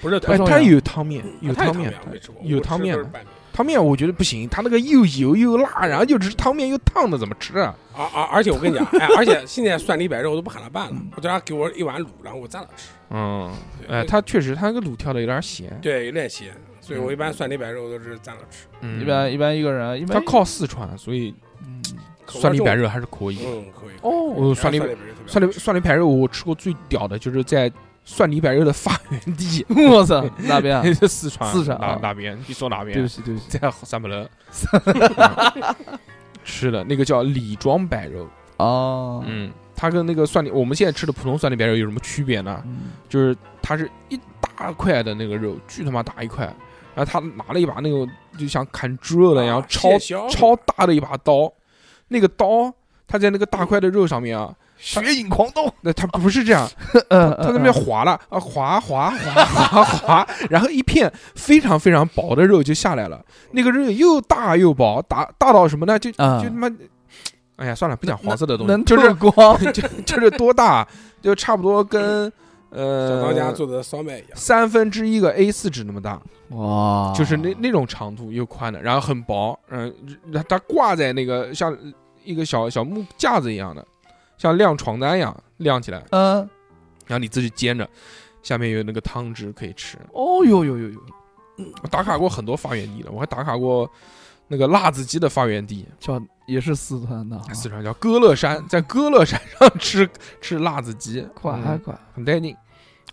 Speaker 3: 不是啊
Speaker 1: 哎，
Speaker 2: 重
Speaker 1: 它
Speaker 2: 要嗯
Speaker 1: 有汤面，有
Speaker 3: 汤
Speaker 1: 汤面，
Speaker 3: 我没吃过，
Speaker 1: 有
Speaker 3: 我吃
Speaker 1: 汤
Speaker 3: 的
Speaker 1: 面
Speaker 3: 都是
Speaker 1: 的
Speaker 3: 拌面
Speaker 1: 汤面我觉得不行，它那个又油又辣，然后又只是汤面又烫的，怎么吃啊？
Speaker 3: 啊啊！而且我跟你讲，哎，而且现在蒜泥白肉我都不喊他拌了，我叫他给我一碗卤，然后我蘸了吃，
Speaker 1: 嗯，
Speaker 3: 对
Speaker 1: 哎，它确实它那个卤跳的有点咸，
Speaker 3: 对有点咸，所以我一般蒜泥白肉都是蘸了吃，
Speaker 1: 嗯
Speaker 2: 一般一般一个人，啊一
Speaker 1: 它
Speaker 2: 般
Speaker 1: 靠四川，所以
Speaker 2: 嗯
Speaker 3: 口味
Speaker 1: 蒜泥白
Speaker 3: 重，
Speaker 1: 肉还是可以。
Speaker 3: 嗯，可以。
Speaker 1: 哦，蒜
Speaker 3: 然
Speaker 1: 泥
Speaker 3: 后蒜泥白肉特别好吃，
Speaker 1: 蒜泥蒜泥白肉，我吃过最屌的就是在蒜泥白肉的发源地
Speaker 2: 我操，哪边 啊？
Speaker 1: 四川，
Speaker 2: 四川
Speaker 1: 哪
Speaker 2: 啊
Speaker 1: 哪边？你说哪
Speaker 2: 对不
Speaker 1: 边？
Speaker 2: 起对不起，
Speaker 1: 在三不楼嗯吃的那个叫李庄白肉，
Speaker 2: 哦，
Speaker 1: 嗯，它跟那个蒜泥我们现在吃的普通蒜泥白肉有什么区别呢？
Speaker 2: 嗯
Speaker 1: 就是它是一大块的那个肉，巨他妈大一块，然后他拿了一把那种就像砍猪肉的，然后
Speaker 3: 啊
Speaker 1: 超
Speaker 3: 蟹销
Speaker 1: 超大的一把刀，那个刀它在那个大块的肉上面啊，
Speaker 2: 血影狂刀，
Speaker 1: 那它不是这样，
Speaker 2: 嗯，
Speaker 1: 它
Speaker 2: 他
Speaker 1: 那边划了啊，划划划划划， 然后一片非常非常薄的肉就下来了，那个肉又大又薄，大大到什么呢？就就
Speaker 2: 啊
Speaker 1: 他妈，哎呀，算了，不讲黄色的东西，
Speaker 2: 能
Speaker 1: 就是
Speaker 2: 透光，
Speaker 1: 就就是多大，就差不多跟
Speaker 3: 小当家
Speaker 1: 呃
Speaker 3: 做的烧麦一样，
Speaker 1: 三分之一个 A 四纸那么大，
Speaker 2: 哇，
Speaker 1: 就是那那种长度又宽的，然后很薄，嗯、它它挂在那个像一个小小木架子一样的，像晾床单一样晾起来，
Speaker 2: 嗯，
Speaker 1: 然后你自己煎着，下面有那个汤汁可以吃。
Speaker 2: 哦呦呦呦呦，
Speaker 1: 我打卡过很多发源地的，我还打卡过那个辣子鸡的发源地，
Speaker 2: 叫也是四川的啊，
Speaker 1: 四川叫歌乐山，在歌乐山上吃 吃辣子鸡，
Speaker 2: 快
Speaker 1: 嗯
Speaker 2: 还快，
Speaker 1: 很带劲。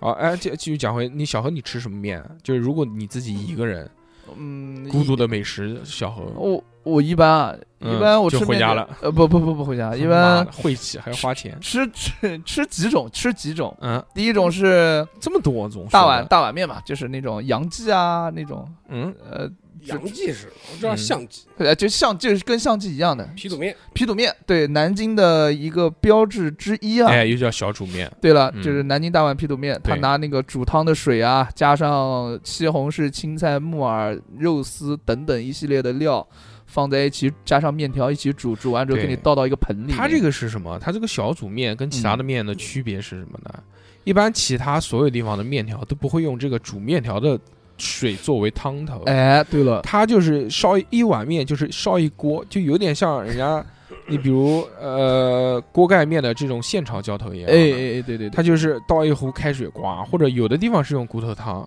Speaker 1: 好，哎，继继续讲回你小何，你吃什么面啊？就是如果你自己一个人
Speaker 2: 嗯，
Speaker 1: 孤独的美食，小何
Speaker 2: 我我一般啊，
Speaker 1: 嗯
Speaker 2: 哦一般我吃
Speaker 1: 就回
Speaker 2: 面
Speaker 1: 家
Speaker 2: 条
Speaker 1: 了，
Speaker 2: 呃，不不不不 回家，一
Speaker 1: 妈
Speaker 2: 般
Speaker 1: 的晦气还要花钱，
Speaker 2: 吃吃吃几种，吃几种。
Speaker 1: 嗯，
Speaker 2: 第一种是
Speaker 1: 这么多总
Speaker 2: 大碗
Speaker 1: 大
Speaker 2: 大碗面嘛，就是那种洋记啊那种，
Speaker 1: 嗯
Speaker 2: 呃，
Speaker 3: 杨记是，我知道
Speaker 1: 嗯
Speaker 3: 象记、
Speaker 2: 呃，就像就是跟相记一样的
Speaker 3: 皮肚面，
Speaker 2: 皮肚面，对，南京的一个标志之一啊。
Speaker 1: 哎，又叫小煮面，
Speaker 2: 对了，
Speaker 1: 嗯
Speaker 2: 就是南京大碗皮肚面，他
Speaker 1: 对
Speaker 2: 拿那个煮汤的水啊，加上西红柿、青菜、木耳、肉丝等等一系列的料放在一起，加上面条一起煮，煮完之后给
Speaker 1: 对
Speaker 2: 你倒到一个盆里面。
Speaker 1: 它这个是什么？它这个小煮面跟其他
Speaker 2: 嗯
Speaker 1: 的面的区别是什么呢？一般其他所有地方的面条都不会用这个煮面条的水作为汤头，
Speaker 2: 哎，对了，
Speaker 1: 它就是烧一碗面，就是烧一锅，就有点像人家，你比如呃锅盖面的这种现炒浇头一样
Speaker 2: 哎
Speaker 1: 的。
Speaker 2: 哎哎，对对对，
Speaker 1: 它就是倒一壶开水刮，或者有的地方是用骨头汤，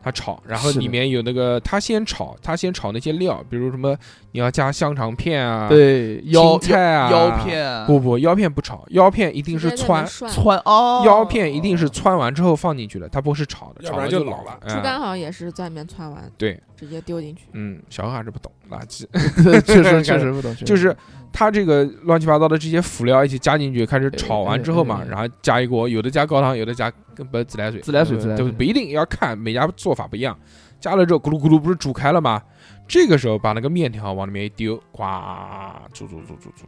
Speaker 1: 它炒，然后
Speaker 2: 是的
Speaker 1: 里面有那个它先炒，它先炒那些料，比如什么你要加香肠片啊，，
Speaker 2: 对腰
Speaker 1: 青菜啊，
Speaker 2: 腰，片
Speaker 1: 不不，腰片不炒，腰片一定是
Speaker 4: 川
Speaker 1: 汆，
Speaker 4: 猪
Speaker 2: 窜哦，
Speaker 1: 腰片一定 是汆完之后放进去的，它不是炒的，
Speaker 3: 要
Speaker 1: 炒
Speaker 3: 不
Speaker 1: 完
Speaker 3: 然
Speaker 1: 就
Speaker 3: 就老了
Speaker 1: 嗯
Speaker 4: 肝好像也是在里面汆完，
Speaker 1: 对，
Speaker 4: 直接丢进去。
Speaker 1: 嗯，小何还是不懂垃圾，
Speaker 2: 确实确实不懂，确实
Speaker 1: 就是它这个乱七八糟的这些辅料一起加进去，开始炒完之后嘛
Speaker 2: 哎，哎哎
Speaker 1: 然后加一锅，有的加高汤，有的加根本自来水，
Speaker 2: 自来水
Speaker 1: 呃
Speaker 2: 自来水。
Speaker 1: 对不一定要看每家做法不一样。加了之后咕噜咕噜不是煮开了吗？这个时候把那个面条往里面一丢，呱，煮煮煮煮煮。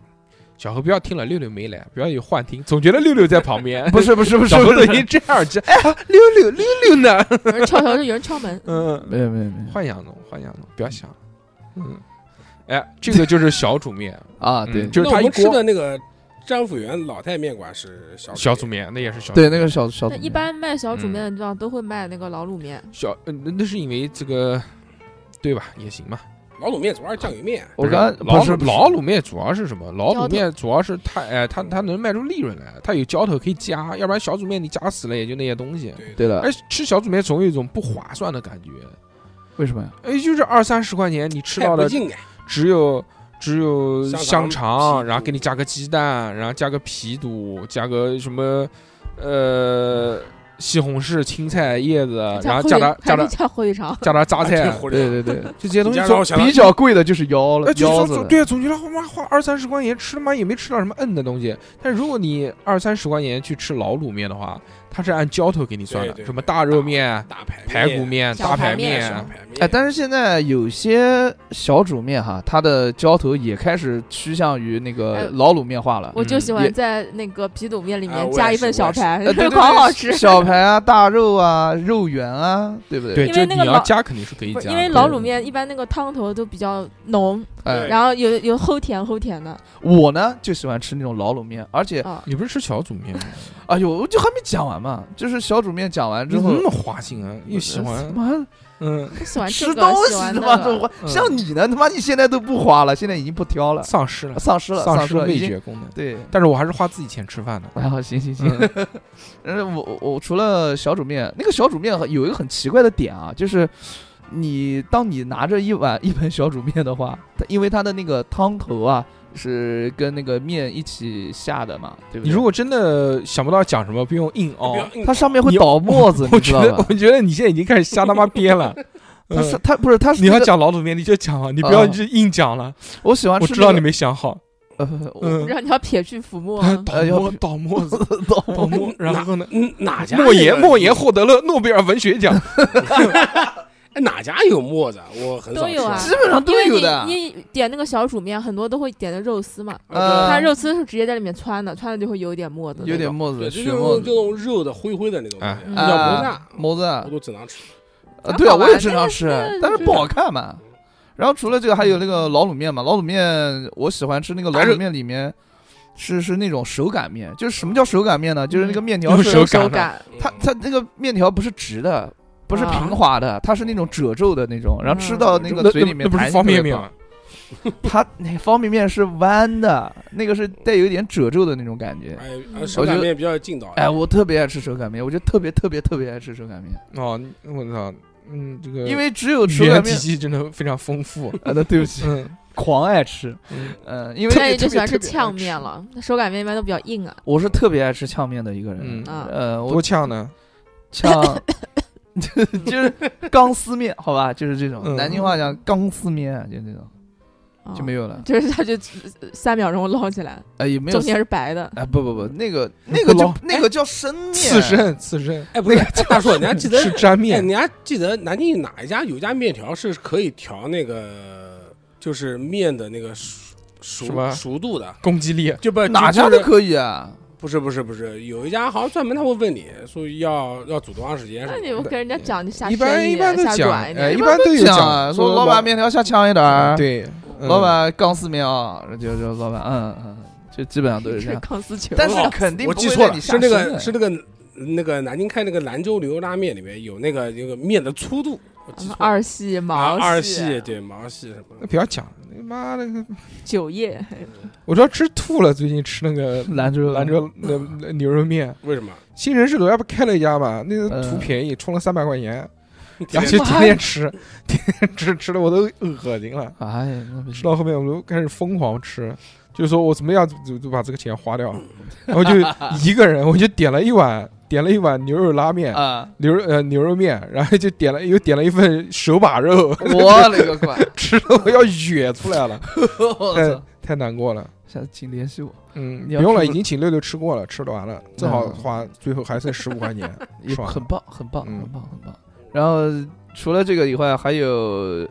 Speaker 1: 小何不要听了，六六没来，不要有幻听，总觉得六六在旁边
Speaker 2: 不是不 是不是
Speaker 1: 小何
Speaker 2: 不
Speaker 1: 都
Speaker 2: 是
Speaker 1: 已经这样这，哎，六六六六 呢？，
Speaker 4: 有人敲，有人有人敲门
Speaker 1: 嗯，
Speaker 2: 没有没有没有
Speaker 1: 幻想中，幻想中，不要想。嗯，哎，这个就是小煮面，
Speaker 2: 啊，
Speaker 1: 嗯
Speaker 2: 对
Speaker 1: 就是
Speaker 3: 那
Speaker 1: 它
Speaker 3: 我
Speaker 1: 一
Speaker 3: 们吃
Speaker 1: 锅
Speaker 3: 的那个詹府园老太面馆是小
Speaker 1: 小煮
Speaker 3: 面，
Speaker 1: 面，那也是小
Speaker 2: 对，那个小小
Speaker 4: 那一般卖小煮面的地方都会卖那个老卤面，
Speaker 1: 小，呃那、那是因为这个，对吧？也行嘛。
Speaker 3: 老卤面主要是酱油面，
Speaker 2: 我刚
Speaker 1: 不是老
Speaker 2: 不是
Speaker 1: 卤老卤面主要是什么？老
Speaker 4: 浇
Speaker 1: 卤
Speaker 4: 头
Speaker 1: 面主要是它，哎，它它能卖出利润来，它有浇头可以加，要不然小煮面你加死了也就那些东西。
Speaker 3: 对
Speaker 2: 对了
Speaker 1: 哎，，吃小煮面总有一种不划算的感觉，
Speaker 2: 为什么呀？
Speaker 1: 哎，就是二三十块钱你吃
Speaker 3: 太
Speaker 1: 到
Speaker 3: 不
Speaker 1: 的
Speaker 3: 敬哎，
Speaker 1: 只有只有
Speaker 3: 香肠
Speaker 1: 香肠，
Speaker 3: 皮
Speaker 1: 然后
Speaker 3: 肚
Speaker 1: 给你加个鸡蛋，然后加个皮肚，加个什么呃西红柿、青菜叶子，嗯然后
Speaker 4: 火
Speaker 1: 加点
Speaker 4: 腿
Speaker 1: 加
Speaker 4: 还
Speaker 1: 点
Speaker 4: 是加火腿肠，
Speaker 1: 加点榨 菜，啊
Speaker 3: 火腿
Speaker 2: 对对对，
Speaker 1: 就这些东
Speaker 3: 你
Speaker 1: 西
Speaker 3: 家让
Speaker 1: 总
Speaker 3: 我想到
Speaker 2: 比较贵的就是腰了
Speaker 1: 哎，，就
Speaker 2: 腰
Speaker 1: 是
Speaker 2: 子
Speaker 1: 说
Speaker 2: 了。
Speaker 1: 对啊，总觉得他妈花二三十块钱吃他妈也没吃到什么摁的东西。但如果你二三十块钱去吃老卤面的话，它是按浇头给你算
Speaker 3: 对
Speaker 1: 的，
Speaker 3: 对
Speaker 1: 什么大肉面、
Speaker 3: 大排
Speaker 1: 排骨面、啊
Speaker 4: 小
Speaker 1: 大排
Speaker 4: 排面
Speaker 3: 小排面，
Speaker 2: 哎，但是现在有些小煮面哈，它的浇头也开始趋向于那
Speaker 4: 哎
Speaker 2: 个老卤面化了。
Speaker 4: 我就喜欢
Speaker 2: 也
Speaker 4: 在那个皮肚面里
Speaker 3: 啊
Speaker 4: 面
Speaker 3: 我
Speaker 4: 加
Speaker 3: 也
Speaker 4: 一
Speaker 3: 是
Speaker 4: 份
Speaker 3: 我
Speaker 4: 小
Speaker 3: 也是
Speaker 4: 排，
Speaker 2: 呃对对对
Speaker 4: 狂好吃。
Speaker 2: 小排啊、大肉啊、肉圆啊，对不对？
Speaker 1: 对，
Speaker 4: 因
Speaker 1: 就
Speaker 4: 为
Speaker 1: 你
Speaker 4: 那个
Speaker 1: 要
Speaker 4: 老
Speaker 1: 加肯定是可以
Speaker 4: 不是
Speaker 1: 加
Speaker 4: 因为
Speaker 1: 的
Speaker 4: 老卤面一般那个汤头都比较浓，
Speaker 2: 哎，
Speaker 3: 对
Speaker 4: 然后有有齁甜齁甜的
Speaker 2: 我呢就喜欢吃那种老卤面，而且，
Speaker 4: 啊。
Speaker 1: 你不是吃小煮面吗？
Speaker 2: 哎呦，我就还没讲完嘛，就是小煮面讲完
Speaker 1: 你
Speaker 2: 之
Speaker 1: 怎
Speaker 2: 后
Speaker 1: 么那，么花心啊？又喜欢
Speaker 2: 妈
Speaker 1: 嗯
Speaker 4: 我喜欢这
Speaker 2: 吃
Speaker 4: 个
Speaker 2: 东西
Speaker 4: 喜欢
Speaker 2: 他
Speaker 4: 那
Speaker 2: 妈都
Speaker 4: 个。
Speaker 2: 花，
Speaker 1: 嗯
Speaker 2: 像你呢，他妈你现在都不花了，现在已经不挑了，
Speaker 1: 丧失了
Speaker 2: 呃丧失了，丧
Speaker 1: 失
Speaker 2: 了，
Speaker 1: 味
Speaker 2: 已经
Speaker 1: 觉功能，
Speaker 2: 对。
Speaker 1: 但是我还是花自己钱吃饭的。
Speaker 2: 然后行行行，
Speaker 1: 嗯
Speaker 2: 呃，我我我除了小煮面，那个小煮面很有一个很奇怪的点啊，就是你当你拿着一碗一盆小煮面的话，它因为它的那个汤头啊是跟那个面一起下的嘛，对不对？
Speaker 1: 你如果真的想不到讲什么，不用硬
Speaker 3: 不
Speaker 1: 凹
Speaker 3: 要。硬
Speaker 2: 它
Speaker 3: 搞
Speaker 2: 上面会
Speaker 1: 你
Speaker 2: 倒沫子，
Speaker 1: 我
Speaker 2: 你知
Speaker 1: 觉
Speaker 2: 道
Speaker 1: 得，
Speaker 2: 吧？
Speaker 1: 我觉得你现在已经开始瞎他妈编了。
Speaker 2: 它是
Speaker 1: 嗯
Speaker 2: 它不是它是
Speaker 1: 你
Speaker 2: 那
Speaker 1: 要
Speaker 2: 个，
Speaker 1: 讲老卤面，你就讲啊，你不要
Speaker 2: 啊
Speaker 1: 就硬讲了。
Speaker 2: 我喜欢吃、
Speaker 1: 我
Speaker 2: 那
Speaker 1: 知道
Speaker 2: 个
Speaker 1: 你没想好，
Speaker 2: 呃不是我
Speaker 1: 嗯
Speaker 4: 然后你要撇去 浮沫，
Speaker 1: 倒
Speaker 2: 要
Speaker 1: 沫
Speaker 2: 不
Speaker 1: 倒沫子
Speaker 2: 倒
Speaker 1: 倒
Speaker 2: 沫
Speaker 1: 沫，然后呢？
Speaker 3: 嗯哪家
Speaker 1: 莫言
Speaker 3: 那个
Speaker 1: 莫言获得了诺贝尔文学奖，
Speaker 3: 哎哪家有沫子啊？我很少
Speaker 4: 都有啊
Speaker 3: 吃
Speaker 2: 基本上都
Speaker 4: 因为
Speaker 2: 有
Speaker 4: 你
Speaker 2: 的。
Speaker 4: 你点那个小煮面，很多都会点的肉丝嘛，
Speaker 2: 呃
Speaker 4: 它肉丝是直接在里面汆的，汆的就会有一点沫子那种，
Speaker 2: 有点沫
Speaker 3: 对，
Speaker 2: 子，
Speaker 3: 就
Speaker 2: 血
Speaker 3: 是
Speaker 2: 沫
Speaker 3: 用
Speaker 2: 子
Speaker 3: 这，种肉的灰灰的那种东西，
Speaker 1: 哎
Speaker 3: 叫
Speaker 4: 嗯
Speaker 3: 蘑
Speaker 2: 啊
Speaker 3: 炸，
Speaker 2: 沫子啊
Speaker 3: 我，都经常吃。
Speaker 2: 啊，对啊，
Speaker 4: 好吧
Speaker 2: 我也经常吃
Speaker 4: 那个，
Speaker 2: 但是
Speaker 4: 是
Speaker 2: 不好看嘛。然后除了这个，还有那个老卤面嘛，老卤面我喜欢吃那个老
Speaker 3: 还是
Speaker 2: 卤面里面是是那种手擀面，就是什么叫手擀面呢？就是那个面条
Speaker 1: 用
Speaker 2: 是
Speaker 1: 手
Speaker 4: 手
Speaker 1: 感
Speaker 4: 感。
Speaker 3: 嗯
Speaker 2: 它它那个面条不是直的，不是
Speaker 4: 啊
Speaker 2: 平滑的，它是那种褶皱的那种，然后吃
Speaker 4: 嗯
Speaker 2: 到那个嘴里面
Speaker 1: 那不
Speaker 2: 弹
Speaker 1: 是
Speaker 2: 性
Speaker 1: 方
Speaker 2: 特别
Speaker 1: 便面
Speaker 2: 棒
Speaker 1: 吗？
Speaker 2: 它那方便面是弯的，那个是带有一点褶皱的那种感觉。
Speaker 3: 哎，
Speaker 4: 我
Speaker 3: 呃手
Speaker 2: 觉
Speaker 3: 擀
Speaker 2: 得
Speaker 3: 面比较劲道。
Speaker 2: 哎，我特别爱吃手擀面，我就特别特别特别爱吃手擀面，
Speaker 1: 哦，你我操，嗯，这个
Speaker 2: 因为只有手
Speaker 1: 语
Speaker 2: 擀
Speaker 1: 言体
Speaker 2: 面，
Speaker 1: 系真的非常丰 富。
Speaker 2: 啊，那对 不起，
Speaker 1: 嗯，
Speaker 2: 狂爱吃，
Speaker 1: 嗯
Speaker 2: 嗯，因为
Speaker 4: 现在
Speaker 2: 特别
Speaker 4: 就喜欢
Speaker 2: 特别
Speaker 4: 吃
Speaker 2: 特别爱
Speaker 4: 呛面了，那手擀面一般都比较硬啊。
Speaker 2: 我是特别爱吃呛面的一个人，
Speaker 1: 嗯
Speaker 4: 啊
Speaker 2: 呃，我
Speaker 1: 多呛呢，
Speaker 2: 呛 就是钢丝面，好吧，就是这种、
Speaker 1: 嗯
Speaker 2: 啊南京话讲钢丝面，就这种。
Speaker 4: 啊哦
Speaker 2: 就没有了。
Speaker 4: 就是他就三秒钟捞起来，
Speaker 2: 哎，也 没有
Speaker 4: 中间是白的，
Speaker 2: 哎，不不不，那个那个
Speaker 1: 老
Speaker 2: 叫那个叫生面，
Speaker 1: 刺身，刺身
Speaker 3: 哎， 不是，大叔，你还记得？
Speaker 1: 是沾
Speaker 3: 哎，
Speaker 1: 面，
Speaker 3: 你还记得南京哪一家有家面条是可以调那个就是面的那个熟
Speaker 1: 什么
Speaker 3: 熟熟度的？
Speaker 1: 攻击力
Speaker 3: 就不
Speaker 2: 哪
Speaker 3: 就
Speaker 2: 家
Speaker 3: 就是
Speaker 2: 都可以啊。
Speaker 3: 不是不是不是，有一家好像专门他会问你说要要煮多长时间什
Speaker 4: 那
Speaker 3: 么
Speaker 4: 你
Speaker 3: 的。
Speaker 4: 们跟人家讲就下
Speaker 1: 一般
Speaker 4: 深一
Speaker 1: 一般
Speaker 4: 点，
Speaker 1: 都
Speaker 4: 下
Speaker 1: 讲，
Speaker 4: 啊软一
Speaker 1: 哎，
Speaker 4: 点
Speaker 1: 一，般都有
Speaker 2: 讲啊
Speaker 1: 讲，
Speaker 2: 说老板面条下强一点
Speaker 3: 啊
Speaker 2: 儿，，
Speaker 1: 对，嗯
Speaker 2: 老板钢丝面啊，就就老板，嗯嗯，嗯就基本上都是这
Speaker 4: 吃
Speaker 2: 样。
Speaker 4: 钢丝球，
Speaker 2: 但是
Speaker 3: 哦
Speaker 2: 肯定
Speaker 3: 我
Speaker 2: 不
Speaker 3: 记
Speaker 2: 会
Speaker 3: 错
Speaker 2: 让
Speaker 3: 了，
Speaker 2: 你
Speaker 3: 是
Speaker 2: 下
Speaker 3: 那
Speaker 2: 生
Speaker 3: 个
Speaker 2: 的
Speaker 3: 是那个那个南京开那个兰州牛肉拉面里面有那个那个面的粗度，我记
Speaker 4: 什么
Speaker 3: 错了。
Speaker 4: 嗯二细、
Speaker 3: 啊
Speaker 4: 毛
Speaker 3: 二
Speaker 4: 细
Speaker 3: 系、对毛系什么
Speaker 1: 那
Speaker 3: 的，
Speaker 1: 不要讲，那个妈那个，
Speaker 4: 九叶，
Speaker 1: 我都要吃吐了。最近吃那个
Speaker 3: 嗯
Speaker 2: 兰州
Speaker 1: 兰州那那牛肉面，
Speaker 3: 为什么？
Speaker 1: 新城市楼要不开了一家嘛，那个图
Speaker 2: 嗯
Speaker 1: 便宜，充了三百块钱，然
Speaker 3: 而
Speaker 1: 后就
Speaker 3: 且
Speaker 1: 天天吃，天天吃，吃的我都恶心了。
Speaker 2: 哎呀，那不
Speaker 1: 吃
Speaker 2: 行，
Speaker 1: 到后面我都开始疯狂吃，就是说我怎么样就就把这个钱花掉，然后就一个人我就点了一碗点了一碗牛肉拉面，
Speaker 2: 啊，
Speaker 1: 牛肉呃牛肉面，然后就点了又点了一份手把肉，
Speaker 2: 我勒个乖，
Speaker 1: 吃的我要哕出来了，
Speaker 2: 我
Speaker 1: 太
Speaker 2: 操！
Speaker 1: 太难过了。
Speaker 2: 下次请联系我，
Speaker 1: 嗯，不
Speaker 2: 你要
Speaker 1: 用了，
Speaker 2: 吃
Speaker 1: 已
Speaker 2: 不
Speaker 1: 经请六六吃过了，吃完了，正好
Speaker 2: 嗯
Speaker 1: 花最后还剩十五块钱，
Speaker 2: 也
Speaker 1: 爽
Speaker 2: 很棒，很棒，
Speaker 1: 嗯
Speaker 2: 很棒，很棒。然后除了这个以外，还有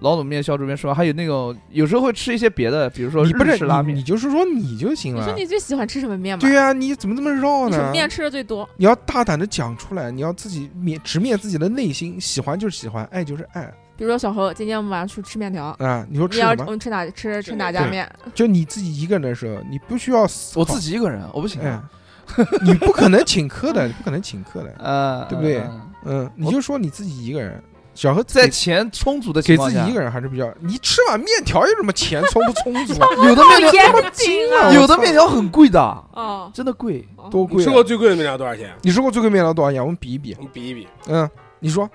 Speaker 2: 老卤面、小煮面说，还有那种有时候会吃一些别的，比 如说
Speaker 1: 你不
Speaker 2: 日
Speaker 1: 是
Speaker 2: 式拉
Speaker 1: 你，你
Speaker 2: 面，
Speaker 1: 就是说你就行
Speaker 4: 你说
Speaker 1: 了。
Speaker 4: 你最喜欢吃什么面嘛？
Speaker 1: 对呀、你怎么这么绕
Speaker 4: 你什么
Speaker 1: 呢？
Speaker 4: 面吃的最多？
Speaker 1: 你要大胆的讲出来，你要自己面直面自己的内心，喜欢就是喜欢，爱就是爱
Speaker 4: 比如说小何，今天我们晚上去吃面条，
Speaker 1: 啊！你说吃
Speaker 4: 你要
Speaker 1: 什
Speaker 4: 我
Speaker 1: 么？
Speaker 4: 们吃哪吃
Speaker 3: 吃
Speaker 4: 吃
Speaker 3: 哪
Speaker 4: 哪
Speaker 3: 个
Speaker 4: 家
Speaker 1: 对
Speaker 4: 面？
Speaker 1: 就你自己一个人的时候，你不需要思考
Speaker 2: 我自己一个人我不行
Speaker 1: 哎
Speaker 2: 啊，，
Speaker 1: 你不可能请客的，你不可能请 客的，
Speaker 2: 呃，
Speaker 1: 对不对
Speaker 2: 嗯嗯
Speaker 1: 嗯，你就说你自己一个人，小何自
Speaker 2: 在
Speaker 1: 己
Speaker 2: 钱充足的情
Speaker 1: 给自
Speaker 2: 况
Speaker 1: 己
Speaker 2: 下，
Speaker 1: 一个人还是比较，你吃碗面条有什么钱充不充足啊？
Speaker 2: 有的面条
Speaker 4: 严谨啊！
Speaker 2: 有的面条很贵的，
Speaker 4: 哦，
Speaker 2: 真的贵。
Speaker 1: 多
Speaker 3: 你
Speaker 1: 贵
Speaker 3: 吃
Speaker 1: 啊！
Speaker 3: 过最贵的面条多少钱？
Speaker 1: 你吃过最贵面条多少钱？我们比一比
Speaker 3: 我，们比一比，
Speaker 1: 嗯，你说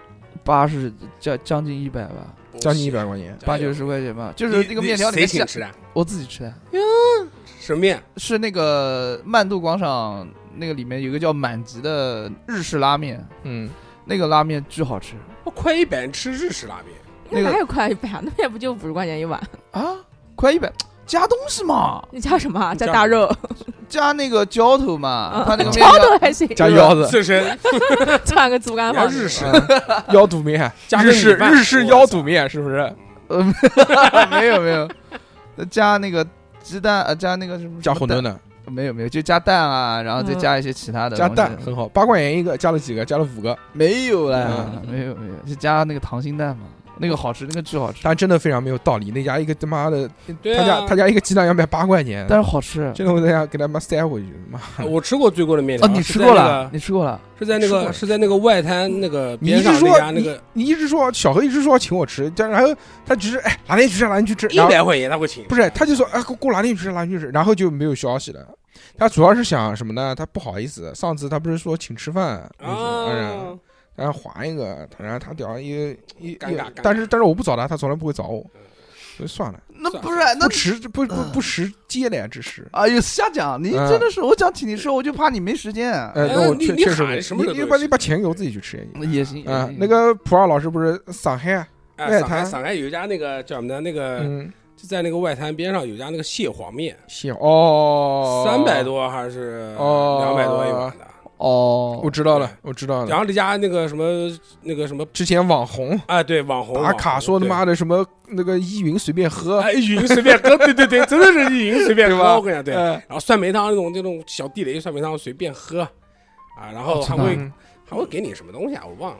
Speaker 2: 八十将将近一百吧，
Speaker 1: 将近一百块
Speaker 3: 嗯
Speaker 1: 钱，
Speaker 2: 八九十块钱吧，就是那个面条里
Speaker 3: 谁
Speaker 2: 面
Speaker 3: 请
Speaker 2: 加
Speaker 3: 吃的？
Speaker 2: 我自己吃的，
Speaker 3: 什么面？
Speaker 2: 是那个曼度广场那个里面有个叫满级的日式拉面，
Speaker 1: 嗯，
Speaker 2: 那个拉面巨好吃
Speaker 3: 我快一百人吃日式拉面，
Speaker 4: 那
Speaker 2: 那个
Speaker 4: 哪有快一百啊？ 那也不就五十块钱一碗？
Speaker 2: 啊，快一百。加东西嘛，
Speaker 4: 你加什么啊？加
Speaker 3: 加
Speaker 4: 大肉，
Speaker 2: 加那个浇头嘛，啊 它那个面
Speaker 4: 浇啊头
Speaker 2: 条
Speaker 4: 还行，
Speaker 1: 加腰子，
Speaker 3: 刺身
Speaker 4: 串个竹竿
Speaker 3: 你要
Speaker 4: 放
Speaker 3: 日式，
Speaker 1: 嗯腰肚面，
Speaker 3: 加
Speaker 1: 日
Speaker 3: 根
Speaker 1: 式
Speaker 3: 米饭
Speaker 1: 日式
Speaker 3: 我
Speaker 1: 腰
Speaker 3: 操
Speaker 1: 肚面是不是？
Speaker 2: 呃 没有没有，加那个鸡蛋呃加那个什么
Speaker 1: 加馄饨
Speaker 2: 蛋。
Speaker 1: 的，
Speaker 2: 没有没有，就加蛋啊，然后再加一些其他的
Speaker 1: 加
Speaker 2: 东西、
Speaker 1: 蛋很好，八块钱一个，加了几个？加了五个，
Speaker 2: 没有啦，
Speaker 1: 嗯
Speaker 2: 没有没有，就加那个溏心蛋嘛，那个好吃，那个巨好吃，
Speaker 1: 但真的非常没有道理。那家一个他妈的，
Speaker 3: 对
Speaker 1: 他
Speaker 3: 啊
Speaker 1: 家他家一个鸡蛋要卖八块钱，
Speaker 2: 但是好吃。
Speaker 1: 真的我在家给他妈塞回去，妈！
Speaker 3: 我吃过最贵的面
Speaker 2: 哦，
Speaker 3: 条，
Speaker 2: 你
Speaker 3: 是
Speaker 2: 吃
Speaker 3: 在
Speaker 2: 过
Speaker 3: 那
Speaker 2: 了
Speaker 3: 个，
Speaker 2: 你吃过了，
Speaker 3: 是在那
Speaker 1: 吃过
Speaker 3: 个是在那个外滩那个
Speaker 1: 你一
Speaker 3: 边
Speaker 1: 直
Speaker 3: 上那家
Speaker 1: 说
Speaker 3: 那
Speaker 1: 你
Speaker 3: 个
Speaker 1: 你一直说小何一直说要请我吃，但然后他只是哎哪天去吃哪天去吃，
Speaker 3: 一
Speaker 1: 然后
Speaker 3: 百块钱他会请，
Speaker 1: 不是他就说哎给我给我哪天去吃哪天去吃，然后就没有消息了。他主要是想什么呢？他不好意思，上次他不是说请吃饭，嗯，
Speaker 3: 啊，
Speaker 1: 然后划一个，然后他屌一一
Speaker 3: 尴尬尴尬嗯
Speaker 1: 但是但是我不找他，他从来不会找我，所以算了，
Speaker 2: 那
Speaker 3: 算
Speaker 2: 不是那
Speaker 1: 不。吃不不不食嗟来之食。
Speaker 2: 哎呦，瞎讲！你
Speaker 1: 嗯
Speaker 2: 真的是，我想请你吃，我就怕你没时间。
Speaker 1: 呃，
Speaker 3: 哎
Speaker 1: 那我
Speaker 3: 你
Speaker 1: 确
Speaker 3: 你
Speaker 1: 确实
Speaker 3: 喊
Speaker 1: 没
Speaker 3: 什么
Speaker 1: 你
Speaker 3: 人
Speaker 1: 你
Speaker 3: 都嗯
Speaker 1: 把
Speaker 3: 是
Speaker 1: 你把钱给我自己去吃也行
Speaker 2: 也行
Speaker 1: 啊。那，个普洱老师不是上海，
Speaker 3: 哎，
Speaker 1: 外
Speaker 3: 上海
Speaker 1: 滩
Speaker 3: 上海有一家那个叫什么呢？那个
Speaker 1: 嗯，
Speaker 3: 就在那个外滩边上有一家那个蟹黄面，
Speaker 1: 行哦，
Speaker 3: 三百，多还是
Speaker 1: 哦
Speaker 3: 两百多一碗的。
Speaker 2: 哦，
Speaker 1: 我知道了，我知道
Speaker 3: 然
Speaker 1: 了。
Speaker 3: 后这家那个什么那个什么
Speaker 1: 之前网红
Speaker 3: 啊，对网红
Speaker 1: 打卡说他，
Speaker 3: 网
Speaker 1: 妈的什么那个依云随便
Speaker 3: 红
Speaker 1: 喝，
Speaker 3: 对哎，云随便喝，对对对，真的是云随便
Speaker 1: 对吧
Speaker 3: 喝，我跟你讲，对。
Speaker 1: 哎，
Speaker 3: 然后酸梅汤那种这种小地雷酸梅汤随便喝，啊，然后还
Speaker 2: 我
Speaker 3: 会
Speaker 1: 嗯
Speaker 3: 还会给你什么东西啊？我忘了，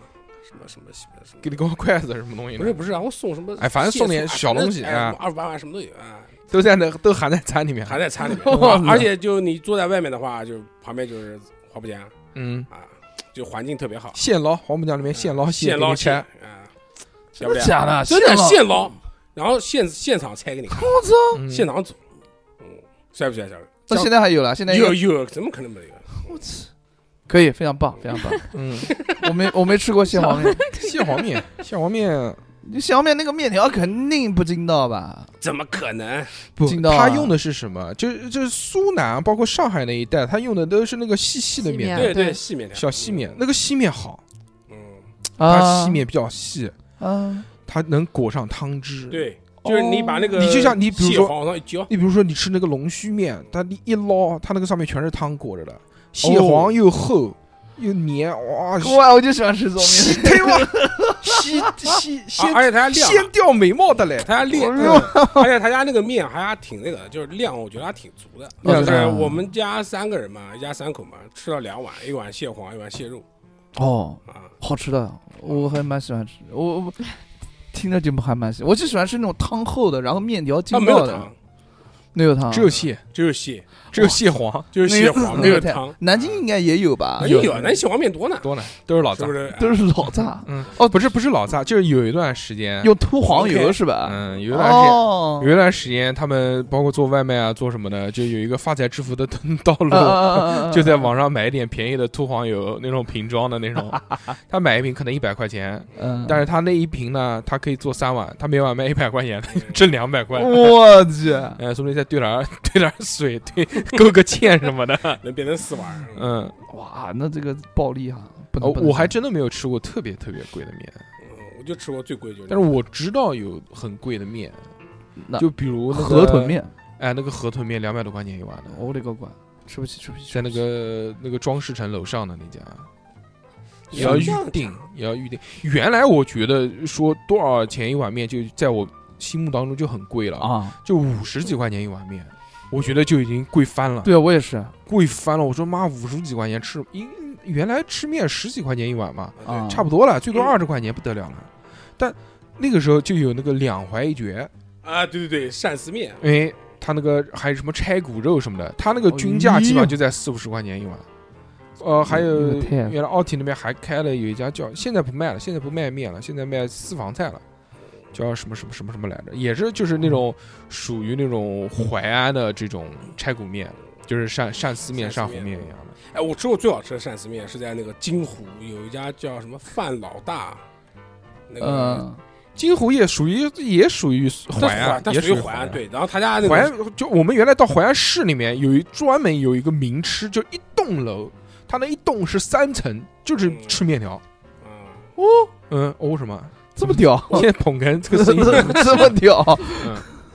Speaker 3: 什么什么什么什么
Speaker 1: 给，你个筷子什么东西
Speaker 3: 不
Speaker 1: 的，
Speaker 3: 是不是，然后送什么？
Speaker 1: 哎反正送点
Speaker 3: 蟹
Speaker 1: 小
Speaker 3: 醋啊
Speaker 1: 东西
Speaker 3: 哎
Speaker 1: 啊嗯
Speaker 3: 二十八万什么都有啊，
Speaker 1: 都在那都含在餐里面，
Speaker 3: 还在餐 里面。
Speaker 2: 哇
Speaker 3: 而且就你坐在外面的话，就旁边就是黄浦江
Speaker 1: 嗯，
Speaker 3: 啊，就环境特别好，
Speaker 1: 现捞黄浦江里面现捞
Speaker 3: 嗯现
Speaker 1: 给
Speaker 3: 捞
Speaker 1: 你
Speaker 3: 蟹
Speaker 1: 拆
Speaker 3: 啊，
Speaker 2: 真
Speaker 3: 要不
Speaker 2: 的
Speaker 3: 然
Speaker 2: 假的？
Speaker 3: 真的
Speaker 2: 现
Speaker 3: 现捞，然后现现场拆给你看，
Speaker 2: 我操！
Speaker 1: 嗯
Speaker 3: 现场煮，嗯，帅不帅？小哥，
Speaker 2: 那现在还有了，现在
Speaker 3: 有有，怎么可能没有？啊
Speaker 2: 我操，可以，非常棒，非常棒。
Speaker 1: 嗯，
Speaker 2: 我没我没吃过蟹黄面，
Speaker 1: 蟹黄面，蟹黄面
Speaker 2: 你蟹黄面那个面条肯定不筋道吧？
Speaker 3: 怎么可能？
Speaker 1: 不
Speaker 2: 劲，道
Speaker 1: 他
Speaker 2: 啊
Speaker 1: 用的是什么？就是就是苏南包括上海那一带，他用的都是那个细细的
Speaker 4: 细
Speaker 1: 面
Speaker 4: 面
Speaker 1: 条，
Speaker 3: 对
Speaker 4: 对
Speaker 3: 细面条，
Speaker 1: 小细面，那个细面好，
Speaker 3: 嗯，
Speaker 1: 它
Speaker 2: 啊，
Speaker 1: 细面比较细，
Speaker 2: 啊，
Speaker 1: 它能裹上汤汁。
Speaker 3: 对，就是你把那个
Speaker 1: 你就像你比如
Speaker 3: 蟹
Speaker 1: 说
Speaker 3: 黄往上一浇，
Speaker 1: 你比如说你吃那个龙须面，它一一捞，它那个上面全是汤裹着的，蟹黄又厚又黏，哇，
Speaker 2: 哇，啊我就喜欢吃这种面。
Speaker 1: 吸 对吧？吸 吸
Speaker 3: 啊
Speaker 1: 先
Speaker 3: 而且他家量啊
Speaker 1: 先掉眉毛的嘞，
Speaker 3: 他家量，嗯 而且他家那个面还挺那个，就是量我觉得还挺足的。
Speaker 2: 量
Speaker 3: 就是
Speaker 2: 大
Speaker 3: 我们家三个人嘛，一家三口嘛，吃了两碗，一碗蟹黄，一碗蟹肉
Speaker 2: 哦，
Speaker 3: 啊。
Speaker 2: 好吃的，我还蛮喜欢吃。我 我听着就还蛮喜欢，我就喜欢吃那种汤厚的，然后面条劲
Speaker 3: 啊它没
Speaker 2: 爆
Speaker 3: 有
Speaker 2: 的，
Speaker 3: 汤，
Speaker 2: 没有汤，
Speaker 1: 只有蟹，
Speaker 3: 就是蟹，
Speaker 1: 只有蟹黄，
Speaker 3: 就是蟹黄，没有
Speaker 2: 太
Speaker 3: 汤。
Speaker 2: 南京应该也有吧
Speaker 3: 哎？
Speaker 1: 有
Speaker 3: 有，那蟹黄面多呢，
Speaker 1: 多呢， 都是老
Speaker 3: 是
Speaker 1: 杂
Speaker 3: 不，是？
Speaker 2: 都是老炸，
Speaker 1: 嗯，
Speaker 2: 哦
Speaker 1: 不是不是老杂，就是有一段时间，
Speaker 2: 用秃黄油
Speaker 3: OK
Speaker 2: 是吧？
Speaker 1: 哎嗯，有一段时间。
Speaker 2: 哦，
Speaker 1: 有一段时间，他们包括做外卖啊，做什么的，就有一个发财致富的 道路，
Speaker 2: 啊啊啊啊 啊啊
Speaker 1: 就在网上买一点便宜的秃黄油，那种瓶装的那 种，他买一瓶可能一百块钱，
Speaker 2: 嗯，
Speaker 1: 但是他那一瓶呢，他可以做三碗，他每碗卖一百块钱，他就挣两百块。
Speaker 2: 哦我 去，
Speaker 1: 呃，说不定再兑点儿兑点儿水，兑勾个芡什 么的。
Speaker 3: 啊能变成四碗。嗯
Speaker 1: 嗯，
Speaker 2: 哇，那这个暴力啊，不能
Speaker 1: 哦，
Speaker 2: 不能
Speaker 1: 我还
Speaker 2: 这
Speaker 1: 真的没有吃过特别特别贵的面，
Speaker 3: 嗯我就吃过最贵就是，
Speaker 1: 但是我知道有很贵的面
Speaker 2: 那，
Speaker 1: 就比如
Speaker 2: 样
Speaker 1: 那个
Speaker 2: 河豚，面，哦
Speaker 1: 哎，那个河豚面两百多块钱一碗的，
Speaker 2: 我勒个乖，吃不起吃不起，
Speaker 1: 在那个那个装饰城楼上的那家，也
Speaker 3: 也要
Speaker 1: 要预
Speaker 3: 这样
Speaker 1: 定
Speaker 3: 讲，
Speaker 1: 也要预定。原来我觉得说多少钱一碗面，就在我心目当中就很贵了，
Speaker 2: 啊，
Speaker 1: 就五十几块钱一碗面，我觉得就已经贵翻了，
Speaker 2: 对啊，我也是，
Speaker 1: 贵翻了。我说妈，五十几块钱吃一，原来吃面十几块钱一碗嘛，
Speaker 2: 啊，
Speaker 1: 差不多了，最多二十块钱不得了了。但那个时候就有那个两怀一绝，
Speaker 3: 啊，对对对，鳝丝面，
Speaker 1: 因为他那个还有什么拆骨肉什么的，他那个均价基本上就在四五十块钱一碗。呃，还有
Speaker 2: 那个太
Speaker 1: 原来奥体那边还开了有一家叫，现在不卖了，现在不卖面了，现在卖私房菜了，叫什么什么什么什么来着？也是就是那种属于那种淮安的这种拆骨面，就是鳝鳝丝面、
Speaker 3: 鳝丝
Speaker 1: 鳝糊
Speaker 3: 面
Speaker 1: 面一样的。
Speaker 3: 哎，我吃过最好吃的鳝丝面是在那个金湖有一家叫什么范老大，那个
Speaker 2: 嗯，
Speaker 1: 金湖也属于也属于
Speaker 3: 它
Speaker 1: 淮安，
Speaker 3: 它
Speaker 1: 也
Speaker 3: 属于
Speaker 1: 淮
Speaker 3: 淮安，。对。然后他家那
Speaker 1: 淮
Speaker 3: 个
Speaker 1: 安就我们原来到淮安市里面有一专门有一个名吃，就一栋楼，它那一栋是三层，就是
Speaker 3: 嗯
Speaker 1: 吃面条。
Speaker 3: 嗯
Speaker 1: 嗯，哦什么？
Speaker 2: 这么屌，
Speaker 3: 哦
Speaker 1: 现在捧哏 这个
Speaker 2: 这
Speaker 1: 生意，
Speaker 2: 么这么屌，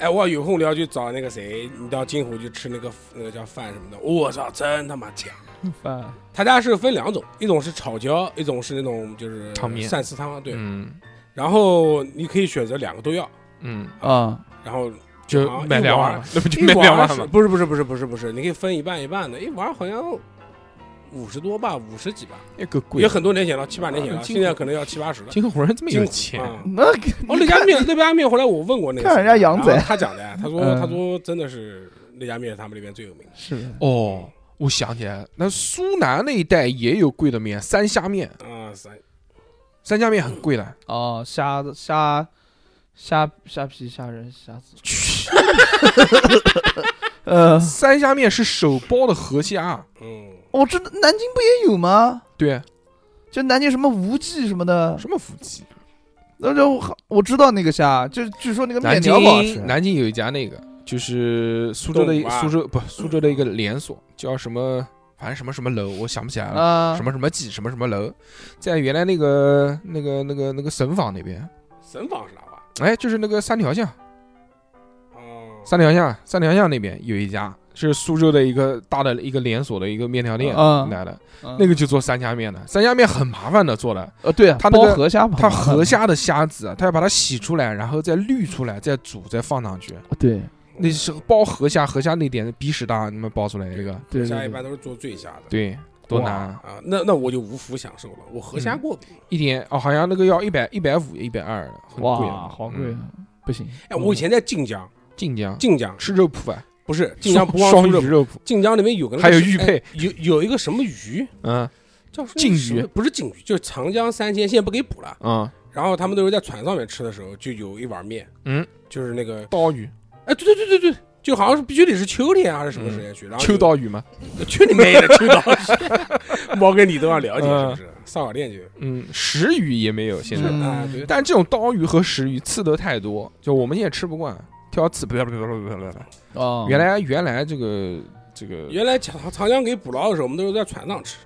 Speaker 3: 哎，我有空聊去找那个谁，你到金湖去吃那个那个叫饭什么的，我操，真他妈强！
Speaker 2: 啊
Speaker 3: 他家是分两种，一种是炒椒，一种是那种就是
Speaker 1: 汤面
Speaker 3: 鳝丝汤，对。
Speaker 1: 嗯
Speaker 3: 然后你可以选择两个都要，
Speaker 1: 嗯，
Speaker 2: 啊
Speaker 3: 然后
Speaker 1: 就
Speaker 3: 啊
Speaker 1: 买
Speaker 3: 一
Speaker 1: 两
Speaker 3: 碗
Speaker 1: 碗，那不 就
Speaker 3: 一
Speaker 1: 买两
Speaker 3: 碗
Speaker 1: 碗
Speaker 3: 是
Speaker 1: 吗？
Speaker 3: 不是不是不是不是不是，你可以分一半一半的，一碗好像五十多吧，五十几吧，
Speaker 1: 也够贵
Speaker 3: 也。很多年前了，七八年前了，
Speaker 1: 啊金
Speaker 3: 现在可能要七八十了。
Speaker 1: 金湖人这么有
Speaker 3: 金湖
Speaker 1: 钱，
Speaker 3: 啊
Speaker 2: 那个
Speaker 3: 哦，那家面那家面，后来我问过那个
Speaker 2: 看人家
Speaker 3: 谁
Speaker 2: 杨仔
Speaker 3: 然后他讲的，他说哦
Speaker 2: 嗯
Speaker 3: 他说真的是那家面是他们那边最有名的。
Speaker 2: 是的
Speaker 1: 哦，我想起来，了，那苏南那一带也有贵的面，三虾面，
Speaker 3: 啊，三
Speaker 1: 三虾面很贵的。
Speaker 2: 哦，虾子虾虾虾皮虾仁虾 子，
Speaker 1: 去
Speaker 2: 呃，
Speaker 1: 三虾面是手剥的河虾，啊
Speaker 3: 嗯，
Speaker 2: 我知道南京不也有吗？
Speaker 1: 对，
Speaker 2: 就南京什么无忌什么的，
Speaker 1: 什么福记？
Speaker 2: 那就我我知道那个虾，就据说那个
Speaker 1: 南
Speaker 2: 面条不好吃啊
Speaker 1: 京，南京有一家那个，就是苏州的一
Speaker 3: 东华
Speaker 1: 苏州不苏州的一个连锁，叫什么，反正什么什么楼，我想不起来了。
Speaker 2: 啊，
Speaker 1: 什么什么记什么什么楼，在原来那个那个那个那个省坊那边，
Speaker 3: 神坊是哪吧？
Speaker 1: 哎，就是那个三条巷，
Speaker 3: 哦，
Speaker 1: 三条巷，三条巷那边有一家是苏州的一个大的一个连锁的一个面条店
Speaker 2: 嗯
Speaker 1: 来的，
Speaker 4: 啊
Speaker 2: 嗯
Speaker 1: 那个就做三虾面的，三虾面很麻烦的做的，
Speaker 2: 呃，对啊，
Speaker 1: 它那个
Speaker 2: 包河虾嘛，
Speaker 1: 它河虾的虾子啊，它要把它洗出来，然后再滤出来，再煮，再放上去。
Speaker 2: 啊对
Speaker 1: 那是包河虾，河虾那点鼻屎大，你们包出来一个，
Speaker 2: 对
Speaker 3: 虾一
Speaker 2: 对
Speaker 3: 般
Speaker 2: 对，
Speaker 3: 都是做醉虾的。
Speaker 1: 对，多
Speaker 2: 哇
Speaker 1: 难啊！
Speaker 3: 啊，那那我就无福享受了，我河虾过敏。
Speaker 1: 一点哦，好像那个要一百一百五、一百二的，很贵的。
Speaker 2: 哇，好贵
Speaker 1: 嗯！
Speaker 2: 啊，不行，
Speaker 3: 哎，我以前在晋江，
Speaker 1: 晋江
Speaker 3: 晋江
Speaker 1: 吃肉脯啊，
Speaker 3: 不是晋江不光
Speaker 1: 双
Speaker 3: 出肉
Speaker 1: 鱼肉脯，
Speaker 3: 晋江那边有个那个
Speaker 1: 还有
Speaker 3: 是
Speaker 1: 玉佩
Speaker 3: 哎有有一个什么鱼
Speaker 1: 嗯
Speaker 3: 叫什么
Speaker 1: 鲫鱼
Speaker 3: 什么不是鲫鱼，就是长江三鲜，现在不给捕了。
Speaker 1: 嗯，
Speaker 3: 然后他们都是在船上面吃的时候，就有一碗面，
Speaker 1: 嗯，
Speaker 3: 就是那个，
Speaker 1: 刀鱼，
Speaker 3: 哎，对对对对对，就好像是必须得是秋天啊还是什么时间去，然
Speaker 1: 嗯
Speaker 3: 后
Speaker 1: 秋刀鱼嘛，
Speaker 3: 就，去你妹的秋刀， 猫跟你都要了解是
Speaker 1: 嗯
Speaker 3: 不是？上好店去，
Speaker 1: 嗯，石鱼也没有现在，
Speaker 2: 嗯
Speaker 3: 啊，对，
Speaker 1: 但这种刀鱼和石鱼刺的太多，就我们现在吃不惯，挑刺，不要不要不要不要不要不要，
Speaker 2: 哦，
Speaker 1: 原来原来这个这个，
Speaker 3: 原来长长江给捕捞的时候，我们都是在船上吃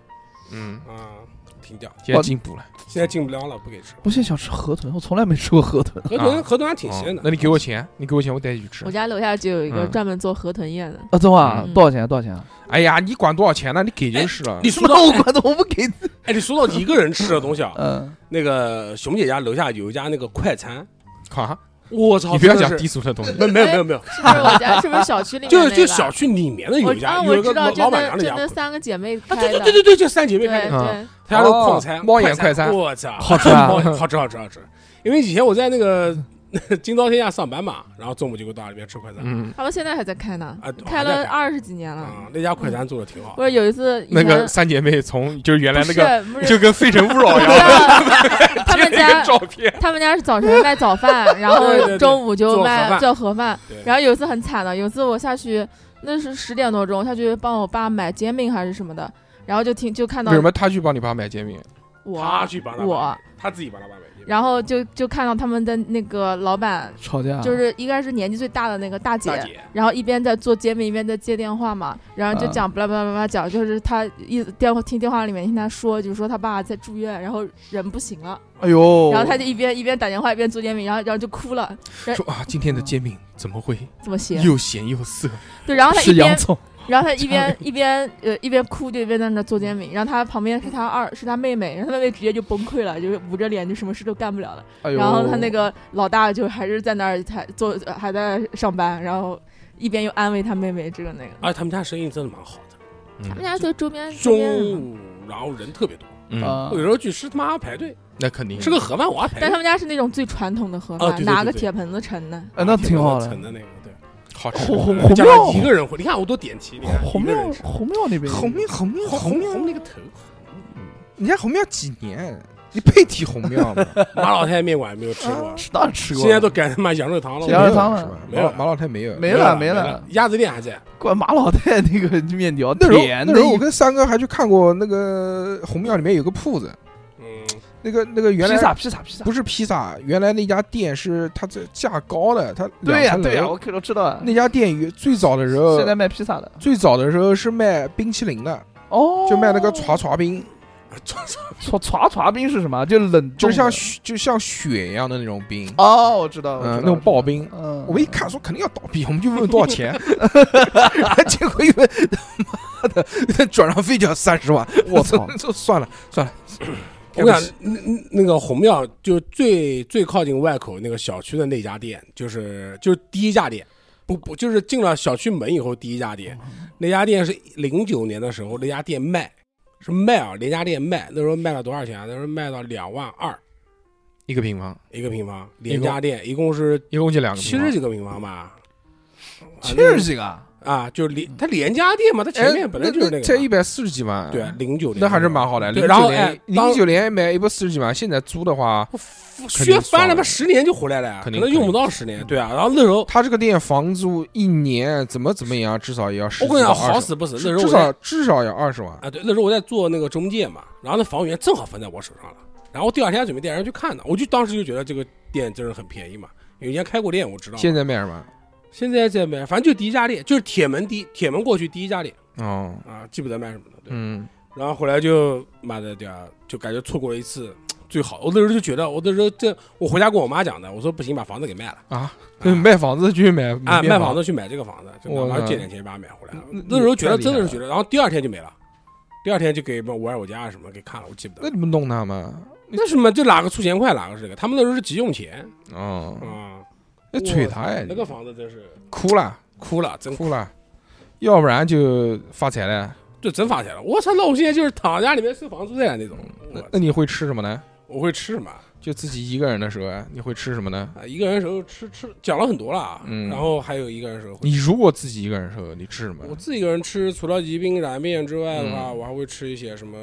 Speaker 1: 嗯，
Speaker 3: 啊，停掉，
Speaker 1: 现在进步了。
Speaker 3: 现在进不了了，不给吃。
Speaker 2: 我现在想吃河豚，我从来没吃过河豚。
Speaker 3: 河豚
Speaker 1: 啊
Speaker 3: 河豚还挺
Speaker 1: 哦
Speaker 3: 鲜的，
Speaker 1: 那你给我钱，你给我钱，我带你去吃
Speaker 4: 我。家楼下就有一个
Speaker 1: 嗯
Speaker 4: 专门做河豚宴的，
Speaker 2: 啊，等会儿啊
Speaker 4: 嗯
Speaker 2: 多少钱？多少钱啊？
Speaker 1: 哎呀，你管多少钱哎呢？你给就是了。
Speaker 3: 你
Speaker 2: 什
Speaker 3: 说
Speaker 2: 么
Speaker 3: 到
Speaker 2: 我管的，我不给。
Speaker 3: 哎，你说到一个人吃的东 西啊，
Speaker 2: 嗯，
Speaker 3: 那个熊姐家楼下有一家那个快餐，
Speaker 1: 啊，
Speaker 3: 我操，
Speaker 1: 你不要
Speaker 3: 真的
Speaker 1: 讲
Speaker 3: 是
Speaker 1: 低俗的东西。
Speaker 3: 没没有没有没有，
Speaker 4: 是不是我家？是不是小区里面
Speaker 3: 就是
Speaker 4: 那
Speaker 3: 就
Speaker 4: 个
Speaker 3: 小区里面的有
Speaker 4: 我
Speaker 3: 一家，
Speaker 4: 啊，
Speaker 3: 有
Speaker 4: 我
Speaker 3: 一个
Speaker 4: 知
Speaker 3: 老
Speaker 4: 道，
Speaker 3: 老
Speaker 4: 真
Speaker 3: 板娘
Speaker 4: 的
Speaker 3: 的
Speaker 4: 真
Speaker 3: 家
Speaker 4: 的，三个姐妹
Speaker 3: 啊，
Speaker 4: 开
Speaker 3: 对
Speaker 4: 的，
Speaker 3: 对对对对，就三姐妹
Speaker 4: 对
Speaker 3: 开的，
Speaker 1: 啊
Speaker 4: 对，
Speaker 3: 他家的
Speaker 1: 哦
Speaker 3: 矿餐，
Speaker 1: 猫眼快餐
Speaker 3: 餐，我操，
Speaker 2: 好吃啊
Speaker 3: 猫眼好吃好吃好吃，因为以前我在那个今朝天下上班嘛，然后中午就给我到那边吃快餐，
Speaker 1: 嗯，
Speaker 4: 他们现在还在开呢
Speaker 3: 啊，
Speaker 4: 开
Speaker 3: 还在
Speaker 4: 了
Speaker 3: 开
Speaker 4: 二十几年了。
Speaker 3: 啊，那家快餐做的挺好
Speaker 4: 不，是有一次以
Speaker 1: 那
Speaker 4: 前
Speaker 1: 个三姐妹从就是原来
Speaker 4: 不
Speaker 1: 那
Speaker 4: 是
Speaker 1: 个
Speaker 4: 不是
Speaker 1: 就跟《非诚勿扰》一 样，
Speaker 4: 样， 他
Speaker 1: 贴了
Speaker 4: 们
Speaker 1: 一
Speaker 4: 家
Speaker 1: 个照片。
Speaker 4: 他们家是早晨卖早 饭，然
Speaker 3: 对对对
Speaker 4: 后中午就
Speaker 3: 做盒
Speaker 4: 卖
Speaker 3: 饭
Speaker 4: 做盒饭
Speaker 3: 对。
Speaker 4: 然后有一次很惨的，有一次我下去，那是十点多钟，我下去帮我爸买煎饼还是什么的，然后就听就看到
Speaker 1: 为什么他去帮你爸买煎饼？
Speaker 4: 我
Speaker 3: 他，去帮他
Speaker 4: 我
Speaker 3: 买，他自己帮他爸买，
Speaker 4: 然后就就看到他们的那个老板，
Speaker 2: 吵架
Speaker 4: 就是应该是年纪最大的那个大姐
Speaker 3: 啊大。姐啊
Speaker 4: 然后一边在做煎饼，一边在接电话嘛，然后就
Speaker 2: 嗯
Speaker 4: 讲巴拉巴拉巴拉讲，就是他一电话听电话里面听他说，就是说他爸在住院，然后人不行了，
Speaker 2: 哎
Speaker 3: 哦
Speaker 2: 呦，
Speaker 4: 然后他就一边一边打电话一边做煎饼，然后然后就哭了，
Speaker 1: 说啊，今天的煎饼怎么会
Speaker 4: 怎么写？
Speaker 1: 又咸又涩？
Speaker 4: 对，然后他一
Speaker 2: 是洋
Speaker 4: 边，
Speaker 2: 葱，
Speaker 4: 然后他一边一边呃一边哭，就一边在那做煎饼。然后他旁边是他二是他妹妹，然后他妹妹直接就崩溃了，就是捂着脸就什么事都干不了了。
Speaker 2: 哎呦
Speaker 4: 然后他那个老大就还是在那儿还做呃还在上班，然后一边又安慰他妹妹这个那个。
Speaker 3: 而且他们家生意真的蛮好的，
Speaker 4: 他们家就周边周边人
Speaker 3: 中
Speaker 4: 嘛，
Speaker 3: 午然后人特别多，
Speaker 1: 嗯，
Speaker 2: 啊
Speaker 3: 我有时候去吃他妈排队，
Speaker 1: 那肯定
Speaker 3: 吃个盒饭我要排
Speaker 4: 但他
Speaker 3: 队，
Speaker 4: 们家是那种最传统的盒
Speaker 3: 啊
Speaker 4: 饭，
Speaker 3: 对对对
Speaker 4: 拿个
Speaker 3: 对
Speaker 4: 铁盆子盛的。
Speaker 2: 哎那挺好的
Speaker 3: 盛的那个对。
Speaker 1: 好吃。
Speaker 2: 红红
Speaker 3: 我
Speaker 2: 红
Speaker 3: 家
Speaker 2: 庙
Speaker 3: 一个人混，你看我多点题，你看
Speaker 2: 红
Speaker 3: 一个人
Speaker 2: 庙
Speaker 3: 吃
Speaker 2: 红庙那边
Speaker 1: 红庙红庙
Speaker 3: 红
Speaker 1: 红
Speaker 3: 红
Speaker 1: 庙
Speaker 3: 红那个头，
Speaker 1: 人家红庙几年？你配提红 庙吗？
Speaker 3: 马老太面馆没有吃过
Speaker 1: 啊，
Speaker 2: 吃当然吃过
Speaker 3: 现
Speaker 2: 了，
Speaker 3: 在都改他妈羊肉汤了。
Speaker 2: 羊肉汤
Speaker 1: 没有是
Speaker 2: 了
Speaker 1: 吧？
Speaker 3: 没
Speaker 1: 马
Speaker 3: 有
Speaker 1: 老马老太没有。
Speaker 2: 没
Speaker 3: 有
Speaker 2: 了
Speaker 3: 没
Speaker 2: 了，，
Speaker 3: 鸭子店还在。
Speaker 2: 管马老太那个面条
Speaker 1: 那时候
Speaker 2: 甜
Speaker 1: 那
Speaker 2: 的
Speaker 1: 时候我跟三哥还去看过那个红庙里面有个铺子，
Speaker 3: 嗯，
Speaker 1: 那个那个原
Speaker 2: 披萨
Speaker 1: 来
Speaker 2: 披萨披萨，
Speaker 1: 不是披萨，原来那家店是它这价高的，它
Speaker 2: 对呀
Speaker 1: 两层
Speaker 2: 对呀，我
Speaker 1: 楼。
Speaker 2: 可都知道呃啊。
Speaker 1: 那家店有最早的时候
Speaker 2: 现，在卖披萨的
Speaker 1: 最早的时候是卖冰淇淋的，
Speaker 2: 哦，
Speaker 1: 就卖那个刷刷冰，
Speaker 2: 刷刷刷冰是什么？就冷冻的，
Speaker 1: 就是像雪就像雪一样的那种冰。
Speaker 2: 哦，我知道，我知道
Speaker 1: 嗯，那种刨，冰
Speaker 2: 我知，道嗯，
Speaker 1: 我们一看说肯定要倒闭，我们就问多少钱， 结果一问，他妈的，转让费就要三十万，
Speaker 2: 我操
Speaker 1: 这算了算了，
Speaker 3: 我跟你讲，那那那个红庙就最最靠近外口那个小区的那家店，就是就是第一家店，不不就是进了小区门以后第一家
Speaker 2: 哦
Speaker 3: 店，那家店是零九年的时候那家店卖。是卖啊，那家店卖，那时候卖了多少钱啊？那时候卖到两万二
Speaker 1: 一个平方，
Speaker 3: 一个平方，
Speaker 1: 一共
Speaker 3: 连家店一共是
Speaker 1: 一共就两个
Speaker 3: 七
Speaker 1: 平
Speaker 3: 十
Speaker 1: 方。
Speaker 3: 几个平 方吧，
Speaker 2: 七十几个，
Speaker 3: 啊，就连它连家店嘛，它前面本来就是
Speaker 1: 嗯哎那
Speaker 3: 那个
Speaker 1: 才一
Speaker 3: 嘛，
Speaker 1: 百四十几万，
Speaker 3: 对，，啊零九年
Speaker 1: 那还是蛮好的。
Speaker 3: 对
Speaker 1: 零
Speaker 3: 然
Speaker 1: 九
Speaker 3: 后哎
Speaker 1: 年，零
Speaker 3: 当
Speaker 1: 九年买一百四十几万，现在租的话，肯定
Speaker 3: 削翻
Speaker 1: 爽
Speaker 3: 了嘛，
Speaker 1: 了
Speaker 3: 十年就回来了，可
Speaker 1: 肯定
Speaker 3: 能用不到十年，对啊。然后那时候
Speaker 1: 他这个店房租一年怎么怎么样，至少也要十
Speaker 3: 我
Speaker 1: 几
Speaker 3: 跟你
Speaker 1: 到
Speaker 3: 讲，
Speaker 1: 二
Speaker 3: 好
Speaker 1: 十，
Speaker 3: 死不死，那时
Speaker 1: 至
Speaker 3: 候
Speaker 1: 至
Speaker 3: 我
Speaker 1: 少
Speaker 3: 在
Speaker 1: 至少要二十万。
Speaker 3: 啊，对，那时候我在做那个中介嘛，然后那房源正好分在我手上了，然后第二天准备带人去看的，我就当时就觉得这个店真是很便宜嘛，有以前开过店，我知道嘛。
Speaker 1: 现在卖什么？
Speaker 3: 现在在卖，反正就第一家店，就是铁门第一铁门过去第一家店
Speaker 1: 哦，
Speaker 3: 啊，记不得卖什么了。对。
Speaker 1: 嗯，
Speaker 3: 然后后来就妈的点儿，就感觉错过了一次最好。我那时候就觉得，我那时候这我回家跟我妈讲的，我说不行，把房子给卖了
Speaker 1: 啊，就是卖房子去买
Speaker 3: 啊，
Speaker 1: 面
Speaker 3: 哎卖
Speaker 1: 包
Speaker 3: 房子去买这个房子，就
Speaker 1: 我
Speaker 3: 哪怕
Speaker 1: 操
Speaker 3: 借点钱把它买回来了
Speaker 1: 那。
Speaker 3: 那时候觉得
Speaker 1: 那
Speaker 3: 真的
Speaker 1: 厉
Speaker 3: 是
Speaker 1: 害
Speaker 3: 觉得，然后第二天就没了，第二天就给我外我家什么给看了，我记不得
Speaker 1: 那
Speaker 3: 了。
Speaker 1: 你们弄他们？
Speaker 3: 那什么就哪个出钱快哪个是这个，他们那时候是急用钱
Speaker 1: 哦，
Speaker 3: 啊。
Speaker 1: 那催他呀！
Speaker 3: 那个房子真是
Speaker 1: 哭了，
Speaker 3: 哭了，真
Speaker 1: 哭了，要不然就发财了。
Speaker 3: 就真发财了。我操，那我现在就是躺家里面收房租的呀那种。
Speaker 1: 嗯那
Speaker 3: 我
Speaker 1: 那你会吃什么呢？
Speaker 3: 我会吃什么？
Speaker 1: 就自己一个人的时候，你会吃什么呢？
Speaker 3: 啊，一个人的时候吃吃讲了很多了啊，
Speaker 1: 嗯
Speaker 3: 然后还有一个人的时候会
Speaker 1: 你如果自己一个人的时候，你吃什么
Speaker 3: 我？自己一个人吃，除了宜宾燃面之外的话，
Speaker 1: 嗯
Speaker 3: 我还会吃一些什么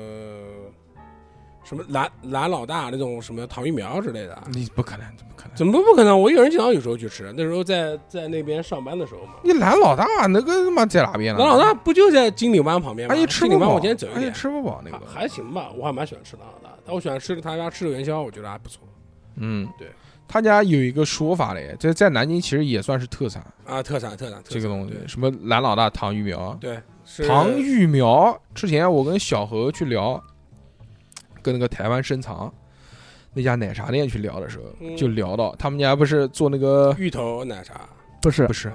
Speaker 3: 什么蓝蓝老大那种什么糖鱼苗之类的。啊
Speaker 1: 你不可能，怎么可能？
Speaker 3: 怎么不可能？我一个人经常有时候去吃，那时候在在那边上班的时候嘛。
Speaker 1: 你蓝老大那个他妈在哪边呢？
Speaker 3: 蓝老大，不啊就在金鼎湾旁边吗？
Speaker 1: 哎呀，吃不
Speaker 3: 金鼎湾
Speaker 1: 饱，
Speaker 3: 往前走一
Speaker 1: 哎呀，
Speaker 3: 点，
Speaker 1: 吃不饱那
Speaker 3: 还
Speaker 1: 个。
Speaker 3: 还行吧，我还蛮喜欢吃蓝老大的。但我喜欢吃他家吃的元宵，我觉得还不错
Speaker 1: 嗯，
Speaker 3: 对。
Speaker 1: 他家有一个说法嘞，这在南京其实也算是特产，
Speaker 3: 啊，特产特产特
Speaker 1: 这
Speaker 3: 产
Speaker 1: 个东西，什么蓝老大糖鱼苗，啊
Speaker 3: 对是
Speaker 1: 糖芋苗，之前我跟小何去聊，跟那个台湾深藏那家奶茶店去聊的时候，
Speaker 3: 嗯
Speaker 1: 就聊到他们家不是做那个
Speaker 3: 芋头奶茶，
Speaker 2: 不是
Speaker 1: 不是
Speaker 3: 嗯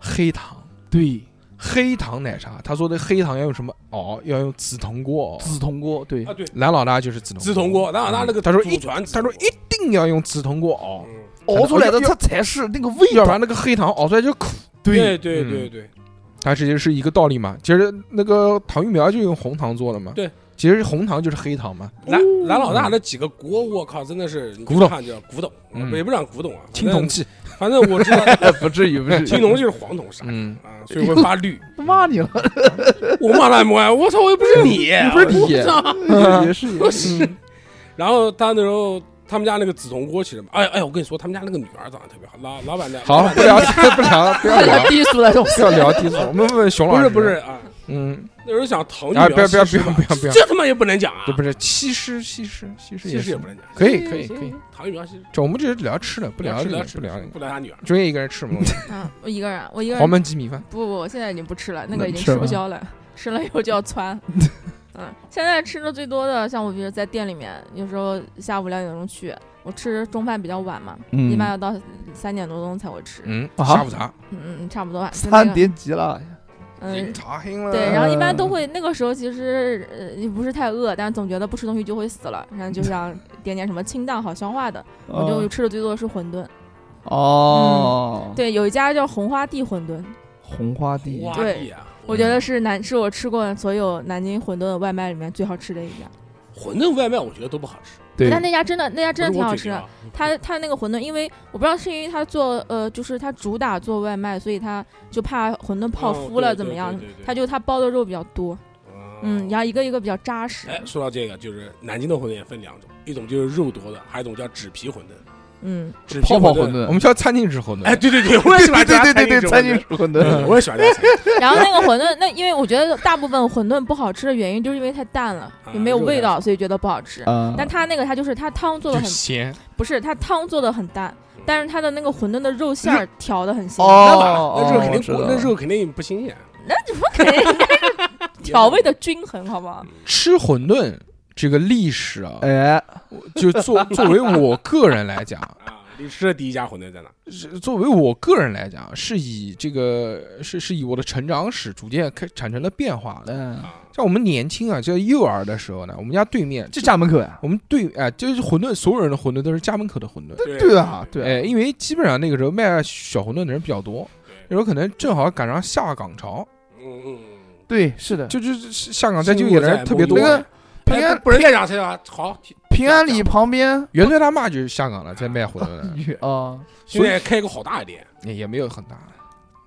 Speaker 1: 黑糖
Speaker 2: 对
Speaker 1: 黑糖奶茶，他说的黑糖要用什么熬？要用紫铜锅熬。
Speaker 2: 紫铜锅，对
Speaker 3: 啊，对，
Speaker 1: 蓝老大就是紫铜
Speaker 3: 紫铜锅，那那那个
Speaker 1: 嗯他说
Speaker 3: 祖
Speaker 1: 一
Speaker 3: 传紫
Speaker 1: 他
Speaker 3: 铜
Speaker 1: 说
Speaker 3: 锅，
Speaker 1: 一定要用紫铜锅熬，
Speaker 3: 嗯
Speaker 2: 熬出来的
Speaker 1: 要
Speaker 2: 它才是那个味
Speaker 1: 要
Speaker 2: 道
Speaker 1: 不。然那个黑糖熬出来就苦。
Speaker 3: 对对
Speaker 1: 嗯
Speaker 3: 对对，
Speaker 1: 它其实是一个道理嘛。其实那个糖玉苗就用红糖做的嘛。
Speaker 3: 对，
Speaker 1: 其实红糖就是黑糖嘛。
Speaker 4: 哎
Speaker 3: 蓝蓝老大那几个锅，我靠，真的是你
Speaker 1: 古董
Speaker 3: 看就古董，
Speaker 1: 嗯
Speaker 3: 也不讲古董啊，
Speaker 1: 青铜器，
Speaker 3: 反正，反正我知 道
Speaker 2: 不至于，不至于。
Speaker 3: 青铜就是黄铜啥的
Speaker 1: 嗯，
Speaker 3: 啊，所以会发绿。
Speaker 2: 骂你了，
Speaker 3: 我骂他妈呀！我操，我又不是你，啊
Speaker 1: 不是你啊
Speaker 3: 我操
Speaker 1: 嗯
Speaker 2: 也是
Speaker 3: 我
Speaker 2: 也是。
Speaker 3: 是。然后他那时候他们家那个紫铜锅其实嘛，哎哎，我跟你说，他们家那个女儿长得特别好，老老板娘
Speaker 1: 好，不聊 不聊不 要聊
Speaker 4: 太 低俗了，这种
Speaker 1: 不要聊低俗，我们问问熊老
Speaker 3: 不
Speaker 1: 师。
Speaker 3: 是不是，啊，
Speaker 1: 嗯，
Speaker 3: 那时候想疼女
Speaker 1: 啊，不要
Speaker 3: 儿
Speaker 1: 不要
Speaker 3: 西
Speaker 1: 不
Speaker 3: 施
Speaker 1: 要
Speaker 3: 嘛，
Speaker 1: 不要不要，
Speaker 3: 这他妈也不能讲啊
Speaker 1: 这，不是西施西施西施
Speaker 3: 其实
Speaker 1: 是
Speaker 3: 也不能讲，
Speaker 1: 可以可以可以，
Speaker 3: 糖玉苗其实
Speaker 1: 这我们就是聊吃的，不聊
Speaker 3: 吃
Speaker 1: 这个
Speaker 3: 聊吃
Speaker 1: 不聊那
Speaker 3: 不
Speaker 1: 个。
Speaker 3: 聊他女儿，
Speaker 1: 专业一个人吃 什么东西？
Speaker 4: 啊，我一个人，我一个人
Speaker 1: 黄焖鸡米饭。
Speaker 4: 不不，我现在已经不吃了，那
Speaker 2: 那
Speaker 4: 个已经
Speaker 2: 吃
Speaker 4: 吃不
Speaker 2: 了
Speaker 4: 消了，吃了以后就要窜。嗯，现在吃的最多的，像我比如在店里面，有时候下午两点钟去，我吃中饭比较晚嘛，
Speaker 2: 嗯
Speaker 4: 一般要到三点多钟才会吃。嗯
Speaker 1: 嗯，
Speaker 2: 啊
Speaker 1: 下午茶。
Speaker 4: 嗯嗯，差不多吧。就那
Speaker 2: 三
Speaker 4: 个
Speaker 2: 点几了，
Speaker 1: 饮
Speaker 4: 嗯。
Speaker 1: 茶黑了。
Speaker 4: 对，然后一般都
Speaker 3: 嗯
Speaker 2: 呃
Speaker 4: 会那个时候其实呃也不是太饿，但是总觉得不吃东西就会死了，然后就想点点什么清淡好消化的。我
Speaker 3: 哦
Speaker 4: 就吃的最多的是馄饨，
Speaker 2: 哦，
Speaker 4: 对，有一家叫红花地馄饨，
Speaker 2: 红花地
Speaker 3: 哇
Speaker 4: 对
Speaker 3: 地啊，
Speaker 4: 我觉得是南是我吃过所有南京馄饨的外卖里面最好吃的一家。
Speaker 3: 馄饨外卖我觉得都不好吃，
Speaker 2: 对
Speaker 4: 但那家真的那家真的
Speaker 3: 不是
Speaker 4: 挺
Speaker 3: 我
Speaker 4: 好
Speaker 3: 嘴
Speaker 4: 吃
Speaker 3: 馋
Speaker 4: 的
Speaker 3: 啊。。
Speaker 4: 他他那个馄饨，因为我不知道是因为他做呃，就是他主打做外卖，所以他就怕馄饨泡
Speaker 3: 哦
Speaker 4: 糊
Speaker 3: 对
Speaker 4: 了
Speaker 3: 对
Speaker 4: 怎么
Speaker 3: 对
Speaker 4: 样
Speaker 3: 对对，
Speaker 4: 他就他包的肉比较多，嗯，然后一个一个比较扎实，
Speaker 3: 哦哎，说到这个，就是南京的馄饨也分两种，一种就是肉多的，还有一种叫纸皮馄饨。
Speaker 4: 嗯，
Speaker 3: 纸皮
Speaker 2: 泡泡馄
Speaker 3: 饨，
Speaker 1: 我
Speaker 2: 饨，
Speaker 1: 们叫餐厅吃馄饨。
Speaker 3: 哎，，对对对，我也喜欢这家
Speaker 2: 对对对对，餐
Speaker 3: 餐厅
Speaker 2: 厅
Speaker 3: 吃
Speaker 2: 吃馄
Speaker 3: 馄饨，
Speaker 2: 饨
Speaker 3: 嗯，我也喜欢这家餐厅
Speaker 4: 然后那个馄饨，那因为我觉得大部分馄饨不好吃的原因就是因为太淡了，也没有
Speaker 3: 肉
Speaker 4: 味
Speaker 3: 太
Speaker 4: 道，所以觉得不好吃。
Speaker 3: 嗯
Speaker 2: 啊
Speaker 4: 但他那个他就是他汤做的
Speaker 1: 就
Speaker 4: 很
Speaker 1: 咸。
Speaker 4: 不是他汤做的很淡， 但是他的那个馄饨的肉馅儿调的很鲜，
Speaker 3: 那
Speaker 2: 哦，
Speaker 3: 哪那肉肯定
Speaker 2: 我知道
Speaker 3: 不那肉肯定不新鲜，
Speaker 4: 那怎么可能？应该是调味的均衡，好不
Speaker 3: 嗯
Speaker 4: 好？
Speaker 1: 吃馄饨这个历史啊，
Speaker 2: 哎，
Speaker 1: 就作作为我个人来讲，
Speaker 3: 啊，你吃的第一家馄饨在哪？
Speaker 1: 是作为我个人来讲，是以这个是是以我的成长史逐渐开产生了变化的。
Speaker 2: 嗯，
Speaker 1: 像我们年轻啊，就幼儿的时候呢，我们家对面
Speaker 2: 这家门口呀，
Speaker 1: 我们对哎、就是馄饨，所有人的馄饨都是家门口的馄饨。
Speaker 3: 对
Speaker 2: 对啊，对啊，
Speaker 1: 哎，因为基本上那个时候卖小馄饨的人比较多，
Speaker 3: 对
Speaker 1: 有时候可能正好赶上下岗潮，
Speaker 3: 嗯嗯
Speaker 2: 对，是的，
Speaker 1: 就就是下岗再就业的人特别多
Speaker 2: 那。个
Speaker 3: 嗯，
Speaker 2: 平
Speaker 3: 哎
Speaker 2: 安
Speaker 3: 不能再讲这个了，好，
Speaker 2: 平安里旁边
Speaker 1: 袁推他妈就是下岗了，在卖馄饨
Speaker 3: 哦
Speaker 1: 的，
Speaker 2: 啊，
Speaker 3: 现在开一个好大的店，
Speaker 1: 也也没有很大，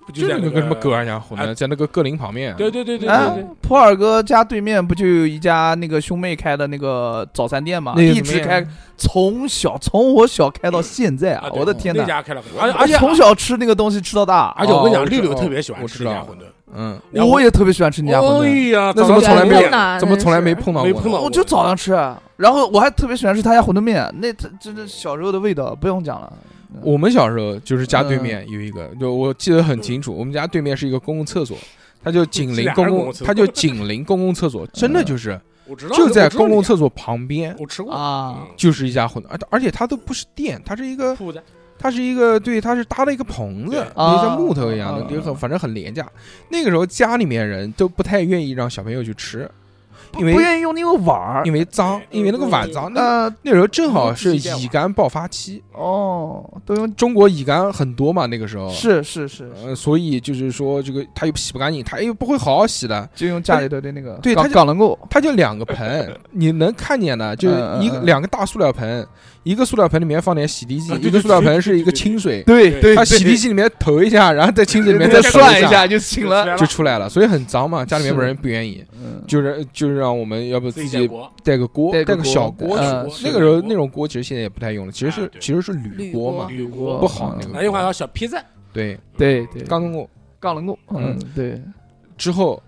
Speaker 3: 不
Speaker 1: 就
Speaker 3: 在
Speaker 1: 是那个什么格尔家馄饨，
Speaker 3: 哎
Speaker 1: 在那个各林旁边。
Speaker 3: 对对对对
Speaker 2: 啊
Speaker 3: 对对，，
Speaker 2: 普洱哥家对面不就有一家那个兄妹开的那个早餐店吗？
Speaker 1: 那个
Speaker 2: 一
Speaker 1: 怎么
Speaker 2: 直
Speaker 1: 样
Speaker 2: 开，从小从我小开到现在
Speaker 3: 啊
Speaker 2: 啊！
Speaker 3: 对
Speaker 2: 我的天
Speaker 3: 那
Speaker 2: 哪！
Speaker 3: 家开了很，而且
Speaker 2: 而
Speaker 3: 而
Speaker 2: 且
Speaker 3: 且
Speaker 2: 从小吃那个东西吃到大，
Speaker 3: 而且我跟你
Speaker 1: 哦
Speaker 3: 讲，
Speaker 1: 我知
Speaker 3: 六六
Speaker 1: 道
Speaker 3: 特别喜欢吃
Speaker 1: 我
Speaker 3: 这
Speaker 1: 知
Speaker 3: 家
Speaker 1: 道
Speaker 3: 馄饨，
Speaker 1: 嗯，
Speaker 3: 然后
Speaker 2: 我也特别喜欢吃那家馄饨，
Speaker 3: 哎呀，
Speaker 1: 那怎么从来没
Speaker 4: 缘
Speaker 1: 有
Speaker 4: 分呐
Speaker 1: 怎么从来
Speaker 4: 真
Speaker 1: 没
Speaker 4: 是
Speaker 1: 碰到
Speaker 3: 没
Speaker 1: 过
Speaker 3: 碰
Speaker 1: 呢？
Speaker 3: 到过？
Speaker 2: 我就早上吃，然后我还特别喜欢吃他家馄饨面，那这这这小时候的味道不用讲了。
Speaker 1: 我们小时候就是家对
Speaker 3: 嗯
Speaker 1: 面有一个，就我记得很清楚，我们家对面是一个公共厕所，它就紧邻
Speaker 3: 俩
Speaker 1: 公
Speaker 3: 人公
Speaker 1: 共
Speaker 3: 共，厕所
Speaker 1: 它就紧邻公共厕 所，真的就是
Speaker 3: 我知道，
Speaker 1: 就在
Speaker 3: 我知道
Speaker 1: 公
Speaker 3: 那
Speaker 1: 共
Speaker 3: 家
Speaker 1: 厕所旁边，
Speaker 3: 我吃过，
Speaker 2: 啊，
Speaker 3: 嗯
Speaker 1: 就是一家馄饨，而而且它都不是店，它是一个
Speaker 3: 铺的，
Speaker 1: 它是一个对，它是搭了一个棚子
Speaker 3: 对，
Speaker 1: 就
Speaker 2: 啊
Speaker 1: 像木头一样的，
Speaker 2: 啊
Speaker 1: 就很反正很廉价。那个时候家里面人都不太愿意让小朋友去吃，
Speaker 2: 不
Speaker 1: 因为
Speaker 2: 不愿意用那个碗儿
Speaker 1: 因，为脏，
Speaker 3: 对
Speaker 1: 因为那个碗脏。那
Speaker 2: 呃，
Speaker 1: 那时候正好是
Speaker 3: 自己带碗
Speaker 1: 乙肝爆发期，
Speaker 2: 哦，都用
Speaker 1: 中国乙肝很多嘛，那个时候。
Speaker 2: 是是是，
Speaker 1: 哦呃，所以就是说，这个他又洗不干净，他又不会好好洗 的，
Speaker 2: 就用家里头的那个
Speaker 1: 对
Speaker 2: 港
Speaker 1: 他就
Speaker 2: 港能够
Speaker 1: 他就两个 盆，你能看见的，就是
Speaker 2: 嗯嗯
Speaker 1: 一个
Speaker 2: 嗯
Speaker 1: 两个大塑料盆，一个塑料盆里面放点洗涤剂
Speaker 3: 啊，对
Speaker 1: 一个
Speaker 3: 对
Speaker 1: 塑料
Speaker 3: 对
Speaker 1: 盆
Speaker 3: 对
Speaker 1: 是一个
Speaker 3: 对对
Speaker 1: 清水，
Speaker 2: 对
Speaker 3: 对
Speaker 1: 他洗涤剂里面投一下，然后在清水里面
Speaker 2: 再
Speaker 1: 再
Speaker 2: 涮
Speaker 1: 一
Speaker 2: 一下就行了。
Speaker 1: 就出来了，所以很脏嘛，家里面
Speaker 2: 是
Speaker 1: 人不愿意，
Speaker 2: 嗯，
Speaker 1: 就是就是让我们要不
Speaker 3: 自
Speaker 1: 自
Speaker 3: 己建
Speaker 1: 己
Speaker 3: 国，
Speaker 1: 带个锅，
Speaker 2: 带个
Speaker 1: 带个
Speaker 2: 锅
Speaker 1: 小锅去。
Speaker 2: 嗯
Speaker 1: 那个时候那种锅其实现在也不太用了，其实是
Speaker 3: 啊对
Speaker 1: 其实是
Speaker 4: 铝
Speaker 1: 铝锅嘛，
Speaker 3: 铝
Speaker 2: 锅
Speaker 1: 啊
Speaker 2: 嗯
Speaker 1: 不好那
Speaker 3: 南京话
Speaker 1: 个。
Speaker 3: 叫小披萨，
Speaker 1: 对，
Speaker 2: 对对，
Speaker 1: 刚刚过
Speaker 2: 港能够，嗯，对，
Speaker 1: 之后，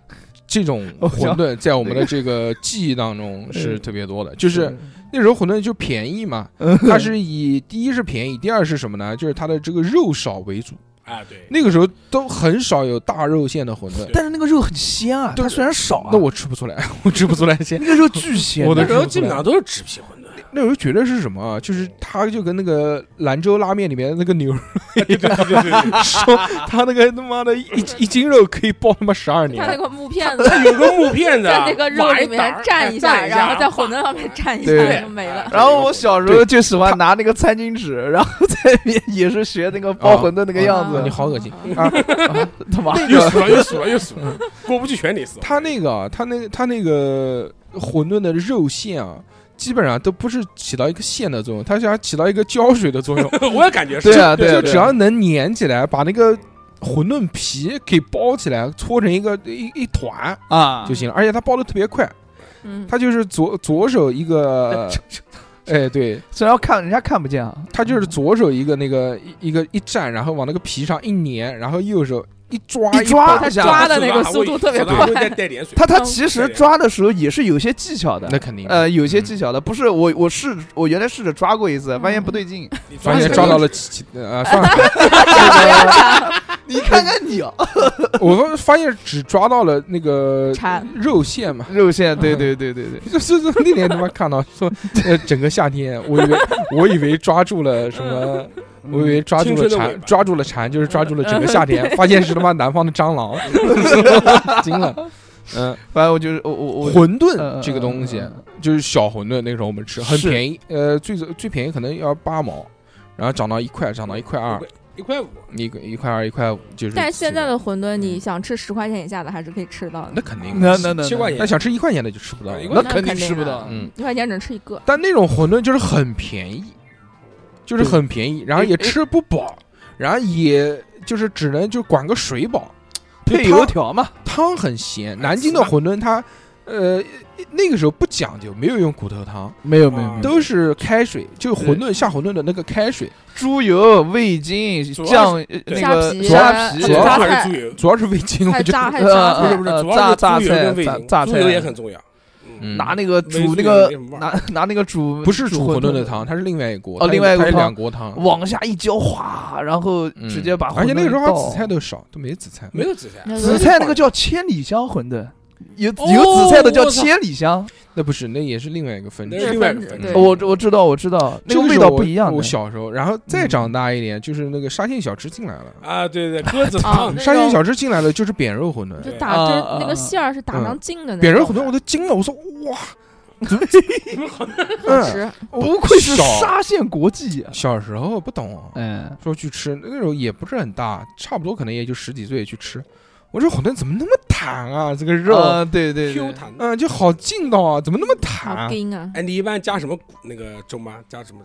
Speaker 1: 这种
Speaker 2: 我
Speaker 1: 馄
Speaker 2: 想
Speaker 1: 饨在我们的这个记忆当中是
Speaker 2: 嗯
Speaker 1: 特别多的，就是嗯那时候馄饨就 便宜嘛，它是以第一是便宜，第二是什么呢？就是它的这个肉少为主，
Speaker 3: 哎，对，
Speaker 1: 那个时候都很少有大肉馅的馄饨
Speaker 3: 对，
Speaker 2: 但是那个肉很鲜啊，
Speaker 1: 对
Speaker 2: 它虽然少啊，
Speaker 1: 那我吃不出来， 我吃不出来馅。
Speaker 2: 那个肉巨鲜的，
Speaker 1: 我的
Speaker 3: 那时候基本上都是纸皮馄饨，
Speaker 1: 那时候觉得是什么啊？就是它就跟那个兰州拉面里面那个牛肉
Speaker 3: 对对对对对，
Speaker 1: 说，它那个他妈的一一斤肉可以包他妈十二
Speaker 4: 它
Speaker 1: 年。
Speaker 4: 那
Speaker 1: 啊
Speaker 4: 个木片子
Speaker 3: 有个木片子
Speaker 4: 在
Speaker 3: 啊，
Speaker 4: 那个肉
Speaker 3: 挖
Speaker 4: 里
Speaker 3: 一
Speaker 4: 面
Speaker 3: 沓
Speaker 4: 蘸一
Speaker 3: 下，啊哎
Speaker 4: 下，
Speaker 1: 啊
Speaker 4: 然后在馄饨上面蘸一
Speaker 2: 对
Speaker 4: 下就没了。
Speaker 2: 然后我小时候就喜欢拿那个餐巾纸，然后在里面 也是学那个包馄饨那个样子
Speaker 1: 啊啊，你好恶心
Speaker 4: 啊
Speaker 1: 啊！
Speaker 2: 他妈
Speaker 3: 哎又数了又数了又数了，过不去全得死。
Speaker 1: 它那个啊，它那个它那个馄饨的肉馅啊，基本上都不是起到一个馅的作用，它想起到一个胶水的作用。
Speaker 3: 我也感觉是
Speaker 2: 对，啊对啊，
Speaker 1: 就
Speaker 2: 对啊
Speaker 1: 只要能粘起来，把那个馄饨皮给包起来，搓成一个一一团
Speaker 2: 啊
Speaker 1: 就行了。而且它包的特别快，
Speaker 4: 嗯，
Speaker 1: 它就是左左手一个， 哎，对，
Speaker 2: 虽然看人家看不见啊，
Speaker 1: 它就是左手一个那个一一个一蘸，然后往那个皮上一粘，然后右手一抓
Speaker 2: 一抓
Speaker 1: 绑
Speaker 2: 它
Speaker 4: 抓的那
Speaker 3: 啊
Speaker 4: 个速度特别快
Speaker 3: 会再 带点 水。
Speaker 2: 他他其实抓的时候也是有些技巧的
Speaker 1: 那，肯定，嗯
Speaker 2: 呃，有些技巧的，不是我我试我原来试着抓过一次，发现
Speaker 3: 嗯
Speaker 2: 不对 劲，
Speaker 3: 你
Speaker 1: 发现
Speaker 3: 成
Speaker 1: 抓
Speaker 3: 功
Speaker 1: 到了七七呃，算了，
Speaker 3: 哎
Speaker 2: 你看看
Speaker 3: 哦
Speaker 2: 你啊
Speaker 1: 我发现只抓到了那个
Speaker 4: 馋
Speaker 1: 肉馅嘛。
Speaker 2: 肉馅，对对对对对，
Speaker 1: 这这这 那年他妈看到说，呃，整个夏天，我以为我以为抓住了什么，
Speaker 2: 嗯
Speaker 3: 嗯
Speaker 1: 我以为抓住
Speaker 3: 青
Speaker 1: 了
Speaker 3: 春的尾
Speaker 1: 蝉，
Speaker 3: 巴
Speaker 1: 抓住了蝉，就是抓住了整个夏天，发现是他妈南方的蟑螂，惊了。嗯，
Speaker 2: 反正我就是我我我
Speaker 1: 馄
Speaker 2: 呃
Speaker 4: 嗯
Speaker 1: 饨这个东西
Speaker 2: 呃呃
Speaker 1: 就是小馄饨，那时候我们吃很
Speaker 2: 是
Speaker 1: 便宜，呃，最最便宜可能要八毛，然后涨到一块，涨到一块二，
Speaker 3: 一块五，
Speaker 1: 一个一块二，一块五，就是。
Speaker 4: 但是现在
Speaker 1: 的
Speaker 4: 的馄饨，你想吃十块钱以下的还是可以吃到的
Speaker 1: 那，肯定，
Speaker 2: 那那那
Speaker 3: 七块钱
Speaker 1: 但想吃一块钱的就吃不到了
Speaker 3: 一。块
Speaker 2: 那
Speaker 4: 那
Speaker 2: 肯定
Speaker 4: 肯定
Speaker 2: 吃不
Speaker 4: 的
Speaker 2: 到，
Speaker 1: 嗯，
Speaker 4: 一块钱只能吃一个。
Speaker 1: 但那种馄饨就是很便宜，就是很便宜，然后也吃不饱，然后也就是只能就管个水饱。就
Speaker 2: 配油条嘛，
Speaker 1: 汤哎汤很咸，南京的馄饨它，呃，那个时候不讲究，没有用骨头汤，
Speaker 2: 没有
Speaker 3: 没有没有
Speaker 1: 都是开水，就馄饨下馄饨的那个开水，
Speaker 2: 猪油、味精、
Speaker 3: 主要
Speaker 2: 酱、呃
Speaker 3: 对
Speaker 2: 那个
Speaker 4: 虾皮
Speaker 1: 主要
Speaker 4: 榨
Speaker 3: 还是
Speaker 4: 菜
Speaker 3: 猪油，
Speaker 1: 主要是味精，我
Speaker 4: 还
Speaker 1: 觉得
Speaker 4: 榨还
Speaker 2: 呃
Speaker 4: 榨
Speaker 3: 不是
Speaker 4: 菜
Speaker 3: 不是，
Speaker 2: 呃
Speaker 3: 主要是
Speaker 2: 榨
Speaker 3: 猪油跟
Speaker 2: 榨
Speaker 3: 味
Speaker 2: 菜
Speaker 3: 精，
Speaker 2: 榨
Speaker 3: 猪油
Speaker 2: 菜
Speaker 3: 也很重要。嗯，
Speaker 2: 拿那个煮
Speaker 3: 没
Speaker 2: 那
Speaker 3: 有
Speaker 2: 个
Speaker 3: 那味儿
Speaker 2: 拿拿那个煮
Speaker 1: 不是煮馄饨
Speaker 2: 饨
Speaker 1: 的汤，它是另外一锅，
Speaker 2: 哦
Speaker 1: 它
Speaker 2: 另外一
Speaker 1: 它
Speaker 2: 锅
Speaker 1: 是
Speaker 2: 汤
Speaker 1: 两锅汤，
Speaker 2: 往下一浇，哗，然后
Speaker 1: 嗯
Speaker 2: 直接把
Speaker 1: 而且那个时候
Speaker 2: 还
Speaker 1: 还紫菜都少，都没紫菜，
Speaker 3: 没有紫菜，
Speaker 4: 那
Speaker 2: 紫菜那个叫千里香馄饨，有
Speaker 3: 哦
Speaker 2: 有紫菜的叫千里香，
Speaker 1: 那不是，那也是另外一个分
Speaker 3: 那
Speaker 1: 支。
Speaker 3: 是
Speaker 4: 是
Speaker 3: 另外一
Speaker 4: 分
Speaker 3: 个
Speaker 4: 子
Speaker 3: 分
Speaker 4: 对
Speaker 1: 支
Speaker 2: 我我知道我知道，那个味道不一样
Speaker 1: 我
Speaker 2: 的。嗯
Speaker 1: 小时候，然后再长大一点，就是那个沙县小吃进来了。
Speaker 3: 啊，对对，对鸽子
Speaker 4: 啊
Speaker 3: 汤，
Speaker 4: 那
Speaker 1: 沙县
Speaker 4: 种
Speaker 1: 小吃进来了就是扁肉馄饨，
Speaker 4: 就
Speaker 3: 对
Speaker 4: 打
Speaker 2: 啊
Speaker 4: 针
Speaker 2: 啊
Speaker 4: 那
Speaker 2: 啊
Speaker 4: 个馅儿是
Speaker 1: 嗯
Speaker 4: 打上劲的那种。
Speaker 1: 扁肉馄饨我都惊了，我说 哇，
Speaker 4: 好
Speaker 1: 嗯，
Speaker 4: 吃，
Speaker 2: 不愧是
Speaker 1: 小哎
Speaker 2: 沙县国际啊，
Speaker 1: 小时候不懂，
Speaker 2: 嗯，
Speaker 1: 说去吃那时候也不是很大，差不多可能也就十几岁去吃。我说馄饨怎么那么弹啊？这个肉，
Speaker 3: 呃
Speaker 2: 啊对对
Speaker 3: Q
Speaker 2: 对，
Speaker 3: 弹的。
Speaker 1: 嗯，就好劲道啊，怎么那么
Speaker 4: 好
Speaker 1: 弹？
Speaker 4: 硬啊！
Speaker 3: 哎，你一般加什么那个粥吗？加什么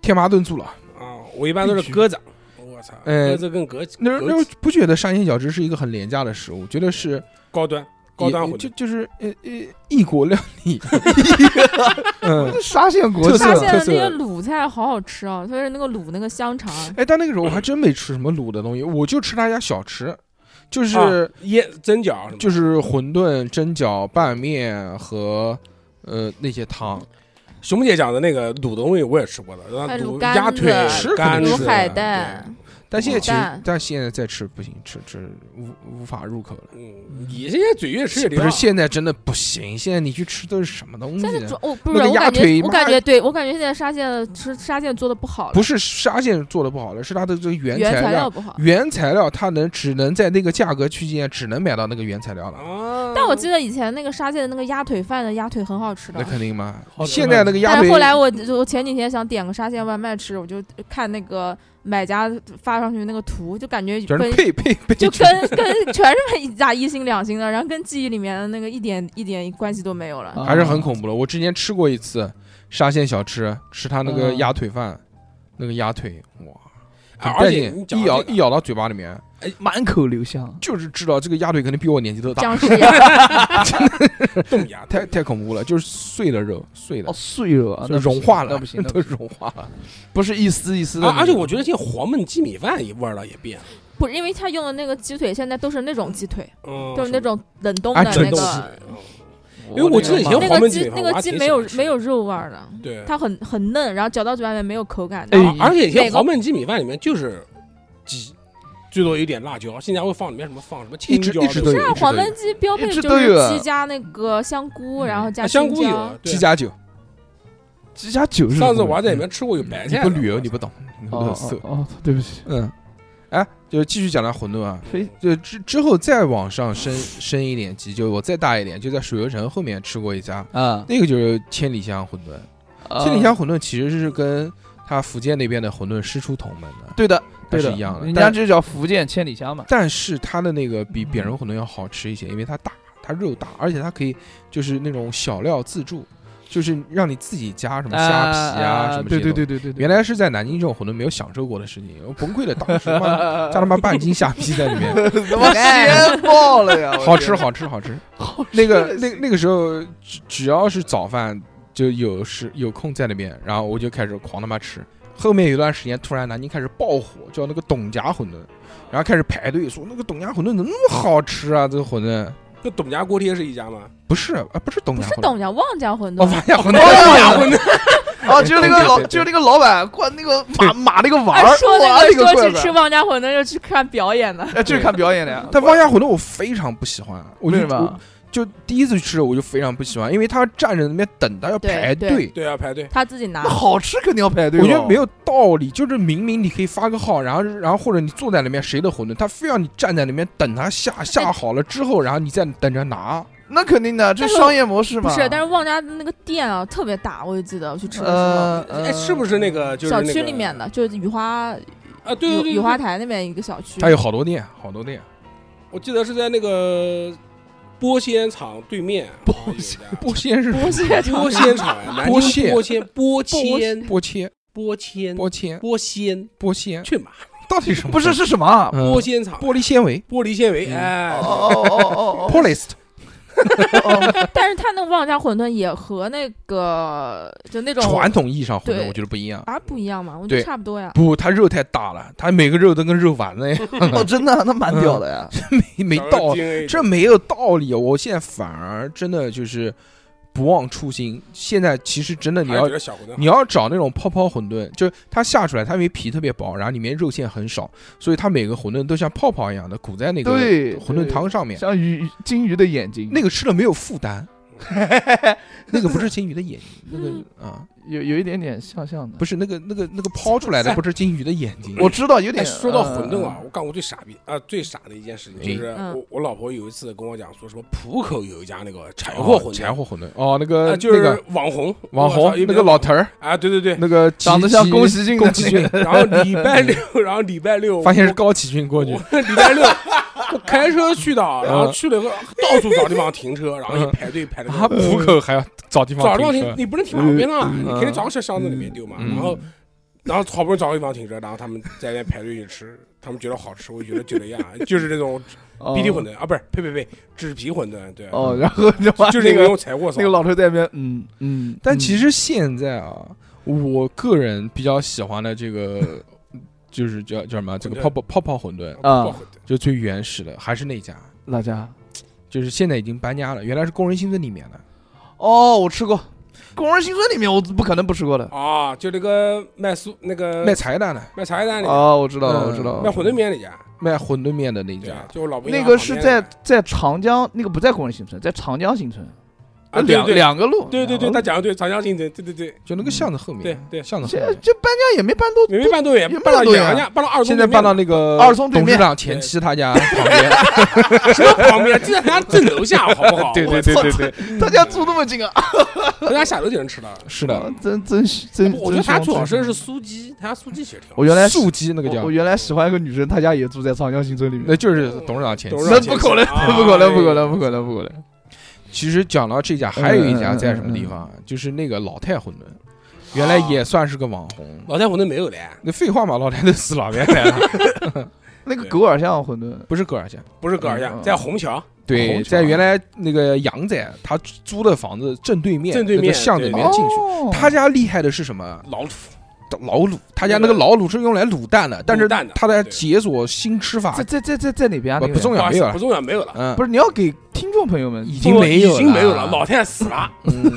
Speaker 1: 天麻炖猪了。
Speaker 3: 啊？我一般都是鸽子。我操，
Speaker 1: 哎
Speaker 3: 鸽子跟鸽子
Speaker 1: 那时候那
Speaker 3: 鸽
Speaker 1: 时
Speaker 3: 子
Speaker 1: 候不觉得沙县小吃是一个很廉价的食物，觉得是
Speaker 3: 高端 高端啊
Speaker 1: 也
Speaker 3: 馄
Speaker 1: 就
Speaker 3: 饨，
Speaker 1: 就是呃呃异国料 理，嗯。
Speaker 2: 沙县国
Speaker 1: 特
Speaker 2: 际
Speaker 1: 色
Speaker 4: 发
Speaker 2: 啊
Speaker 4: 现
Speaker 1: 特
Speaker 4: 的
Speaker 1: 色
Speaker 4: 那个卤菜好好吃哦，就是那个卤那个香肠，
Speaker 1: 哎，但那个时候我还真没吃什么卤的东西，我就吃他家小吃，就是、
Speaker 3: 啊椰蒸饺什么的，
Speaker 1: 就是馄饨、蒸饺、拌面和呃那些汤，
Speaker 3: 熊姐讲的那个卤的东西我也吃过的，
Speaker 4: 还有
Speaker 3: 卤
Speaker 4: 卤干
Speaker 3: 鸭腿
Speaker 4: 子、
Speaker 1: 是
Speaker 3: 干
Speaker 1: 肯定
Speaker 4: 卤
Speaker 1: 是啊
Speaker 3: 子、
Speaker 4: 海带，
Speaker 1: 但现在其
Speaker 4: 卤蛋
Speaker 1: 实但现在再吃不行，吃吃无无法入口了。
Speaker 3: 对。嗯，你现在嘴越吃越
Speaker 1: 不
Speaker 3: 流
Speaker 1: 是
Speaker 3: 啊
Speaker 1: 现在真的不行，现在你去吃都是什么东西
Speaker 4: 现？在主哦不
Speaker 1: 那
Speaker 4: 是，
Speaker 1: 个
Speaker 4: 我
Speaker 1: 鸭
Speaker 4: 感
Speaker 1: 腿
Speaker 4: 觉我
Speaker 1: 妈
Speaker 4: 感觉对我感觉现在沙县的吃沙县做的不好了，
Speaker 1: 不是沙县做的不好了，是它的这个原
Speaker 4: 原
Speaker 1: 材
Speaker 4: 料
Speaker 1: 料，
Speaker 4: 不好。
Speaker 1: 原材料它能只能在那个价格区间只能买到那个原材料了，
Speaker 3: 啊！
Speaker 4: 但我记得以前那个沙县的那个鸭腿饭的鸭腿很好吃
Speaker 1: 那
Speaker 4: 的，
Speaker 1: 肯定嘛
Speaker 3: 好。吃
Speaker 1: 现
Speaker 3: 吗
Speaker 1: 在那个鸭
Speaker 4: 但
Speaker 1: 腿
Speaker 4: 是后来我我前几天想点个沙县外卖吃，我就看那个买家发上去那个图，就感觉
Speaker 1: 全
Speaker 4: 跟
Speaker 1: 是配配配，
Speaker 4: 就跟跟全是打一星两星的，然后跟记忆里面的那个一点一点关系都没有了。
Speaker 1: 还是很恐怖的。我之前吃过一次沙县小吃，吃它那个
Speaker 2: 嗯
Speaker 1: 鸭腿饭，那个鸭腿哇，
Speaker 3: 啊
Speaker 1: 带
Speaker 3: 而且
Speaker 1: 劲
Speaker 3: 你讲
Speaker 1: 一
Speaker 3: 到
Speaker 1: 咬
Speaker 3: 这个
Speaker 1: 一咬到嘴巴里面，
Speaker 2: 满口留香。
Speaker 1: 就是知道这个鸭腿肯定比我年纪都大，
Speaker 4: 僵尸鸭，
Speaker 3: 冻牙
Speaker 1: 太太恐怖了，就是碎的肉，碎
Speaker 2: 哦，
Speaker 1: 的，
Speaker 2: 碎肉啊，
Speaker 1: 就
Speaker 2: 那
Speaker 1: 融化了，
Speaker 2: 那 不行，那不
Speaker 1: 都
Speaker 2: 行
Speaker 1: 融化了。
Speaker 2: 不是一丝一丝的那
Speaker 3: 啊！
Speaker 2: 种。
Speaker 3: 而且我觉得现在黄焖鸡米饭也味儿了也变了，
Speaker 4: 不是因为他用的那个鸡腿，现在都是那种鸡腿，
Speaker 3: 嗯，
Speaker 4: 都是那种冷冻
Speaker 1: 啊
Speaker 4: 的
Speaker 1: 冷
Speaker 4: 那
Speaker 1: 冻
Speaker 4: 个，
Speaker 2: 我
Speaker 3: 因为我记得以前
Speaker 4: 那
Speaker 3: 黄焖
Speaker 4: 个
Speaker 3: 鸡腿
Speaker 4: 鸡那
Speaker 3: 我
Speaker 4: 个
Speaker 3: 还
Speaker 4: 鸡
Speaker 3: 挺
Speaker 4: 没
Speaker 3: 喜
Speaker 4: 有
Speaker 3: 欢吃
Speaker 4: 没有肉味儿的，
Speaker 3: 对。
Speaker 4: 它很很嫩，然后嚼到嘴巴里面没有口感的。
Speaker 2: 哎
Speaker 3: 啊而且以前
Speaker 4: 每个
Speaker 3: 黄焖鸡米饭里面就是鸡，最多有点辣椒。新加坡放里面什么放什么
Speaker 1: 一
Speaker 3: 青
Speaker 1: 直
Speaker 3: 椒，
Speaker 1: 一直都
Speaker 4: 是啊，
Speaker 1: 有，
Speaker 4: 黄焖鸡标配
Speaker 2: 一
Speaker 4: 就
Speaker 2: 直
Speaker 4: 是
Speaker 2: 都有啊
Speaker 4: 鸡加那个香菇，
Speaker 2: 嗯
Speaker 4: 然后
Speaker 3: 啊
Speaker 4: 加
Speaker 3: 香菇
Speaker 4: 青椒
Speaker 3: 有，对
Speaker 1: 鸡架酒。
Speaker 2: 鸡架酒是什么
Speaker 3: 上次我还在里面吃过有白
Speaker 1: 嗯你
Speaker 3: 菜的。
Speaker 1: 不旅游你不懂，你不
Speaker 2: 哦
Speaker 1: 懂
Speaker 2: 哦
Speaker 1: 色。
Speaker 2: 哦，对不起，
Speaker 1: 嗯，哎，就继续讲到馄饨啊，
Speaker 2: 非
Speaker 1: 就之之后再往上升升一点级，就我再大一点，就在水游城后面吃过一家，
Speaker 2: 啊，
Speaker 1: 那个就是千里香馄饨。
Speaker 3: 啊
Speaker 1: 千里香馄饨其实是跟它福建那边的馄饨师出同门的，
Speaker 2: 对的，
Speaker 1: 它
Speaker 2: 对
Speaker 1: 是
Speaker 2: 的
Speaker 1: 一样的
Speaker 2: 人
Speaker 1: 但
Speaker 2: 家就叫福建千里香嘛。
Speaker 1: 但是它的那个
Speaker 2: 嗯
Speaker 1: 比扁肉馄饨要好吃一些，因为它大，它肉大，而且它可以就是那种小料自助，就是让你自己加什么虾皮啊什么这
Speaker 2: 对
Speaker 1: 些东
Speaker 2: 对
Speaker 1: 西。
Speaker 2: 对对对对，
Speaker 1: 原来是在南京这种馄饨没有享受过的事情，我崩溃了，当时妈的 加他妈半斤虾皮在里面，
Speaker 2: 他妈鲜爆了呀！
Speaker 1: 好吃好吃好吃。
Speaker 2: 好，
Speaker 1: 那个那那个时候只只要是早饭就有时有空在那边，然后我就开始狂他妈吃。后面有段时间突然南京开始爆火，叫那个董家馄饨，然后开始排队说那个董家馄饨怎么那么好吃啊？这个馄饨
Speaker 3: 跟董家锅贴是一家吗？
Speaker 1: 不是啊，不是董
Speaker 4: 不
Speaker 1: 家
Speaker 4: 是
Speaker 1: 馄饨，
Speaker 4: 董家旺家馄饨
Speaker 1: 哦，，王家 馄
Speaker 2: 哦
Speaker 1: 饨，
Speaker 3: 馄饨，
Speaker 2: 哦，就是那个老，
Speaker 1: 对对对
Speaker 2: 就是那个老板灌那个马马 那个碗
Speaker 4: 哎
Speaker 2: 儿，
Speaker 4: 说那
Speaker 2: 哇
Speaker 4: 个
Speaker 2: 那个
Speaker 4: 说
Speaker 2: 棍
Speaker 4: 去吃
Speaker 2: 子，
Speaker 4: 旺家馄饨就去看表演的，
Speaker 2: 哎，就是看表演的呀。
Speaker 1: 但王家馄饨我非常不喜欢，我
Speaker 2: 为
Speaker 1: 就
Speaker 2: 什么？
Speaker 1: 就第一次吃我就非常不喜欢，因为他站着那边等，他要
Speaker 4: 对
Speaker 1: 排
Speaker 4: 对
Speaker 1: 队，
Speaker 3: 对啊，排队。
Speaker 4: 他自己拿
Speaker 2: 那。好吃肯定要排队哦
Speaker 1: 我
Speaker 2: 咯。
Speaker 1: 觉得没有道理，就是明明你可以发个号，然后然后或者你坐在那边谁的馄饨，他非要你站在那边等他下下好了之后，然后你再等着拿。
Speaker 2: 那肯定的，这
Speaker 4: 但是
Speaker 2: 商业模式
Speaker 4: 不
Speaker 2: 嘛。
Speaker 4: 是，但是旺家的那个店啊特别大，我就记得我去吃的时候，
Speaker 2: 呃，
Speaker 3: 哎，是不
Speaker 2: 是
Speaker 3: 是那个就是
Speaker 4: 小
Speaker 3: 那
Speaker 4: 区
Speaker 3: 个
Speaker 4: 里面的就是雨花
Speaker 3: 啊？对对
Speaker 4: 雨
Speaker 3: 对，
Speaker 4: 雨花
Speaker 3: 对，
Speaker 4: 台那边一个小区，
Speaker 1: 他有好多店，好多店。
Speaker 3: 我记得是在那个波鲜厂对面。
Speaker 2: 波
Speaker 3: 好像有一
Speaker 2: 鲜
Speaker 3: 家
Speaker 1: 波鲜是
Speaker 4: 波蟹
Speaker 3: 波 鲜厂，南京
Speaker 1: 波蟹
Speaker 3: 波鲜波鲜
Speaker 1: 波切
Speaker 3: 波鲜
Speaker 1: 波切
Speaker 3: 波鲜，
Speaker 1: 波鲜，
Speaker 3: 去嘛？
Speaker 1: 到底什么？
Speaker 2: 不是是什么啊？
Speaker 1: 嗯
Speaker 3: 波鲜厂，
Speaker 1: 玻璃纤维
Speaker 3: 玻璃纤维，
Speaker 1: 嗯
Speaker 3: 哎
Speaker 2: 哦，哦哦哦哦
Speaker 1: （polyest）。
Speaker 2: 哦，
Speaker 4: 但是他那个旺家馄饨也和那个就那种
Speaker 1: 传统意义上馄饨
Speaker 4: 对
Speaker 1: 我觉得不一样。
Speaker 4: 啊不一样嘛，我觉
Speaker 1: 对
Speaker 4: 得差不多呀。
Speaker 1: 不，它肉太大了，它每个肉都跟肉丸子一样，
Speaker 2: 哦，真的啊，那蛮屌的呀。
Speaker 1: 没没道理，
Speaker 3: 理
Speaker 1: 这没有道理。哦我现在反而真的就是不忘初心。现在其实真的你要
Speaker 3: 觉得小 馄饨
Speaker 1: 你要找那种泡泡馄饨，就是它下出来，它因为皮特别薄，然后里面肉馅很少，所以它每个馄饨都像泡泡一样的鼓在那个
Speaker 2: 对
Speaker 1: 馄饨汤上面。
Speaker 2: 像鱼金鱼的眼睛，
Speaker 1: 那个吃了没有负担，那个不是金鱼的眼睛，那
Speaker 4: 嗯
Speaker 1: 个啊
Speaker 2: 有有一点点像像的
Speaker 1: 不。是那个那个那个抛出来的不是金鱼的眼睛，
Speaker 2: 我知道有
Speaker 3: 哎，
Speaker 2: 点。
Speaker 3: 说
Speaker 1: 呃
Speaker 3: 到馄饨啊，
Speaker 2: 嗯，
Speaker 3: 我干过最傻逼啊，最傻的一件事情
Speaker 1: 哎
Speaker 3: 就是
Speaker 4: 嗯
Speaker 3: 我我老婆有一次跟我讲说什么浦口有一家那个柴
Speaker 1: 柴
Speaker 3: 火馄饨，
Speaker 1: 柴火馄饨哦，那
Speaker 3: 啊
Speaker 1: 个
Speaker 3: 就
Speaker 1: 那
Speaker 3: 是
Speaker 1: 个
Speaker 3: 网红
Speaker 1: 网
Speaker 3: 我
Speaker 1: 红
Speaker 3: 操有
Speaker 1: 那
Speaker 3: 名
Speaker 1: 个老头儿，
Speaker 3: 啊，对对对。
Speaker 1: 那个
Speaker 2: 长得
Speaker 1: 齐
Speaker 2: 像
Speaker 1: 齐
Speaker 2: 宫崎骏的
Speaker 1: 宫崎
Speaker 2: 那
Speaker 1: 骏，
Speaker 3: 然后礼拜 六，然后礼拜六
Speaker 1: 发现是
Speaker 3: 我
Speaker 1: 高崎骏过去，
Speaker 3: 我 礼拜六我开车去的，
Speaker 1: 嗯
Speaker 3: 然后去了以后到处找地方停车，然后一排队排的。
Speaker 1: 啊，浦口还要找地
Speaker 3: 找
Speaker 1: 方
Speaker 3: 地方
Speaker 1: 停
Speaker 3: 停
Speaker 1: 车，，
Speaker 3: 你不能停马路边上啊，
Speaker 2: 嗯
Speaker 3: 你肯定找个小箱子里面丢嘛。
Speaker 1: 嗯
Speaker 3: 然后，然后好不容易找个地方停车，然后他们在那边排队去吃，他们觉得好吃，我觉得就那样，就是那种
Speaker 2: 哦
Speaker 3: 鼻涕馄饨啊，不是，呸呸呸，纸皮馄饨，对，
Speaker 2: 哦，然后就把
Speaker 3: 就是
Speaker 2: 那
Speaker 3: 那个
Speaker 2: 个
Speaker 3: 用柴火烧
Speaker 2: 那个。老头在那边，嗯嗯。
Speaker 1: 但其实
Speaker 2: 实
Speaker 1: 现在啊，我个人比较喜欢的这 个就是叫叫什么？这个
Speaker 3: 馄
Speaker 1: 泡
Speaker 3: 饨
Speaker 1: 泡泡泡馄饨，
Speaker 2: 啊
Speaker 3: 爆馄饨
Speaker 1: 就最原始的还是那家，
Speaker 2: 哪家？
Speaker 1: 就是现在已经搬家了，原来是工人新村里面的。
Speaker 2: 哦，我吃过，《工人新村》里面我不可能不吃过的。
Speaker 3: 啊，就那个卖酥那个
Speaker 1: 卖茶叶蛋的，
Speaker 3: 卖茶叶蛋那家，
Speaker 2: 哦，我知道了，
Speaker 1: 嗯
Speaker 2: 我知道
Speaker 3: 卖
Speaker 2: 了。
Speaker 3: 馄饨面那家，
Speaker 1: 卖馄饨面的那
Speaker 3: 对啊
Speaker 1: 家，，
Speaker 3: 就我老婆
Speaker 2: 嗯那个是在
Speaker 3: 啊
Speaker 2: 在长江，那个不在工人新村，在长江新村，
Speaker 3: 对
Speaker 2: 两
Speaker 3: 对
Speaker 2: 两个路。
Speaker 3: 啊
Speaker 2: 哦
Speaker 3: 对对对，他
Speaker 2: 大
Speaker 3: 讲的对，长江新城，对对对，
Speaker 1: 就那个巷子后面。
Speaker 3: 嗯
Speaker 1: 啊
Speaker 3: 对对
Speaker 1: 巷子后
Speaker 2: 这
Speaker 1: 面。
Speaker 2: 这搬家也没搬多，
Speaker 3: 没没办多远
Speaker 2: 也，没
Speaker 3: 办到
Speaker 2: 办多远
Speaker 3: 两家，办到二中
Speaker 1: 现
Speaker 3: 对面，
Speaker 1: 在搬到那个
Speaker 2: 二中对
Speaker 1: 董
Speaker 2: 面
Speaker 1: 事长前妻他家旁边，
Speaker 3: 旁边，就在他正 楼下，好不好？
Speaker 1: 对对对对对，
Speaker 2: 他家住那么近啊！
Speaker 3: 我操，他家下楼就能吃到。
Speaker 1: 是
Speaker 2: 啊
Speaker 1: 的，
Speaker 2: 真 真是哦真，
Speaker 3: 我觉
Speaker 2: 真
Speaker 3: 得他最
Speaker 2: 凶
Speaker 3: 好吃的
Speaker 2: 真
Speaker 3: 是
Speaker 2: 凶
Speaker 3: 酥鸡，他家酥鸡其实挺好
Speaker 2: 我。原来
Speaker 1: 素鸡那个
Speaker 2: 我
Speaker 1: 叫
Speaker 2: 我，原来喜欢一个女生，她家也住在长江新村里面
Speaker 1: 那。就是董事长前
Speaker 3: 董
Speaker 1: 妻
Speaker 3: 事。
Speaker 2: 那
Speaker 3: 长前
Speaker 2: 不可能，
Speaker 3: 妻
Speaker 2: 不可能，
Speaker 3: 哎
Speaker 2: 不可能，不可能，不可能！
Speaker 1: 其实讲到这家，还有一
Speaker 2: 嗯
Speaker 1: 家在什么地方啊？就是那个老太馄饨，原
Speaker 3: 啊
Speaker 1: 来也算是个网红。
Speaker 3: 老太馄饨没有嘞，
Speaker 1: 那废话嘛，老太都死老原来了，
Speaker 2: 那个狗耳巷馄饨，
Speaker 1: 不是戈尔巷。
Speaker 3: 不是格尔巷，
Speaker 2: 嗯
Speaker 3: 在虹桥
Speaker 1: 对，
Speaker 2: 红桥啊
Speaker 1: 在原来那个杨仔他租的房子正对面，
Speaker 3: 正对面
Speaker 1: 那个巷子里面进去。
Speaker 2: 哦
Speaker 1: 他家厉害的是什么？
Speaker 3: 老土
Speaker 1: 老卤，他家那个老卤是用来卤蛋的，但是
Speaker 3: 卤蛋的
Speaker 1: 他在
Speaker 3: 对
Speaker 1: 解锁新吃法
Speaker 2: 在，在在在在哪边啊？
Speaker 1: 不
Speaker 2: 那个
Speaker 1: 不重要，没有
Speaker 3: 不
Speaker 1: 了，
Speaker 3: 重要，没有了，
Speaker 1: 嗯，
Speaker 2: 不是你要给听众朋友们
Speaker 1: 已经没有了，
Speaker 3: 已经没有了，老太死了，
Speaker 1: 嗯，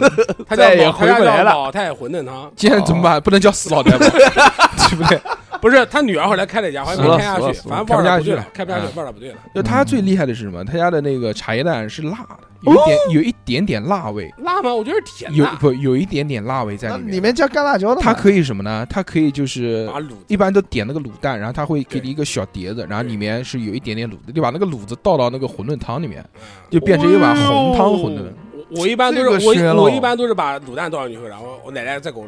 Speaker 3: 他家
Speaker 2: 再也
Speaker 3: 老
Speaker 2: 回不来
Speaker 3: 他家
Speaker 2: 了
Speaker 3: 叫老太馄饨汤，
Speaker 1: 现在怎么办？不能叫死老太吧，对不对？
Speaker 3: 不是他女儿后来开了一家，后来
Speaker 2: 死
Speaker 3: 没
Speaker 2: 了
Speaker 3: 开下去，
Speaker 2: 死了
Speaker 3: 反正味儿不对
Speaker 1: 死了
Speaker 3: 开不下去，味儿不对了。
Speaker 1: 就他最厉害的是什么？他家的那个茶叶蛋是辣的，有一点有一点点辣味，
Speaker 3: 哦辣吗？我觉得是甜
Speaker 1: 有
Speaker 3: 的，啊
Speaker 1: 不有一点点辣味在
Speaker 2: 那
Speaker 1: 里
Speaker 2: 里
Speaker 1: 面。
Speaker 2: 面加干辣椒的
Speaker 1: 它
Speaker 2: 嘛，
Speaker 1: 可以什么呢？它可以就是
Speaker 3: 把卤
Speaker 1: 一般都点那个卤蛋，然后他会给你
Speaker 3: 对
Speaker 1: 一个小碟子，然后
Speaker 3: 对
Speaker 1: 里面是有一点点卤的，就把那个卤子倒到那个馄饨汤里面，就变成一碗红汤馄饨。
Speaker 2: 哦
Speaker 3: 我我一般都
Speaker 2: 这个
Speaker 3: 是我一
Speaker 2: 学了
Speaker 3: 我一般都是把卤蛋倒进去，然后我奶奶再给我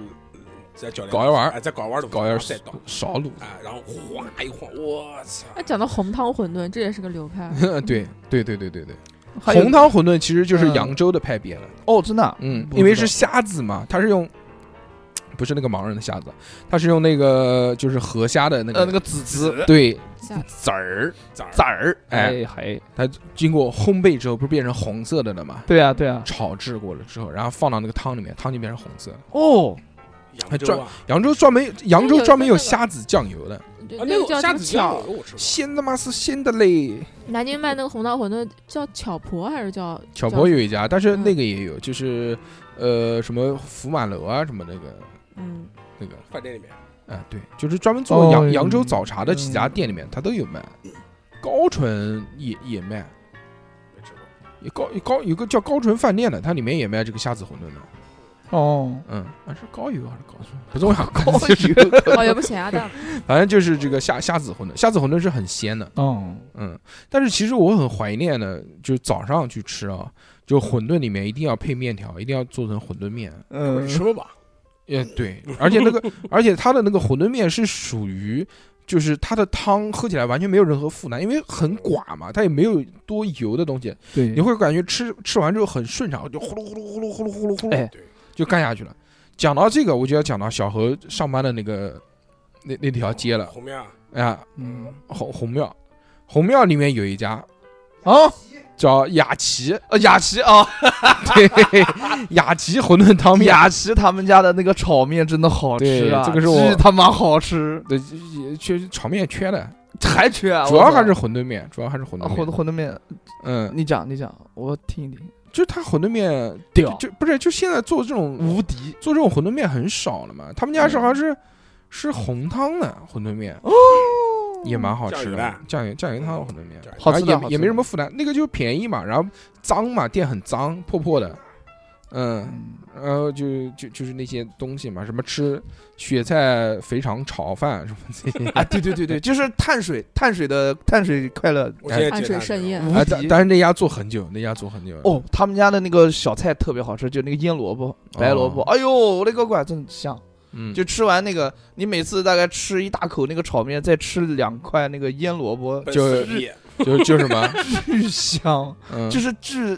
Speaker 3: 再搅
Speaker 1: 搞一碗儿
Speaker 3: 哎再搞一碗卤，
Speaker 1: 搞一点
Speaker 3: 再倒
Speaker 1: 少卤。
Speaker 3: 啊，然后哗一晃，我操！
Speaker 4: 那哎讲到红汤馄饨，这也是个流派。
Speaker 1: 对对对对对对，
Speaker 2: 还有
Speaker 1: 红汤馄饨其实就是
Speaker 2: 嗯
Speaker 1: 扬州的派别了。
Speaker 2: 哦，真的啊，
Speaker 1: 嗯，
Speaker 2: 不
Speaker 1: 因为
Speaker 2: 知
Speaker 1: 是
Speaker 2: 道
Speaker 1: 虾子嘛，它是用不是那个盲人的虾子，它是用那个就是河虾的那
Speaker 2: 呃，那
Speaker 1: 个
Speaker 2: 个籽籽
Speaker 1: 对
Speaker 4: 下
Speaker 1: 籽儿，
Speaker 3: 咋儿
Speaker 2: 籽儿，
Speaker 1: 哎
Speaker 2: 哎，还
Speaker 1: 经过烘焙之后不是变成红色的了嘛？
Speaker 2: 对啊，对啊，
Speaker 1: 炒制过了之后，然后放到那个汤里面，汤就变成红色的。
Speaker 2: 哦，
Speaker 3: 扬州啊，
Speaker 1: 扬州专门扬州专门有
Speaker 4: 有一个那
Speaker 1: 虾子酱油的，
Speaker 4: 对
Speaker 3: 啊
Speaker 4: 那
Speaker 3: 那个
Speaker 4: 个叫
Speaker 3: 虾
Speaker 4: 什么
Speaker 3: 子酱
Speaker 4: 巧，
Speaker 3: 我吃过，
Speaker 1: 鲜他妈是鲜的嘞。
Speaker 4: 南京卖那个红汤馄饨叫巧婆还是叫
Speaker 1: 巧婆？有一家，但是
Speaker 4: 嗯
Speaker 1: 那个也有，就是呃什么福满楼啊什么那个
Speaker 4: 嗯，
Speaker 1: 那个，
Speaker 3: 饭店里面
Speaker 1: 哎对，就是专门做扬
Speaker 2: 哦
Speaker 1: 扬州早茶的
Speaker 2: 嗯
Speaker 1: 几家店里面，它都有卖。高淳也也卖，
Speaker 3: 没吃过。
Speaker 1: 也高也高有个叫高淳饭店的，它里面也卖这个虾子馄饨的。
Speaker 2: 哦，
Speaker 1: 嗯，啊是高邮还是高淳？不重要， 高
Speaker 2: 哦，
Speaker 4: 哦，也不咸鸭蛋，
Speaker 1: 反正就是这个虾虾子馄饨，虾子馄饨是很鲜的。
Speaker 2: 哦，
Speaker 1: 嗯，但是其实我很怀念的，就是早上去吃啊，就馄饨里面一定要配面条，一定要做成馄饨面。
Speaker 3: 我
Speaker 2: 嗯
Speaker 3: 吃过吧？
Speaker 1: 也对，而且那个，而且它的那个馄饨面是属于，就是它的汤喝起来完全没有任何负担，因为很寡嘛，它也没有多油的东西，
Speaker 2: 对
Speaker 1: 你，会感觉吃吃完之后很顺畅，就呼噜呼噜呼噜呼噜呼噜呼噜
Speaker 2: 哎，
Speaker 3: 对，
Speaker 1: 就干下去了。讲到这个，我就要讲到小何上班的那个那那条街了，
Speaker 3: 红面啊，
Speaker 1: 哎呀，
Speaker 2: 嗯，
Speaker 1: 红红庙，红庙里面有一家
Speaker 2: 哦，
Speaker 1: 叫雅琪，
Speaker 2: 呃雅琪啊，
Speaker 1: 对，雅琪馄饨汤面，
Speaker 2: 雅琪他们家的那个炒面真的好吃啊，
Speaker 1: 对这个是我
Speaker 2: 巨他妈好吃，
Speaker 1: 对，也确实炒面缺的，
Speaker 2: 还缺啊，
Speaker 1: 主要
Speaker 2: 我操
Speaker 1: 还是馄饨面，主要还是馄
Speaker 2: 啊
Speaker 1: 饨
Speaker 2: 馄
Speaker 1: 面，
Speaker 2: 馄饨面，
Speaker 1: 嗯，
Speaker 2: 你讲你讲，我听一听，
Speaker 1: 就是它馄饨面
Speaker 2: 屌
Speaker 1: 就不是就现在做这种无
Speaker 2: 敌，
Speaker 1: 做这种馄饨面很少了嘛，他们
Speaker 2: 嗯
Speaker 1: 家是好像是是红汤的馄饨面，
Speaker 2: 哦
Speaker 1: 也蛮好吃
Speaker 3: 酱油的
Speaker 1: 酱油酱油汤的馄饨面，
Speaker 2: 好吃的
Speaker 1: 然
Speaker 2: 好
Speaker 1: 后也
Speaker 2: 吃的
Speaker 1: 也没什么负担，那个就便宜嘛，然后脏嘛，店很脏，破破的，嗯。
Speaker 2: 嗯
Speaker 1: 然后就就就是那些东西嘛，什么吃雪菜肥肠炒饭什么这 些
Speaker 2: 啊，对对对对，就是碳水碳水的碳水快乐
Speaker 3: 我现在
Speaker 4: 暗
Speaker 3: 解
Speaker 4: 水
Speaker 3: 馋
Speaker 4: 盛
Speaker 3: 了
Speaker 4: 宴。
Speaker 2: 无
Speaker 1: 啊，但
Speaker 2: 敌。
Speaker 1: 但是那家做很久，那家做很久了，
Speaker 2: 哎哦，他们家的那个小菜特别好吃，就那个腌萝卜、白萝卜，
Speaker 1: 哦
Speaker 2: 哎呦，我勒个乖，真香！
Speaker 1: 嗯，
Speaker 2: 就吃完那个，你每次大概吃一大口那个炒面，再吃两块那个腌萝 卜，
Speaker 3: 奔
Speaker 1: 就是
Speaker 3: 四亿
Speaker 1: 就就什么，
Speaker 2: 巨香，
Speaker 1: 嗯，
Speaker 2: 就是治，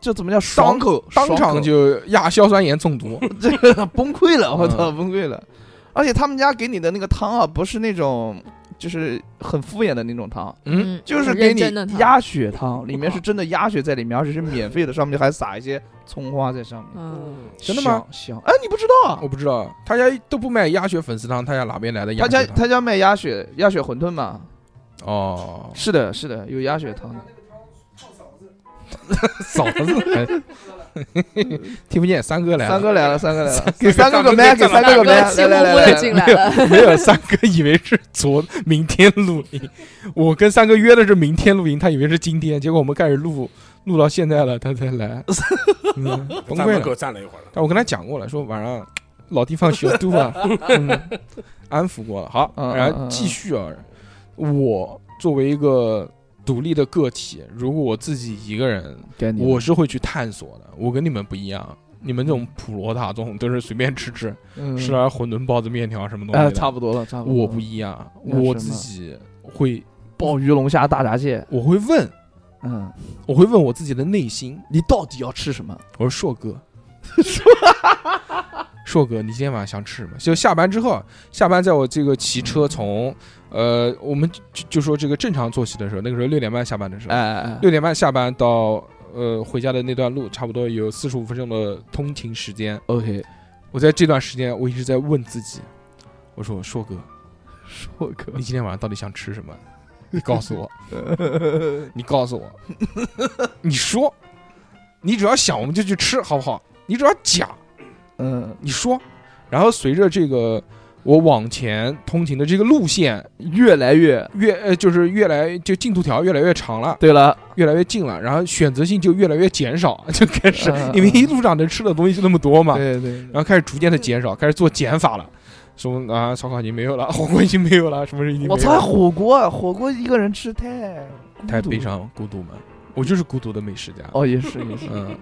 Speaker 2: 这怎么叫爽口？
Speaker 1: 当
Speaker 2: 爽 口嗯
Speaker 1: 场就亚硝酸盐中毒，
Speaker 2: 这个崩溃了，我操，崩溃了！而且他们家给你的那个汤啊，不是那种就是很敷衍的那种汤，
Speaker 1: 嗯，
Speaker 2: 就是给
Speaker 4: 认
Speaker 2: 你
Speaker 4: 真的汤，
Speaker 2: 鸭血汤，里面是真的鸭血在里面，而且是免费的，上面还撒一些葱花在上面。
Speaker 4: 嗯，
Speaker 1: 真的吗
Speaker 2: 香？香，哎，你不知道啊
Speaker 1: 我？不知道，他家都不卖鸭血粉丝汤，他家哪边来的鸭
Speaker 2: 他
Speaker 1: 血
Speaker 2: 家
Speaker 1: 汤？
Speaker 2: 他家卖鸭血鸭血馄饨嘛？
Speaker 1: 哦，
Speaker 2: 是的，是的，有鸭血汤的。
Speaker 1: 嫂子，哎 听不见，三哥来了，
Speaker 2: 三哥来了，三哥来了，给三
Speaker 3: 三哥
Speaker 2: 哥个麦，给三哥个麦，
Speaker 4: 气
Speaker 2: 来
Speaker 4: 呼
Speaker 2: 来来
Speaker 4: 呼
Speaker 2: 来
Speaker 4: 的
Speaker 2: 来
Speaker 4: 进来 了，
Speaker 1: 没有，三哥以为是昨明天录音，我跟三哥约的是明天录音，他以为是今天，结果我们开始录，录到现在了，他才来，嗯 崩
Speaker 3: 站
Speaker 1: 溃
Speaker 3: 门口
Speaker 1: 了。
Speaker 3: 站了一会儿了，
Speaker 1: 但我跟他讲过了，说晚上老地方小杜 啊，嗯安抚过了。好，
Speaker 2: 嗯
Speaker 1: 然
Speaker 2: 嗯
Speaker 1: 后
Speaker 2: 嗯
Speaker 1: 继续啊，我作为一个独立的个体，如果我自己一个人
Speaker 2: 给你
Speaker 1: 我是会去探索的，我跟你们不一样。你们这
Speaker 2: 嗯
Speaker 1: 种普罗大众都是随便吃吃，吃点馄饨、包子、面条什么东西
Speaker 2: 哎，
Speaker 1: 的。
Speaker 2: 差不多了，差不多了。
Speaker 1: 我不一样，
Speaker 2: 那什么
Speaker 1: 我自己会，
Speaker 2: 鲍鱼、龙虾、大闸蟹，
Speaker 1: 我会问，
Speaker 2: 嗯，
Speaker 1: 我会问我自己的内心。
Speaker 2: 你到底要吃什么？
Speaker 1: 我说硕哥，硕哥，你今天晚上想吃什么？就下班之后，下班在我这个骑车从，呃，我们就就说这个正常作息的时候，那个时候六点半下班的时候，
Speaker 2: 哎哎
Speaker 1: 六点半下班到呃回家的那段路，差不多有四十五分钟的通勤时间。
Speaker 2: ，OK，
Speaker 1: 我在这段时间，我一直在问自己，我说硕哥，
Speaker 2: 硕 哥
Speaker 1: 你今天晚上到底想吃什么？你告诉 我，你告诉我，你说，你只要想我们就去吃，好不好？你只要讲，
Speaker 2: 嗯，
Speaker 1: 你说。然后随着这个我往前通勤的这个路线
Speaker 2: 越来越。
Speaker 1: 越呃就是越来就进度条越来越长了，
Speaker 2: 对了，
Speaker 1: 越来越近了，然后选择性就越来越减少， 就开始
Speaker 2: 嗯
Speaker 1: 因为一路上能吃的东西就那么多嘛，
Speaker 2: 对对，
Speaker 1: 然后开始逐渐的减少，开始做减法了。什么啊，烧烤已经没有了，火锅已经没有了，什么已经没有
Speaker 2: 我
Speaker 1: 了
Speaker 2: 操，火锅啊，火锅一个人吃太孤
Speaker 1: 太
Speaker 2: 独
Speaker 1: 悲
Speaker 2: 了。
Speaker 1: 伤了，孤独嘛。我就是孤独的美食家。
Speaker 2: 哦，也是也是，
Speaker 1: 嗯，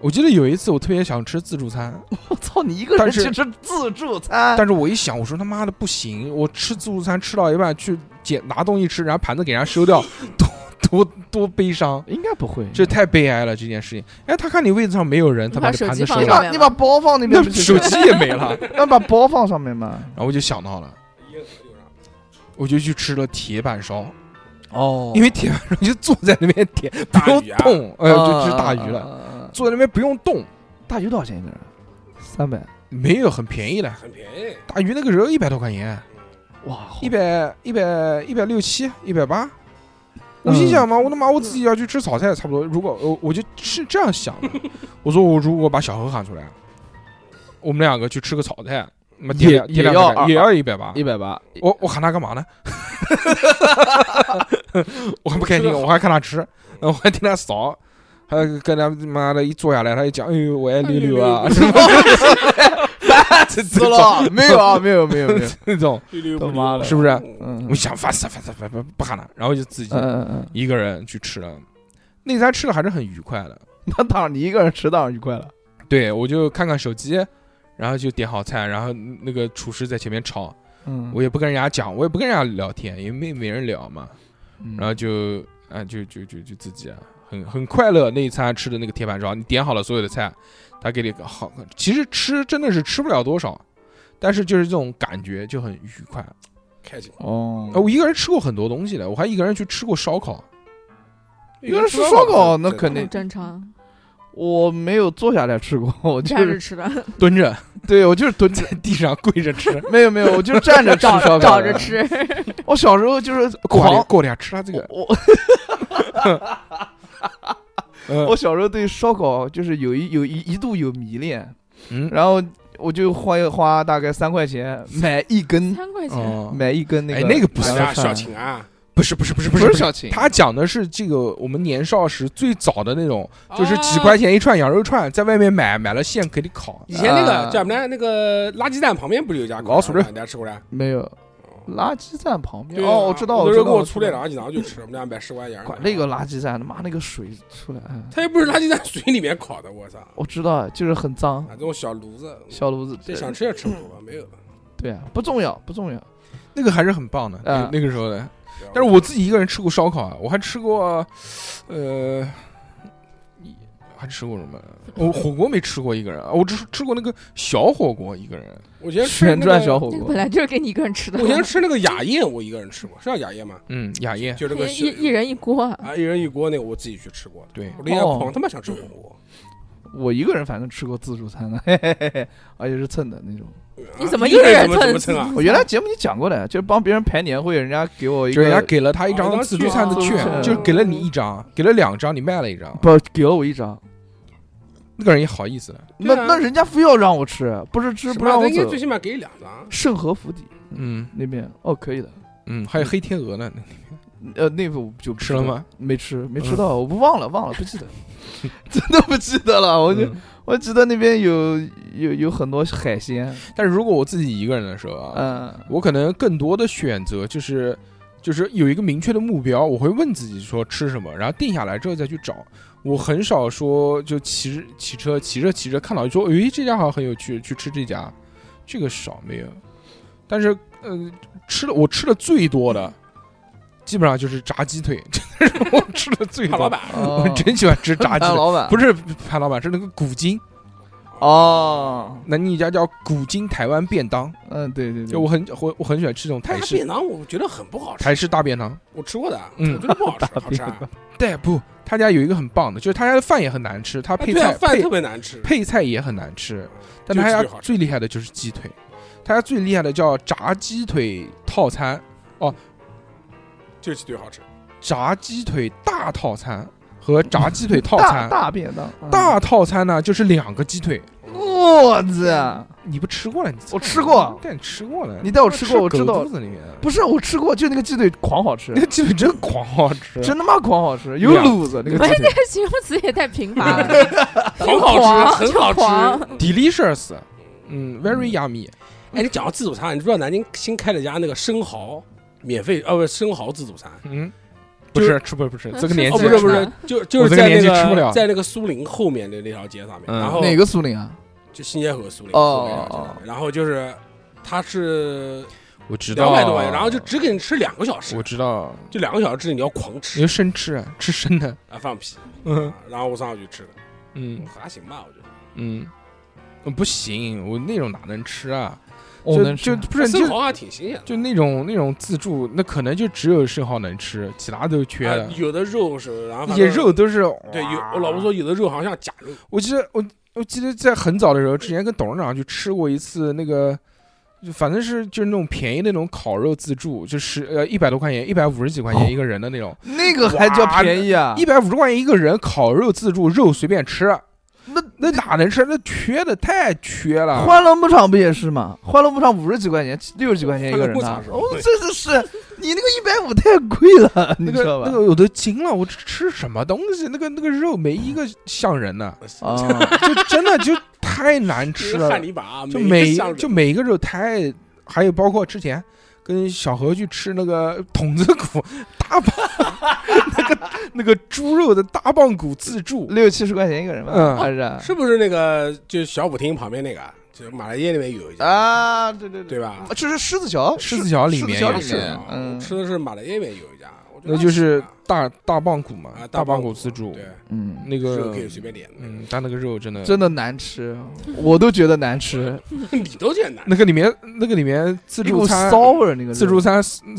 Speaker 1: 我记得有一次我特别想吃自助餐，
Speaker 4: 啊
Speaker 2: 我操，你一个人
Speaker 1: 但是
Speaker 2: 去吃自助餐，
Speaker 1: 但是我一想，我说他妈的不行，我吃自助餐吃到一半去捡拿东西吃，然后盘子给人家收掉，多多多悲伤，
Speaker 2: 应该不会。
Speaker 1: 这太悲哀了这件事情。哎，他看你位子上没有人，他
Speaker 4: 你把
Speaker 1: 把这
Speaker 4: 手
Speaker 1: 盘
Speaker 4: 机
Speaker 1: 子收
Speaker 4: 放
Speaker 2: 你
Speaker 4: 上
Speaker 1: 了，
Speaker 4: 面
Speaker 2: 把
Speaker 4: 吧
Speaker 2: 你把包放那边
Speaker 1: 那
Speaker 2: 不就
Speaker 1: 手
Speaker 2: 行了，
Speaker 1: 机也没了。
Speaker 2: 那把包放上面嘛。
Speaker 1: 然后我就想到了，我就去吃了铁板烧，
Speaker 2: 哦
Speaker 1: 因为铁板烧就坐在那边点，不用
Speaker 3: 大鱼啊
Speaker 1: 动，呃，
Speaker 4: 哦
Speaker 1: 就吃大
Speaker 2: 啊
Speaker 1: 鱼了，
Speaker 2: 了。
Speaker 1: 坐在那边不用动，
Speaker 2: 大鱼多少钱一个人？三百。
Speaker 1: 没有很便宜的，
Speaker 3: 很便宜。
Speaker 1: 大鱼那个时候一百多块钱。
Speaker 2: 哇，好
Speaker 1: 一百一百一百六七一百八。
Speaker 2: 嗯
Speaker 1: 我心想嘛，我他妈我自己要去吃炒菜，差不多。如果我我就是这样 想的，我说我如果把小何喊出来，我们两个去吃个炒菜，那么点
Speaker 2: 也
Speaker 1: 两点
Speaker 2: 也
Speaker 1: 两
Speaker 2: 要
Speaker 1: 百
Speaker 2: 啊
Speaker 1: 块
Speaker 2: 二
Speaker 1: 也要一百八
Speaker 2: 一。百八。
Speaker 1: 我我喊他干嘛呢？ 我还不开心，我还看他吃，我还听他扫，还跟他妈的一坐下来，他就讲，哎呦，我爱溜溜
Speaker 2: 哎
Speaker 1: 啊，什么
Speaker 2: 死 了？没有 啊，没有没有没有。
Speaker 1: 那种，
Speaker 3: 溜溜
Speaker 2: 他
Speaker 3: 不溜
Speaker 2: 妈的
Speaker 1: 是不是？
Speaker 2: 嗯
Speaker 1: 我想烦死了，烦死了，不不不喊了，然后就自己
Speaker 2: 嗯嗯嗯，
Speaker 1: 一个人去吃了，那餐吃的还是很愉快的。
Speaker 2: 那当然，你一个人吃当然愉快了。
Speaker 1: 对我就看看手机，然后就点好菜，然后那个厨师在前面炒，
Speaker 2: 嗯
Speaker 1: 我也不跟人家讲，我也不跟人家聊天，也没没人聊嘛，
Speaker 2: 嗯
Speaker 1: 然后就啊就就就就自己啊，很很快乐那一餐吃的那个铁板烧，你点好了所有的菜，他给你个好，其实吃真的是吃不了多少。但是就是这种感觉就很愉快。
Speaker 3: 开心。
Speaker 2: 哦
Speaker 1: 呃，我一个人吃过很多东西的，我还一个人去吃过烧烤。
Speaker 2: 一个人吃烧烤那肯定
Speaker 4: 很正常，
Speaker 2: 我没有坐下来吃过，我就
Speaker 4: 假日
Speaker 2: 是
Speaker 4: 吃的，
Speaker 1: 蹲着
Speaker 2: 对我就是蹲 着，
Speaker 1: 在地上跪着吃，
Speaker 2: 没有没有，我就站着吃
Speaker 4: 找
Speaker 2: 烧烤，
Speaker 4: 找着。吃，
Speaker 2: 我小时候就是
Speaker 1: 过来
Speaker 2: 狂，
Speaker 1: 过来吃他这个。
Speaker 2: 我
Speaker 1: 嗯
Speaker 2: 我小时候对烧烤就是有一有一一度有迷恋，
Speaker 1: 嗯，
Speaker 2: 然后我就花花大概三块钱买一根，
Speaker 4: 三块钱，
Speaker 1: 哦，
Speaker 2: 买一根那个
Speaker 1: 哎那个不
Speaker 3: 哎
Speaker 1: 是
Speaker 3: 呀，
Speaker 2: 麻辣
Speaker 3: 小
Speaker 2: 烫
Speaker 3: 秦啊，
Speaker 1: 不是不是不是
Speaker 2: 不
Speaker 1: 不是不是，
Speaker 2: 是小秦，
Speaker 1: 他讲的是这个我们年少时最早的那种，就是几
Speaker 3: 啊
Speaker 1: 块钱一串羊肉串，在外面买买了现给你烤。
Speaker 3: 以前那个
Speaker 2: 啊
Speaker 3: 叫什么来？那个垃圾站旁边不是有一家烤
Speaker 1: 老鼠
Speaker 3: 肉
Speaker 1: 肉
Speaker 3: 吗？你家吃过来？
Speaker 2: 没有垃圾站旁边
Speaker 3: 对啊
Speaker 2: 啊哦，我知道，
Speaker 3: 那
Speaker 2: 我
Speaker 3: 时
Speaker 2: 知
Speaker 3: 候
Speaker 2: 道，
Speaker 3: 跟我
Speaker 2: 知
Speaker 3: 出来，
Speaker 2: 道
Speaker 3: 然后经常就吃，我们俩买十块钱。
Speaker 2: 管那个垃圾站，他妈那个水出来，哎
Speaker 3: 它又不是垃圾站水里面烤的，我操！啊
Speaker 2: 我知道，就是很脏
Speaker 3: 啊，，这种小炉子，
Speaker 2: 小炉子，
Speaker 3: 这想吃也吃不着吧？没有。
Speaker 2: 对啊，不重要，不重要，
Speaker 1: 那个还是很棒的，
Speaker 2: 啊
Speaker 1: 那个那个时候的。但是我自己一个人吃过烧烤啊，我还吃过，呃，还吃过什么？我火锅没吃过一个人啊，我只是吃过那个小火锅一个人。
Speaker 3: 我以前吃那
Speaker 2: 旋
Speaker 3: 个
Speaker 2: 转小火
Speaker 4: 这个
Speaker 2: 锅
Speaker 4: 本，来就是给你一个人吃的
Speaker 3: 我，以前吃那个雅宴，我一个人吃过，是叫雅宴吗？
Speaker 1: 嗯，雅宴。
Speaker 3: 就这 个
Speaker 4: 一
Speaker 3: 小
Speaker 4: 一一人一锅啊，
Speaker 3: 啊，一人一锅那个，我自己去吃过的。
Speaker 1: 对
Speaker 3: 我那天
Speaker 2: 哦
Speaker 3: 狂他妈想吃火锅，
Speaker 2: 我一个人反正吃过自助餐的，嘿嘿嘿嘿，而且是蹭的那种。
Speaker 3: 啊
Speaker 4: 你怎么
Speaker 3: 一个怎
Speaker 4: 人
Speaker 3: 么怎么
Speaker 4: 蹭
Speaker 3: 蹭啊？
Speaker 2: 我原来节目里讲过的，就是帮别人排年会，人家给我一
Speaker 1: 就
Speaker 2: 个，
Speaker 1: 人家给了他一
Speaker 3: 哦一
Speaker 1: 张
Speaker 3: 张
Speaker 1: 自助餐的
Speaker 4: 券
Speaker 1: 券，就是给了你一张，给了两张，你卖了一张，
Speaker 2: 不给了我一张，
Speaker 1: 那个人也好意思的，
Speaker 2: 那
Speaker 3: 对啊
Speaker 2: 那人家非要让我吃，不是吃
Speaker 3: 什
Speaker 2: 不
Speaker 3: 么
Speaker 2: 让我
Speaker 3: 应该
Speaker 2: 走
Speaker 3: 最。起码给两张。
Speaker 2: 圣和府邸
Speaker 1: 嗯
Speaker 2: 那边哦，可以的，
Speaker 1: 嗯，还有黑天鹅呢，
Speaker 2: 呃，那个我就不
Speaker 1: 吃
Speaker 2: 知
Speaker 1: 了
Speaker 2: 道？
Speaker 1: 吗？嗯
Speaker 2: 没吃，没吃到，我不忘了，忘了，不 记得，真的不记得了。我就
Speaker 1: 嗯
Speaker 2: 我记得那边有有有很多海鲜，
Speaker 1: 但是如果我自己一个人的时候啊，
Speaker 2: 嗯，
Speaker 1: 我可能更多的选择就是，就是有一个明确的目标，我会问自己说吃什么，然后定下来之后再去找。我很少说就骑着骑车骑着骑着看到说，诶，这家好像很有趣，去吃这家，这个少没有。但是，呃，吃的我吃的最多的，基本上就是炸鸡腿，真的是我吃的最
Speaker 3: 怕
Speaker 1: 多。
Speaker 3: 老板，
Speaker 1: 我
Speaker 2: 我
Speaker 1: 真喜欢吃炸鸡腿，
Speaker 2: 哦啊老板
Speaker 1: 不是潘老板，是那个古今，
Speaker 2: 哦，
Speaker 1: 南京一家叫古今台湾便当，
Speaker 2: 嗯，对对对，
Speaker 1: 就我很我我很喜欢吃这种
Speaker 3: 他
Speaker 1: 台
Speaker 3: 家
Speaker 1: 式
Speaker 3: 便当我觉得很不好吃，
Speaker 1: 台式大便当。
Speaker 3: 我吃过的，
Speaker 1: 嗯
Speaker 3: 我觉得不好吃，好吃啊。
Speaker 1: 对，不，他家有一个很棒的，就是他家的饭也很难吃，他
Speaker 3: 啊
Speaker 1: 配
Speaker 3: 对啊
Speaker 1: 菜、
Speaker 3: 饭
Speaker 1: 配
Speaker 3: 特别难吃，
Speaker 1: 配菜也很难吃，但
Speaker 3: 就
Speaker 1: 他
Speaker 3: 鸡
Speaker 1: 家
Speaker 3: 腿好吃
Speaker 1: 最厉害的就是鸡腿，他家最厉害的叫炸鸡腿套餐，
Speaker 3: 就鸡腿好吃。
Speaker 1: 炸鸡腿大套餐和炸鸡腿套
Speaker 2: 大
Speaker 1: 餐。
Speaker 2: 大便当，嗯
Speaker 1: 大套餐呢，就是两个鸡腿，
Speaker 2: 我操！
Speaker 1: 你不吃过了？你
Speaker 2: 我吃过
Speaker 1: 但你吃过了，
Speaker 2: 你带我吃过我
Speaker 1: 狗
Speaker 2: 知道
Speaker 1: 肚子里面
Speaker 2: 不是我吃过，就那个鸡腿狂 好吃
Speaker 1: 那，个鸡腿真狂好吃，
Speaker 2: 真他妈狂好吃，有
Speaker 1: 对啊
Speaker 2: 卤子那
Speaker 1: 那个
Speaker 2: 个
Speaker 1: 鸡 腿
Speaker 4: 这形容词也太贫乏
Speaker 2: 嗯
Speaker 4: 了，
Speaker 3: 很好吃，很好吃。
Speaker 4: 吃。
Speaker 1: delicious，嗯，very yummy，
Speaker 3: 哎，你讲到自助餐，你知道南京新开了一家那个生蚝免费哦，不是生蚝自助餐。
Speaker 1: 嗯，不
Speaker 3: 就是
Speaker 1: 吃吃不不吃，这个年
Speaker 3: 哦，
Speaker 1: 纪
Speaker 3: 不是不
Speaker 4: 吃
Speaker 3: 是
Speaker 4: 不，
Speaker 3: 就就
Speaker 1: 我这
Speaker 3: 是
Speaker 1: 个
Speaker 3: 在
Speaker 1: 年
Speaker 3: 那
Speaker 1: 纪吃不了
Speaker 3: 在那个苏宁后面的那条街上面，
Speaker 1: 嗯
Speaker 3: 然后
Speaker 2: 哪个苏宁啊？
Speaker 3: 就新街口苏宁
Speaker 2: 哦
Speaker 3: 后面那条街
Speaker 2: 哦
Speaker 3: 上面然后就是它是
Speaker 1: 我知道
Speaker 3: 两百多块钱，然后就只给你吃两个小时
Speaker 1: 我，知道，
Speaker 3: 就两个小时之内你要狂
Speaker 1: 你
Speaker 3: 吃
Speaker 1: 就生吃啊， 吃生的，
Speaker 3: 啊，放 屁！
Speaker 1: 嗯
Speaker 3: 啊然后我上去吃的，
Speaker 1: 嗯
Speaker 3: 还行吧，我觉得。
Speaker 1: 嗯，呃不行，我那种哪能吃啊？
Speaker 2: 我
Speaker 1: 就
Speaker 2: 哦能吃
Speaker 1: 就不是
Speaker 3: 生
Speaker 1: 就
Speaker 3: 蚝还挺新鲜的，
Speaker 1: 就那种那种自助，那可能就只有生蚝能吃，其他都缺
Speaker 3: 啊
Speaker 1: 的。
Speaker 3: 有的肉是，然后
Speaker 1: 那
Speaker 3: 反
Speaker 1: 些
Speaker 3: 正
Speaker 1: 肉都是
Speaker 3: 对，有
Speaker 1: 哇
Speaker 3: 我老婆说有的肉好像像假肉，
Speaker 1: 我记得我我记得在很早的时候，之前跟董事长去吃过一次那个，就反正是就是那种便宜的那种烤肉自助，就十呃一百多块钱，一百五十几块
Speaker 2: 哦
Speaker 1: 钱一个人的那种，
Speaker 2: 那个还叫便宜啊？
Speaker 1: 一百五十块钱一个人烤肉自助，肉随便吃，
Speaker 2: 那
Speaker 1: 那哪能吃？那缺的太缺了。
Speaker 2: 欢乐牧场不也是吗？欢乐牧场五十几块钱，六十几块钱一个人
Speaker 3: 欢乐
Speaker 2: 呢
Speaker 3: 牧场。是吧
Speaker 2: 哦， 这这是你那个一百五太贵了，你
Speaker 1: 那
Speaker 2: 知
Speaker 1: 个
Speaker 2: 道
Speaker 1: 那
Speaker 2: 吧？
Speaker 1: 个我都惊了，我这吃什么东西？那个那个肉没一个像人的，
Speaker 2: 啊，
Speaker 1: 就 真的就太难
Speaker 3: 就
Speaker 1: 吃
Speaker 3: 是
Speaker 1: 了
Speaker 3: 汉。尼拔，
Speaker 1: 就
Speaker 3: 每
Speaker 1: 每
Speaker 3: 一个像
Speaker 1: 就
Speaker 3: 人
Speaker 1: 每一个肉太，还有包括之前跟小何去吃那个筒子骨大棒， 那个那个猪肉的大棒骨自助，
Speaker 2: 六七十块钱一个人吧，
Speaker 1: 嗯
Speaker 2: 还是
Speaker 3: 是不是那个就是小舞厅旁边那个，啊就是马来街那边有一家，
Speaker 2: 啊？对对对，
Speaker 3: 对吧？
Speaker 2: 这是狮子桥，
Speaker 1: 狮子桥里
Speaker 2: 狮子
Speaker 1: 面
Speaker 2: 桥
Speaker 1: 有
Speaker 2: 里
Speaker 1: 是
Speaker 3: 是
Speaker 1: 面
Speaker 2: 面
Speaker 1: 的，
Speaker 3: 我
Speaker 2: 嗯
Speaker 3: 吃的是马来街那边有一家，我觉得
Speaker 1: 那就是
Speaker 3: 还行
Speaker 1: 大大棒骨嘛
Speaker 3: 啊，
Speaker 1: 大棒
Speaker 3: 棒
Speaker 1: 骨自助，
Speaker 3: 对，
Speaker 2: 嗯，
Speaker 1: 那
Speaker 3: 肉
Speaker 1: 个
Speaker 3: 可以随便点，
Speaker 1: 嗯，但那个肉真的，
Speaker 2: 真的难吃，我都觉得难吃，
Speaker 3: 你都觉得难，
Speaker 1: 那个里面那个里面自
Speaker 2: 一
Speaker 1: 助
Speaker 2: 股
Speaker 1: 餐
Speaker 2: 骚味儿那个
Speaker 1: 自
Speaker 2: 肉
Speaker 1: 助餐嗯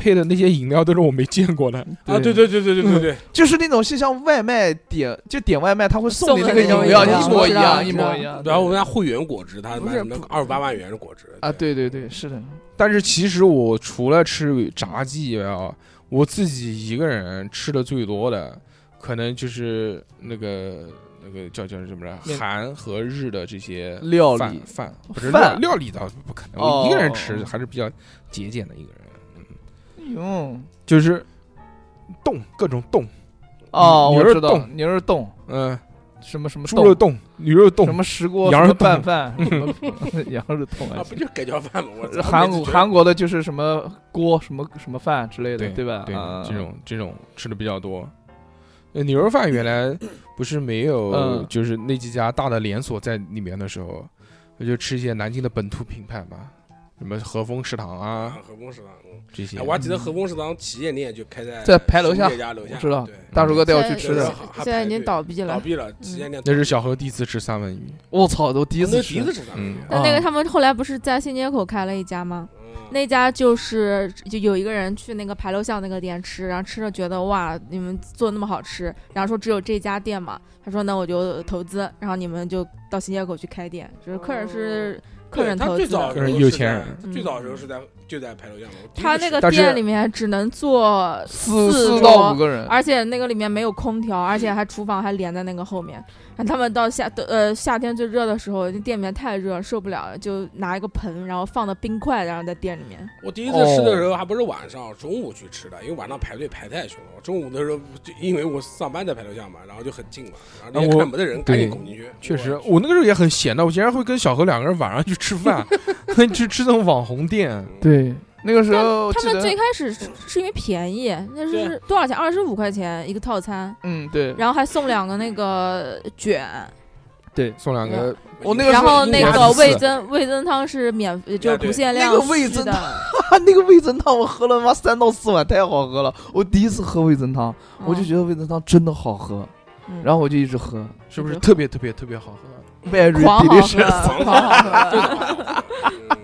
Speaker 1: 配的那些饮料都是我没见过
Speaker 2: 嗯
Speaker 1: 的，
Speaker 3: 啊，对，对对对对对对，
Speaker 2: 就是那种就像外卖点就点外卖，他会送你那个饮
Speaker 4: 送
Speaker 3: 的
Speaker 2: 料，
Speaker 3: 那种
Speaker 2: 一模一样，一
Speaker 4: 饮料
Speaker 2: 模一样。
Speaker 3: 啊
Speaker 1: 啊
Speaker 3: 然后我们家汇源果汁，它
Speaker 2: 啊不
Speaker 3: 卖
Speaker 2: 是
Speaker 3: 什么
Speaker 2: 不
Speaker 3: 二十八万元的果汁
Speaker 2: 啊，，对对对，是的，
Speaker 1: 但是其实我除了吃炸鸡以外啊，我自己一个人吃的最多的，可能就是那个那个叫叫什么来，
Speaker 2: 面
Speaker 1: 韩和日的这些
Speaker 2: 料
Speaker 1: 呃饭
Speaker 2: 理哦
Speaker 1: 饭，不是料
Speaker 2: 饭
Speaker 1: 料理倒不可能，
Speaker 2: 哦
Speaker 1: 我一个人吃还是比较节俭的一个人，
Speaker 2: 嗯，
Speaker 1: 就是冻各种冻，
Speaker 2: 哦，
Speaker 1: 牛
Speaker 2: 我
Speaker 1: 肉
Speaker 2: 知道了，
Speaker 1: 冻
Speaker 2: 牛肉冻，
Speaker 1: 嗯、
Speaker 2: 什么什么
Speaker 1: 猪肉冻、牛肉
Speaker 2: 什
Speaker 1: 冻，
Speaker 2: 么石锅，
Speaker 1: 羊肉
Speaker 2: 什么
Speaker 1: 冻
Speaker 2: 拌 饭，什么羊肉冻还
Speaker 3: 啊，不
Speaker 2: 行。
Speaker 3: 就改叫饭吗？我操
Speaker 2: 韩
Speaker 3: 每
Speaker 2: 国
Speaker 3: 次觉得
Speaker 2: 韩国的就是什么锅什么什么饭之类的，
Speaker 1: 对
Speaker 2: 吧？
Speaker 1: 对
Speaker 2: 啊，
Speaker 1: 这种这种吃的比较多。呃牛肉饭原来不是没有
Speaker 2: 嗯，
Speaker 1: 就是那几家大的连锁在里面的时候，我就吃一些南京的本土品牌嘛，什么和风食堂
Speaker 3: 啊
Speaker 1: 啊，
Speaker 3: 和风食堂，嗯
Speaker 1: 这些
Speaker 3: 哎，。我还记得和风食堂旗舰店就开在
Speaker 2: 在牌楼下
Speaker 3: 中介家楼下，
Speaker 2: 我知道
Speaker 3: 对，
Speaker 2: 大叔哥带我去吃
Speaker 4: 现在
Speaker 2: 的
Speaker 3: 对，
Speaker 4: 现在已经倒闭
Speaker 3: 倒
Speaker 4: 了。
Speaker 3: 闭了，旗舰店
Speaker 1: 嗯那是小何第一次吃三文鱼，
Speaker 2: 我操，都第
Speaker 3: 第
Speaker 2: 一次
Speaker 3: 第
Speaker 2: 吃
Speaker 3: 一。次吃上
Speaker 1: 嗯
Speaker 3: 面，
Speaker 4: 但那
Speaker 2: 啊
Speaker 4: 个他们后来不是在新街口开了一家吗？
Speaker 3: 嗯
Speaker 4: 那家就是就有一个人去那个牌楼巷那个店吃，然后吃了觉得哇，你们做那么好吃，然后说只有这家店嘛，他说那我就投资，然后你们就到新街口去开店，就是客人是客人
Speaker 3: 对他
Speaker 4: 投
Speaker 3: 最
Speaker 4: 资
Speaker 3: 早的
Speaker 4: 的嗯
Speaker 1: 个人
Speaker 3: 时候
Speaker 1: 有
Speaker 3: 是
Speaker 1: 钱
Speaker 3: 在
Speaker 1: 人
Speaker 3: 他最早的时候是在就在牌楼下嘛，我第一次
Speaker 4: 他那
Speaker 3: 吃
Speaker 4: 个
Speaker 1: 但是
Speaker 4: 店里面只能坐
Speaker 2: 四
Speaker 4: 四
Speaker 2: 四
Speaker 4: 桌
Speaker 2: 到五个人，
Speaker 4: 而且那个里面没有空调，而且还厨房还连在那个后面。然后他们到夏呃夏天最热的时候，那店里面太热了受不了，就拿一个盆，然后放的冰块，然后在店里面。
Speaker 3: 我第一次吃
Speaker 1: 哦
Speaker 3: 的时候还不是晚上，中午去吃的，因为晚上排队排太凶了。我中午的时候就因为我上班在牌楼下嘛，然后就很近嘛，然
Speaker 1: 啊
Speaker 3: 后那
Speaker 1: 我
Speaker 3: 些看门的人赶紧
Speaker 1: 对
Speaker 3: 拱进去。
Speaker 1: 确实，
Speaker 3: 我
Speaker 1: 我那个时候也很闲的，我竟然会跟小何两个人晚上去吃饭， 去吃那种网红店，
Speaker 2: 对，那个时候
Speaker 4: 他
Speaker 2: 记
Speaker 4: 们最
Speaker 2: 得，
Speaker 4: 开始是是因为便宜，那
Speaker 3: 对
Speaker 4: 是多少钱？二十五块钱一个套餐，
Speaker 2: 嗯，对，
Speaker 4: 然后还送两个那个卷，
Speaker 1: 送两个
Speaker 2: 我那个
Speaker 4: 然
Speaker 2: 时候
Speaker 4: 后
Speaker 2: 一
Speaker 4: 那
Speaker 1: 年
Speaker 4: 个
Speaker 1: 一次
Speaker 4: 味增味增汤是免就是
Speaker 3: 对
Speaker 4: 不限
Speaker 2: 那
Speaker 4: 量
Speaker 2: 个味
Speaker 4: 续
Speaker 2: 增
Speaker 4: 的，
Speaker 2: 他啊那个味增汤我喝了他妈三到四碗，太好喝了。我第一次喝味增汤，我就觉得味增汤真的好喝，
Speaker 4: 嗯
Speaker 2: 然后我就一直 喝。
Speaker 1: 是不是
Speaker 4: 对
Speaker 1: 特别特别特别好喝？
Speaker 2: Very
Speaker 4: 嗯狂 好
Speaker 2: delicious，
Speaker 4: 喝，狂好喝。
Speaker 3: 嗯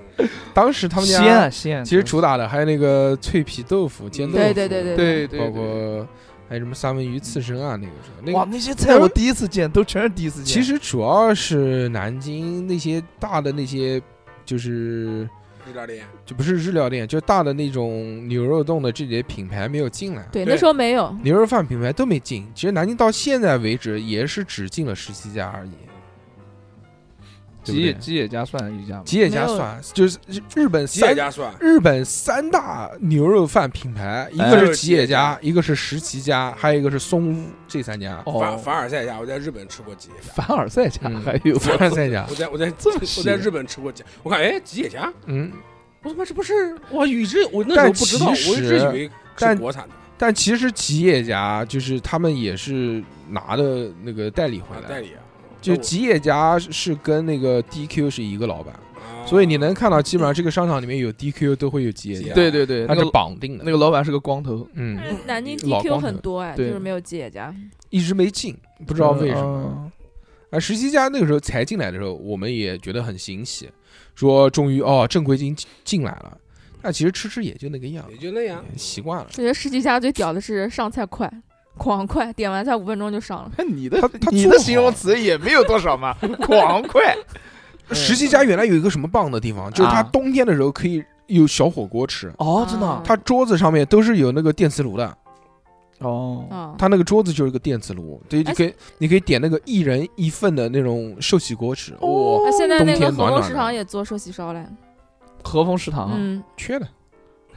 Speaker 1: 当时他们
Speaker 2: 鲜
Speaker 1: 家
Speaker 2: 啊鲜啊。
Speaker 1: 其实主打的还有那个脆皮豆腐煎豆
Speaker 3: 嗯
Speaker 1: 腐，
Speaker 4: 对对对对
Speaker 2: 对对，
Speaker 1: 包括还有什么三文鱼刺身啊，那个时候那个
Speaker 2: 哇，那些菜我第一次见，都全是第一次见。
Speaker 1: 其实主要是南京那些大的那些，就是
Speaker 3: 日料店，
Speaker 1: 就不是日料店，就大的那种牛肉冻的这些品牌没有进来，
Speaker 4: 对，
Speaker 3: 对
Speaker 4: 那时候没有，
Speaker 1: 牛肉饭品牌都没进。其实南京到现在为止也是只进了十七家而已。对
Speaker 2: 吉野
Speaker 1: 不对
Speaker 2: 吉野家算一家吗？
Speaker 1: 吉野家
Speaker 4: 没有
Speaker 1: 算就是日日本
Speaker 3: 吉野
Speaker 1: 三
Speaker 3: 家算，
Speaker 1: 日本三大牛肉饭品牌，一个
Speaker 3: 哎
Speaker 1: 是吉野家，一个是石岐家，还有一个是松屋，这三家。
Speaker 3: 凡
Speaker 2: 哦，
Speaker 3: 凡尔赛家，我在日本吃过吉野家，
Speaker 2: 凡尔赛家
Speaker 1: 嗯
Speaker 2: 还有
Speaker 1: 凡尔赛家
Speaker 3: 我，在我在
Speaker 2: 这么
Speaker 3: 我
Speaker 2: 细
Speaker 3: 在日本吃过吉，我看哎吉野家，
Speaker 1: 嗯，
Speaker 3: 我他妈这不是我与之我那时
Speaker 1: 但
Speaker 3: 候不知道，我
Speaker 1: 其
Speaker 3: 一直
Speaker 1: 实
Speaker 3: 以为是
Speaker 1: 但
Speaker 3: 国产的，
Speaker 1: 但其实吉野家就是他们也是拿的那个代理回
Speaker 3: 啊代
Speaker 1: 来，
Speaker 3: 理啊，
Speaker 1: 就吉野家是跟那个 DQ 是一个老板，
Speaker 3: 啊
Speaker 1: 所以你能看到基本上这个商场里面有 DQ 都会有吉野家，
Speaker 2: 对对对，
Speaker 1: 它
Speaker 2: 那
Speaker 1: 是
Speaker 2: 个
Speaker 1: 绑定
Speaker 2: 那
Speaker 1: 的，
Speaker 2: 个老板是个光头，
Speaker 1: 嗯，
Speaker 4: 南京
Speaker 1: 老
Speaker 4: DQ
Speaker 1: 光头
Speaker 4: 很多哎，就
Speaker 2: 对
Speaker 4: 是没有吉野家。
Speaker 1: 一直没进，不知道为什么。
Speaker 2: 嗯。
Speaker 1: 啊，十七家那个时候才进来的时候，我们也觉得很欣喜，说终于哦，正规进进来了。但其实吃吃也就那个样
Speaker 3: 也，就那样，，
Speaker 1: 也习惯了。
Speaker 4: 我觉得世纪家最屌的是上菜快，狂快，点完菜五分钟就上了。
Speaker 2: 看你的
Speaker 1: 他他
Speaker 2: 你
Speaker 1: 做
Speaker 2: 的
Speaker 1: 好
Speaker 2: 形容词也没有多少嘛，狂快。
Speaker 1: 十七 家原来有一个什么棒的地方，就是它
Speaker 2: 啊
Speaker 1: 冬天的时候可以有小火锅吃，
Speaker 2: 哦
Speaker 4: 真的啊
Speaker 1: 它桌子上面都是有那个电磁炉的，
Speaker 2: 哦，
Speaker 4: 嗯，
Speaker 1: 它那个桌子就是个电磁炉，对，你
Speaker 4: 哎
Speaker 1: 可以你可以点那个一人一份的那种寿喜锅吃，哇、
Speaker 4: 那现在
Speaker 1: 冬
Speaker 4: 那个
Speaker 1: 天
Speaker 4: 火
Speaker 1: 暖
Speaker 4: 锅
Speaker 1: 暖
Speaker 4: 市
Speaker 1: 的
Speaker 4: 场也做寿喜烧嘞，
Speaker 2: 和风食堂，
Speaker 4: 嗯，
Speaker 1: 缺的。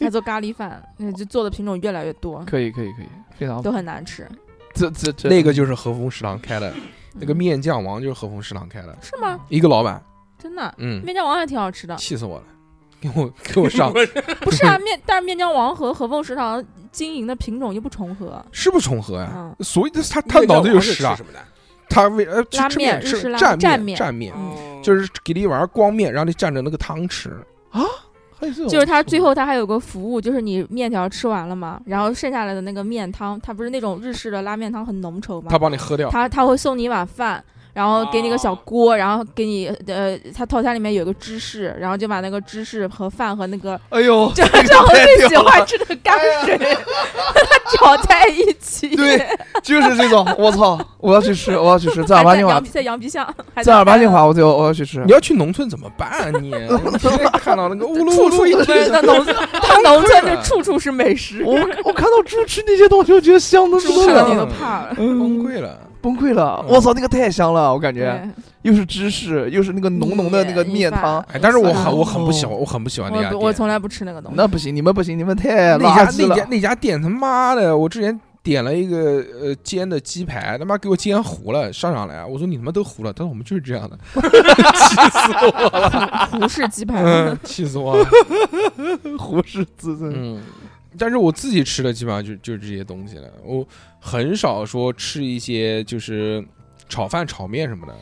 Speaker 4: 还做咖喱饭，嗯就做的品种越来越多，
Speaker 2: 可以可以可以，非常
Speaker 4: 都很难吃。
Speaker 2: 这这这
Speaker 1: 那个就是和风食堂开的，那个
Speaker 4: 嗯
Speaker 1: 面酱王就是和风食堂开的，
Speaker 4: 是吗？
Speaker 1: 一个老板，
Speaker 4: 真的，
Speaker 1: 嗯，
Speaker 4: 面酱王还挺好 吃的。
Speaker 1: 气死我了，给我给我 上
Speaker 4: 不是啊，面但是面酱王和和凤食堂经营的品种又不重合。
Speaker 1: 是不重合呀、
Speaker 4: 嗯，
Speaker 1: 所以他他他脑子有屎啊
Speaker 3: 什，么的，
Speaker 1: 他为呃吃
Speaker 4: 拉
Speaker 1: 吃
Speaker 4: 面
Speaker 1: 面
Speaker 4: 日
Speaker 1: 吃
Speaker 4: 式拉
Speaker 1: 蘸
Speaker 4: 蘸
Speaker 1: 面
Speaker 4: 面
Speaker 1: 蘸面，
Speaker 3: 哦
Speaker 4: 嗯
Speaker 1: 就是是给你一碗光面，让你蘸着那个汤吃，
Speaker 2: 就啊
Speaker 4: 就是他最后他还有个服务，就是你面条吃完了嘛，然后剩下来的那个面汤，它不是那种日式的拉面汤很浓稠吗
Speaker 1: 他？帮你喝掉。
Speaker 4: 他他会送你一碗饭，然后给你个
Speaker 1: 哦
Speaker 4: 小锅，然后给你呃，他套餐里面有个芝士，然后就把那个芝士和饭和那个
Speaker 2: 哎 呦，
Speaker 4: 这
Speaker 2: 个
Speaker 4: 这我
Speaker 2: 太
Speaker 4: 最喜
Speaker 2: 屌
Speaker 4: 欢
Speaker 2: 了
Speaker 4: 吃的泔水， 搅在一起。
Speaker 2: 对就是这种，我操，我要去吃，我要去吃，正
Speaker 4: 还
Speaker 2: 儿八
Speaker 4: 在
Speaker 2: 经
Speaker 4: 羊
Speaker 2: 话
Speaker 4: 皮，在羊皮巷，还
Speaker 2: 正儿八
Speaker 4: 在
Speaker 2: 经话，我最后我要去吃
Speaker 1: 你。要去农村怎么办、啊？ 你我天天看到那个乌噜
Speaker 2: 处
Speaker 1: 乌
Speaker 2: 处
Speaker 1: 噜一
Speaker 2: 都
Speaker 4: 不是，
Speaker 1: 堆
Speaker 4: 那农村，他农村就处处是美食，
Speaker 2: 我我看到猪吃那些东西，我觉得香的
Speaker 4: 猪
Speaker 2: 多
Speaker 4: 看
Speaker 1: 的
Speaker 4: 到 你
Speaker 1: 那
Speaker 4: 都
Speaker 1: 个
Speaker 2: 了，
Speaker 4: 怕了。
Speaker 1: 崩
Speaker 2: 崩
Speaker 1: 溃了。
Speaker 2: 崩溃了！
Speaker 1: 嗯
Speaker 2: 我操，那个太香了，我感觉
Speaker 4: 对，
Speaker 2: 又是啊芝士，又是那个浓浓的那个面汤。
Speaker 1: 哎，但是我
Speaker 4: 算
Speaker 1: 很
Speaker 4: 了
Speaker 1: 我很不喜欢，我很不喜欢那家
Speaker 4: 我不我
Speaker 1: 店。
Speaker 4: 从来不吃那个东西。
Speaker 2: 那不行，你们不行，你们太
Speaker 1: 那
Speaker 2: 垃
Speaker 1: 家
Speaker 2: 圾
Speaker 1: 那家
Speaker 2: 了。
Speaker 1: 那家店他妈的，我之前点了一个呃煎的鸡排，他妈给我煎糊了，上上来，啊我说你他妈都糊了，他说我们就是这样的，
Speaker 4: 胡式鸡排，
Speaker 1: 嗯，气死我了。
Speaker 2: 胡适自尊，
Speaker 1: 嗯，但是我自己吃的基本上就就是这些东西了，我很少说吃一些就是炒饭、炒面什么的，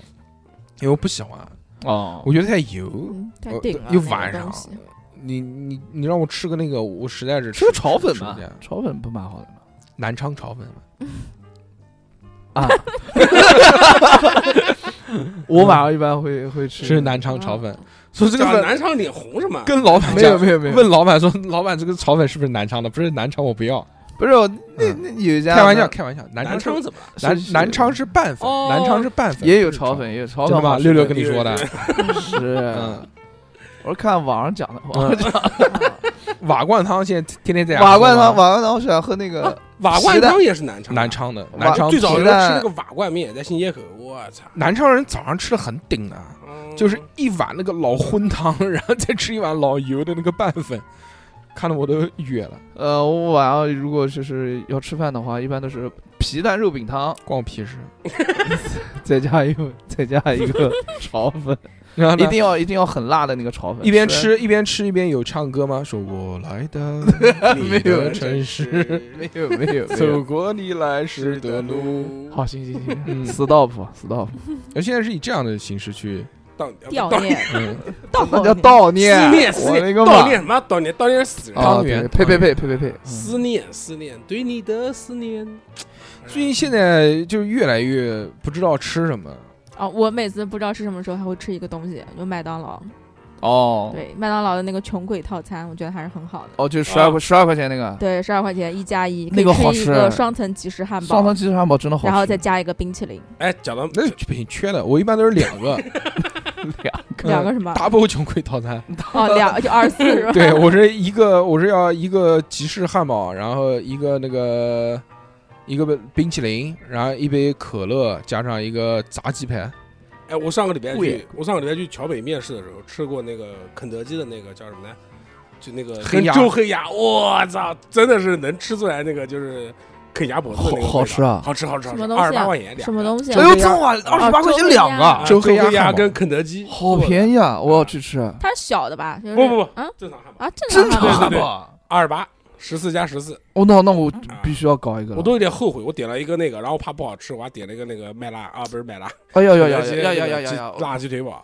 Speaker 1: 因为我不喜欢，
Speaker 2: 哦
Speaker 1: 我觉得太油。
Speaker 4: 嗯，太
Speaker 1: 呃
Speaker 4: 顶了。
Speaker 1: 又
Speaker 4: 那个
Speaker 1: 晚上
Speaker 4: 东西
Speaker 1: 你你你让我吃个那个，我实在是
Speaker 2: 吃个炒粉
Speaker 1: 嘛
Speaker 2: 嘛，，炒粉不蛮好的吗？
Speaker 1: 南昌炒粉嘛。
Speaker 2: 啊，我晚上一般会会吃
Speaker 1: 吃嗯南昌炒粉
Speaker 4: 嗯，
Speaker 1: 说这个
Speaker 3: 讲
Speaker 1: 粉
Speaker 3: 南昌脸红什么？
Speaker 1: 跟老板
Speaker 2: 没有
Speaker 1: 讲
Speaker 2: 没有没有，
Speaker 1: 问老板说，老板这个炒粉是不是南昌的？不是南昌，我不要。
Speaker 2: 不是我那那有一家
Speaker 1: 嗯开玩笑，开玩笑，南昌
Speaker 3: 南昌
Speaker 1: 是
Speaker 3: 怎么了？
Speaker 1: 南
Speaker 2: 是
Speaker 1: 南昌是拌粉，
Speaker 3: 哦
Speaker 1: 南昌是拌粉，
Speaker 2: 也有
Speaker 1: 不是
Speaker 2: 炒粉，也有炒
Speaker 1: 真的
Speaker 2: 粉
Speaker 1: 吗？
Speaker 2: 好吃
Speaker 1: 六六跟你说的，
Speaker 2: 是，
Speaker 1: 嗯
Speaker 2: 我是看网上讲的，网上
Speaker 1: 嗯
Speaker 2: 讲的
Speaker 1: 瓦罐汤现在天天在家
Speaker 2: 瓦
Speaker 1: 喝
Speaker 2: 罐汤，
Speaker 1: 吗
Speaker 2: 瓦罐汤我喜欢喝那个
Speaker 3: 瓦罐汤也是南昌的，
Speaker 1: 南昌的
Speaker 2: 瓦
Speaker 1: 南昌
Speaker 3: 最早
Speaker 2: 皮
Speaker 3: 的时候
Speaker 2: 蛋
Speaker 3: 吃那个瓦罐面，在新街口，我操，
Speaker 1: 南昌人早上吃的很顶啊，
Speaker 3: 嗯
Speaker 1: 就是一碗那个老荤汤， 然后再吃一碗老油的那个拌粉，看得我都哕了，
Speaker 2: 呃，我晚上如果就是要吃饭的话，一般都是皮蛋肉饼汤，
Speaker 1: 关我屁事。
Speaker 2: 再加一个 再加一个炒粉，
Speaker 1: 然后
Speaker 2: 一
Speaker 1: 呢
Speaker 2: 定要一定要很辣的那个炒粉，
Speaker 1: 一边吃一边吃一边有唱歌吗？说我来到 你
Speaker 2: 没有
Speaker 1: 的城市，
Speaker 2: 没有没有没
Speaker 1: 走
Speaker 2: 有，
Speaker 1: 过你来时的路。，
Speaker 2: 好行行行
Speaker 1: 嗯
Speaker 2: ，stop stop，
Speaker 1: 而现在是以这样的形式去，
Speaker 3: 悼
Speaker 4: 悼
Speaker 3: 悼
Speaker 4: 念，
Speaker 1: 嗯，
Speaker 2: 那
Speaker 4: 悼
Speaker 2: 叫
Speaker 4: 念
Speaker 2: 悼
Speaker 3: 思念
Speaker 2: 念，
Speaker 3: 思
Speaker 2: 我
Speaker 3: 念
Speaker 2: 那个
Speaker 3: 悼
Speaker 2: 妈！
Speaker 3: 念什么？悼念悼念死人，
Speaker 1: 啊
Speaker 2: 啊，
Speaker 1: 汤圆
Speaker 2: 对，呸呸呸呸呸呸，
Speaker 3: 思念思念对你的思念。
Speaker 1: 最近现在就越来越不知道吃什么。
Speaker 4: 啊！我每次不知道吃什么时候，还会吃一个东西，就麦当劳。
Speaker 2: 哦
Speaker 4: 对，麦当劳的那个穷鬼套餐，我觉得还是很好的。
Speaker 2: 哦，就十二块十二块钱那个
Speaker 4: 对，十二块钱一加一，可
Speaker 2: 那
Speaker 4: 以
Speaker 2: 个好
Speaker 4: 吃一
Speaker 2: 吃
Speaker 4: 个双层吉士汉
Speaker 2: 双
Speaker 4: 堡
Speaker 2: 层，鸡翅汉堡真的好吃，
Speaker 4: 然后再加一个冰淇淋，
Speaker 3: 哎，讲到
Speaker 1: 那不行，缺的，我一般都是两个嗯
Speaker 2: 两
Speaker 4: 两个什么？
Speaker 1: double 穷鬼套 餐。
Speaker 4: 哦，两就二十四是吧？
Speaker 1: 对，我是一个，我是要一个吉士汉堡，然后一个那个一个冰淇淋，然后一杯可乐，加上一个炸鸡排，
Speaker 3: 哎，我上个礼拜
Speaker 2: 贵
Speaker 3: 去，我上个礼拜去桥北面试的时候，吃过那个肯德基的那个叫什么呢？就那个
Speaker 1: 黑鸭
Speaker 3: 州黑鸭，我操，真的是能吃出来那个就是啃鸭脖子那个味道
Speaker 2: 好好吃啊
Speaker 3: 好吃好吃，
Speaker 4: 什么东西啊
Speaker 3: 二十八块钱，
Speaker 4: 什么东西啊？
Speaker 2: 哎呦，这么晚，二
Speaker 4: 啊
Speaker 2: 十八块钱
Speaker 4: 周
Speaker 2: 两
Speaker 4: 黑鸭
Speaker 2: 个，
Speaker 3: 州
Speaker 1: 黑鸭
Speaker 3: 哎黑鸭
Speaker 1: 汉堡
Speaker 3: 跟肯德基
Speaker 2: 好便
Speaker 3: 宜，
Speaker 2: 宜啊！我要去吃，
Speaker 4: 它是小的吧？就是
Speaker 3: 不不不
Speaker 4: 啊
Speaker 3: 正常汉堡，
Speaker 4: 啊，正
Speaker 2: 正
Speaker 4: 常汉堡
Speaker 2: 常
Speaker 3: 对对对
Speaker 2: 吧？
Speaker 3: 二十八，十四加十四，
Speaker 2: 哦，那那我必须要搞一个了。
Speaker 3: 我都有点后悔，我点了一个那个，然后怕不好吃，我还点了一个那个麦辣啊，不是麦辣，
Speaker 2: 哎呀呀
Speaker 3: 肯
Speaker 2: 呀
Speaker 3: 德基
Speaker 2: 呀呀
Speaker 3: 那
Speaker 2: 呀
Speaker 3: 个
Speaker 2: 呀呀！
Speaker 3: 鸡辣鸡腿堡。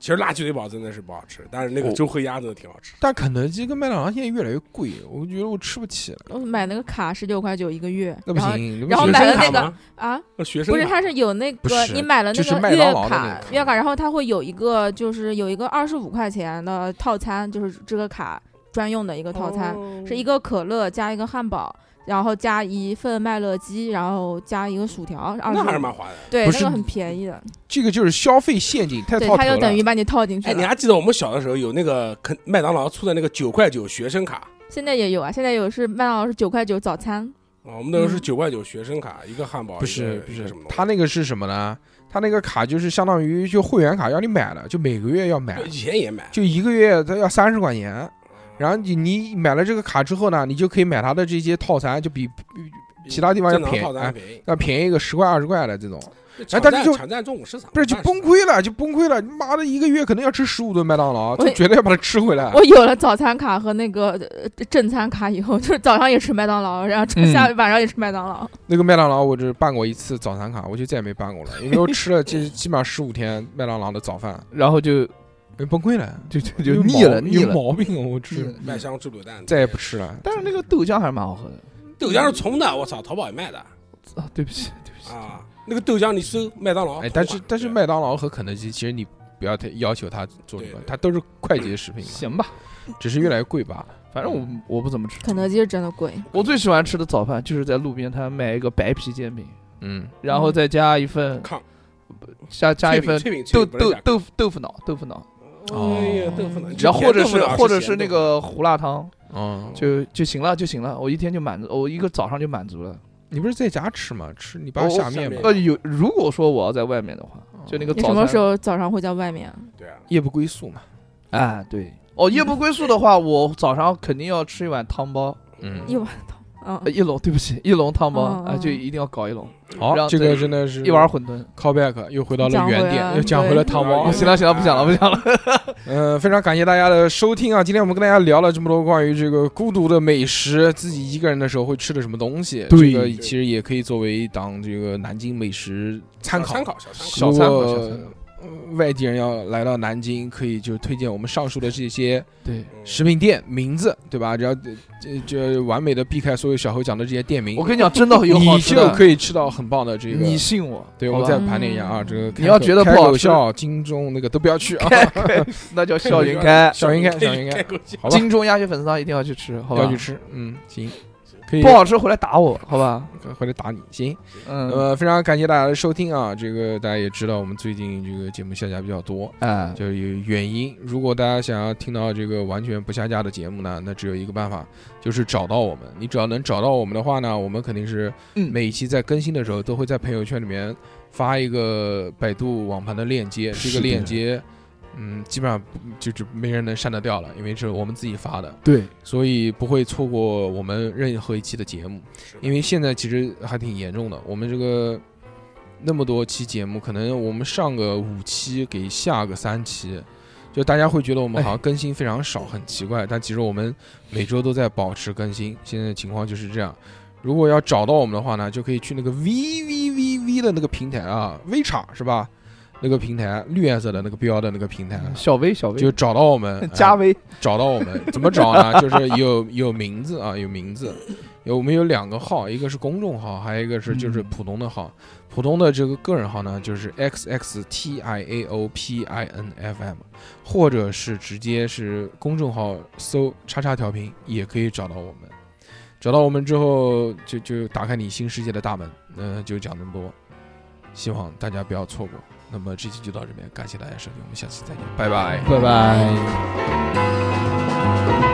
Speaker 3: 其实辣鸡腿堡真的是不好吃，但是那个
Speaker 1: 我
Speaker 3: 周黑鸭真的挺好吃。
Speaker 1: 但肯德基跟麦当劳现在越来越贵，我觉得我吃不起了。
Speaker 4: 我买那个卡十九块九一个月，
Speaker 1: 那不
Speaker 4: 然后
Speaker 1: 行，那不
Speaker 4: 然后
Speaker 1: 行
Speaker 4: 买了那
Speaker 3: 学生
Speaker 4: 个
Speaker 3: 卡吗
Speaker 4: 啊，
Speaker 3: 呃学生
Speaker 4: 不是，
Speaker 3: 卡
Speaker 4: 它是有那
Speaker 1: 不
Speaker 4: 个
Speaker 1: 是
Speaker 4: 你买了
Speaker 1: 就是
Speaker 4: 那
Speaker 1: 麦
Speaker 4: 个
Speaker 1: 当
Speaker 4: 月
Speaker 1: 劳的那
Speaker 4: 卡
Speaker 1: 个，
Speaker 4: 月卡，然后它会有一个就是有一个二十五块钱的套餐，就是这个卡专用的一个套
Speaker 3: 哦
Speaker 4: 餐，是一个可乐加一个汉堡，然后加一份麦乐鸡，然后加一个薯条，二十
Speaker 3: 那还是蛮划的。
Speaker 4: 对，
Speaker 1: 不
Speaker 4: 那
Speaker 1: 是
Speaker 4: 个很便宜的，
Speaker 1: 这个就是消费陷阱，太
Speaker 4: 对，
Speaker 1: 套头
Speaker 4: 它就
Speaker 1: 了
Speaker 4: 等。于把你套进去
Speaker 3: 哎，你
Speaker 4: 了。
Speaker 3: 还记得我们小的时候有那个肯麦当劳出的那个九块九学生卡？
Speaker 4: 现在也有啊，现在有是麦当劳是九块九早餐，
Speaker 3: 啊，我们那时候是
Speaker 4: 嗯
Speaker 3: 九块九学生卡，一个汉堡，
Speaker 1: 不
Speaker 3: 一
Speaker 1: 是
Speaker 3: 个
Speaker 1: 不
Speaker 3: 一个
Speaker 1: 是
Speaker 3: 哦什么，东西？
Speaker 1: 他那个是什么呢？他那个卡就是相当于就会员卡，要你买了，就每个月要买
Speaker 3: 对，以前也买，
Speaker 1: 就一个月他要三十块钱。然后你你买了这个卡之后呢，你就可以买他的这些套餐，就比其他地方要
Speaker 3: 正常
Speaker 1: 便宜
Speaker 3: 套
Speaker 1: 哎
Speaker 3: 餐便宜。
Speaker 1: 要便宜个十块二十块的这种，
Speaker 3: 抢
Speaker 1: 但是
Speaker 3: 占
Speaker 1: 就
Speaker 3: 抢占中午市场，
Speaker 1: 不是就崩溃了，就崩溃了。妈的，一个月可能要吃十五顿麦当劳，就
Speaker 4: 我
Speaker 1: 绝对要把它吃回来。
Speaker 4: 我有了早餐卡和那个呃正餐卡以后，就是早上也吃麦当劳，然后
Speaker 2: 嗯
Speaker 4: 下晚上也吃麦当劳。
Speaker 1: 那个麦当劳，我只办过一次早餐卡，我就再也没办过了，因为我吃了 这基本上十五天麦当劳的早饭，
Speaker 2: 然后就
Speaker 1: 哎崩溃了，
Speaker 2: 就就就
Speaker 1: 有
Speaker 2: 腻
Speaker 1: 毛
Speaker 2: 了腻
Speaker 1: 有。
Speaker 2: 了
Speaker 1: 毛病啊，我吃
Speaker 2: 腻了
Speaker 3: 麦香猪柳蛋，
Speaker 1: 再也不吃了。
Speaker 2: 但是那个豆浆还是蛮好喝的
Speaker 3: 豆浆是冲的，我操，淘宝也卖的
Speaker 2: 啊！对不起对不起，
Speaker 3: 啊。那个豆浆你搜麦当劳，
Speaker 1: 哎，
Speaker 3: 同款
Speaker 1: 但是但是
Speaker 3: 对
Speaker 1: 麦当劳和肯德基，其实你不要太要求它做什
Speaker 3: 对
Speaker 1: 么
Speaker 3: 对，
Speaker 1: 它都是快捷食品，
Speaker 2: 行吧，
Speaker 1: 只是越来越贵吧。
Speaker 2: 反正
Speaker 3: 嗯
Speaker 2: 我我不怎么吃。
Speaker 4: 肯德基是真的贵，
Speaker 2: 我最喜欢吃的早饭就是在路边摊买一个白皮煎饼，
Speaker 1: 嗯，
Speaker 2: 然后再加一份
Speaker 3: 炕
Speaker 2: 加加一份
Speaker 3: 脆饼
Speaker 2: 豆
Speaker 3: 脆饼
Speaker 2: 豆，
Speaker 3: 脆饼
Speaker 2: 豆腐豆腐脑豆腐脑，
Speaker 3: 不
Speaker 1: 哦
Speaker 3: 能加哎呀，豆腐脑，
Speaker 2: 然后或者
Speaker 3: 咸豆腐
Speaker 2: 是
Speaker 3: 脑嗯
Speaker 2: 或者是
Speaker 3: 咸
Speaker 2: 那
Speaker 3: 豆腐
Speaker 2: 个胡辣汤
Speaker 1: 哦，
Speaker 2: 就就行了就行了，我一天就满足，我一个早上就满足了。
Speaker 1: 你不是在家吃吗？吃你爸
Speaker 2: 哦
Speaker 1: 下面
Speaker 3: 下面
Speaker 1: 吗？
Speaker 2: 呃，有如果说我要在外面的话，就那个
Speaker 3: 嗯
Speaker 4: 你
Speaker 2: 早
Speaker 4: 什么时
Speaker 2: 餐，
Speaker 4: 候早上会在外面？
Speaker 3: 脑，对啊，
Speaker 1: 夜不归宿嘛。
Speaker 2: 哎，对。哦，夜不归宿的话，我早上肯定要吃一碗汤包，
Speaker 1: 嗯，
Speaker 4: 一碗汤，
Speaker 2: 呃
Speaker 4: 嗯，
Speaker 2: 一笼，对不起，一 笼汤包
Speaker 4: 嗯嗯
Speaker 2: 啊，
Speaker 4: 嗯
Speaker 2: 就一定要搞一笼，然
Speaker 1: 好，
Speaker 2: 后
Speaker 1: 这
Speaker 2: 再
Speaker 1: 个真的是
Speaker 2: 一碗馄饨。
Speaker 1: callback，又回到了
Speaker 4: 讲
Speaker 1: 原
Speaker 4: 回
Speaker 1: 点，
Speaker 4: 来
Speaker 1: 又讲回
Speaker 4: 对
Speaker 1: 了汤包
Speaker 2: 哦，。行了行了，不讲了不讲了。
Speaker 1: 嗯，非常感谢大家的收听啊！今天我们跟大家聊了这么多关于这个孤独的美食，自己一个人的时候会吃的什么东西，这
Speaker 2: 对
Speaker 1: 个其实也可以作为一档这个南京美食参考
Speaker 3: 小。呃参考小参
Speaker 2: 小
Speaker 3: 考。
Speaker 2: 餐馆
Speaker 1: 如果
Speaker 2: 小餐馆
Speaker 1: 呃外地人要来到南京，可以就推荐我们上述的这些
Speaker 2: 对，
Speaker 3: 嗯
Speaker 1: 食品店名字，对吧？只要这这完美的避开所有小侯讲的这些店名，
Speaker 2: 我跟你讲，真的有好
Speaker 1: 你
Speaker 2: 吃
Speaker 1: 就
Speaker 2: 的，
Speaker 1: 可以吃到很棒的这个
Speaker 2: 你信我，
Speaker 1: 对，
Speaker 2: 好
Speaker 1: 我
Speaker 2: 吧
Speaker 1: 再盘点一下啊，这个
Speaker 4: 你
Speaker 1: 开
Speaker 2: 要
Speaker 1: 口
Speaker 2: 觉得不
Speaker 1: 开
Speaker 2: 好
Speaker 1: 口
Speaker 2: 吃
Speaker 1: 笑、金钟那个都不要去啊，
Speaker 2: 那叫 笑云
Speaker 3: 开
Speaker 2: 开。
Speaker 1: 小云开，小 云
Speaker 3: 开
Speaker 1: 开，
Speaker 3: 口气
Speaker 1: 好吧，
Speaker 2: 金钟鸭血粉丝汤一定要去吃，好吧？
Speaker 1: 要去吃，嗯，行，可以
Speaker 2: 不好吃回来打我，好吧？
Speaker 1: 回来打你，行，
Speaker 2: 嗯，
Speaker 1: 呃，非常感谢大家的收听啊，这个大家也知道，我们最近这个节目下架比较多。
Speaker 2: 哎，
Speaker 1: 就是有原因，如果大家想要听到这个完全不下架的节目呢，那只有一个办法，就是找到我们。你只要能找到我们的话呢，我们肯定是
Speaker 2: 嗯
Speaker 1: 每一期在更新的时候都会在朋友圈里面发一个百度网盘的链接，这
Speaker 2: 是
Speaker 1: 个
Speaker 2: 的
Speaker 1: 链接，嗯，基本上就就没人能删得掉了，因为这是我们自己发的，
Speaker 2: 对，
Speaker 1: 所以不会错过我们任何一期的节目。因为现在其实还挺严重的，我们这个那么多期节目，可能我们上个五期给下个三期。就大家会觉得我们好像更新非常少，很奇怪，但其实我们每周都在保持更新。现在情况就是这样。如果要找到我们的话呢，就可以去那个 V V V V 的那个平台啊，V 叉是吧？那个平台绿颜色的那个标的那个平台，啊
Speaker 2: 小薇小薇
Speaker 1: 就啊找到我们
Speaker 2: 嗯
Speaker 1: 哎
Speaker 2: 加微，
Speaker 1: 找到我们，怎么找呢？就是有有名字啊，有名字，有我们有两个号，一个是公众号，还有一个是就是
Speaker 2: 嗯
Speaker 1: 普通的号。普通的这个个人号呢，就是 x x t i a o p i n f m，或者是直接是公众号搜“叉叉调频”也可以找到我们。找到我们之后，就就打开你新世界的大门。嗯、就讲这么多，希望大家不要错过。那么这期就到这边，感谢大家收听，我们下期再见，拜拜。
Speaker 2: 拜拜。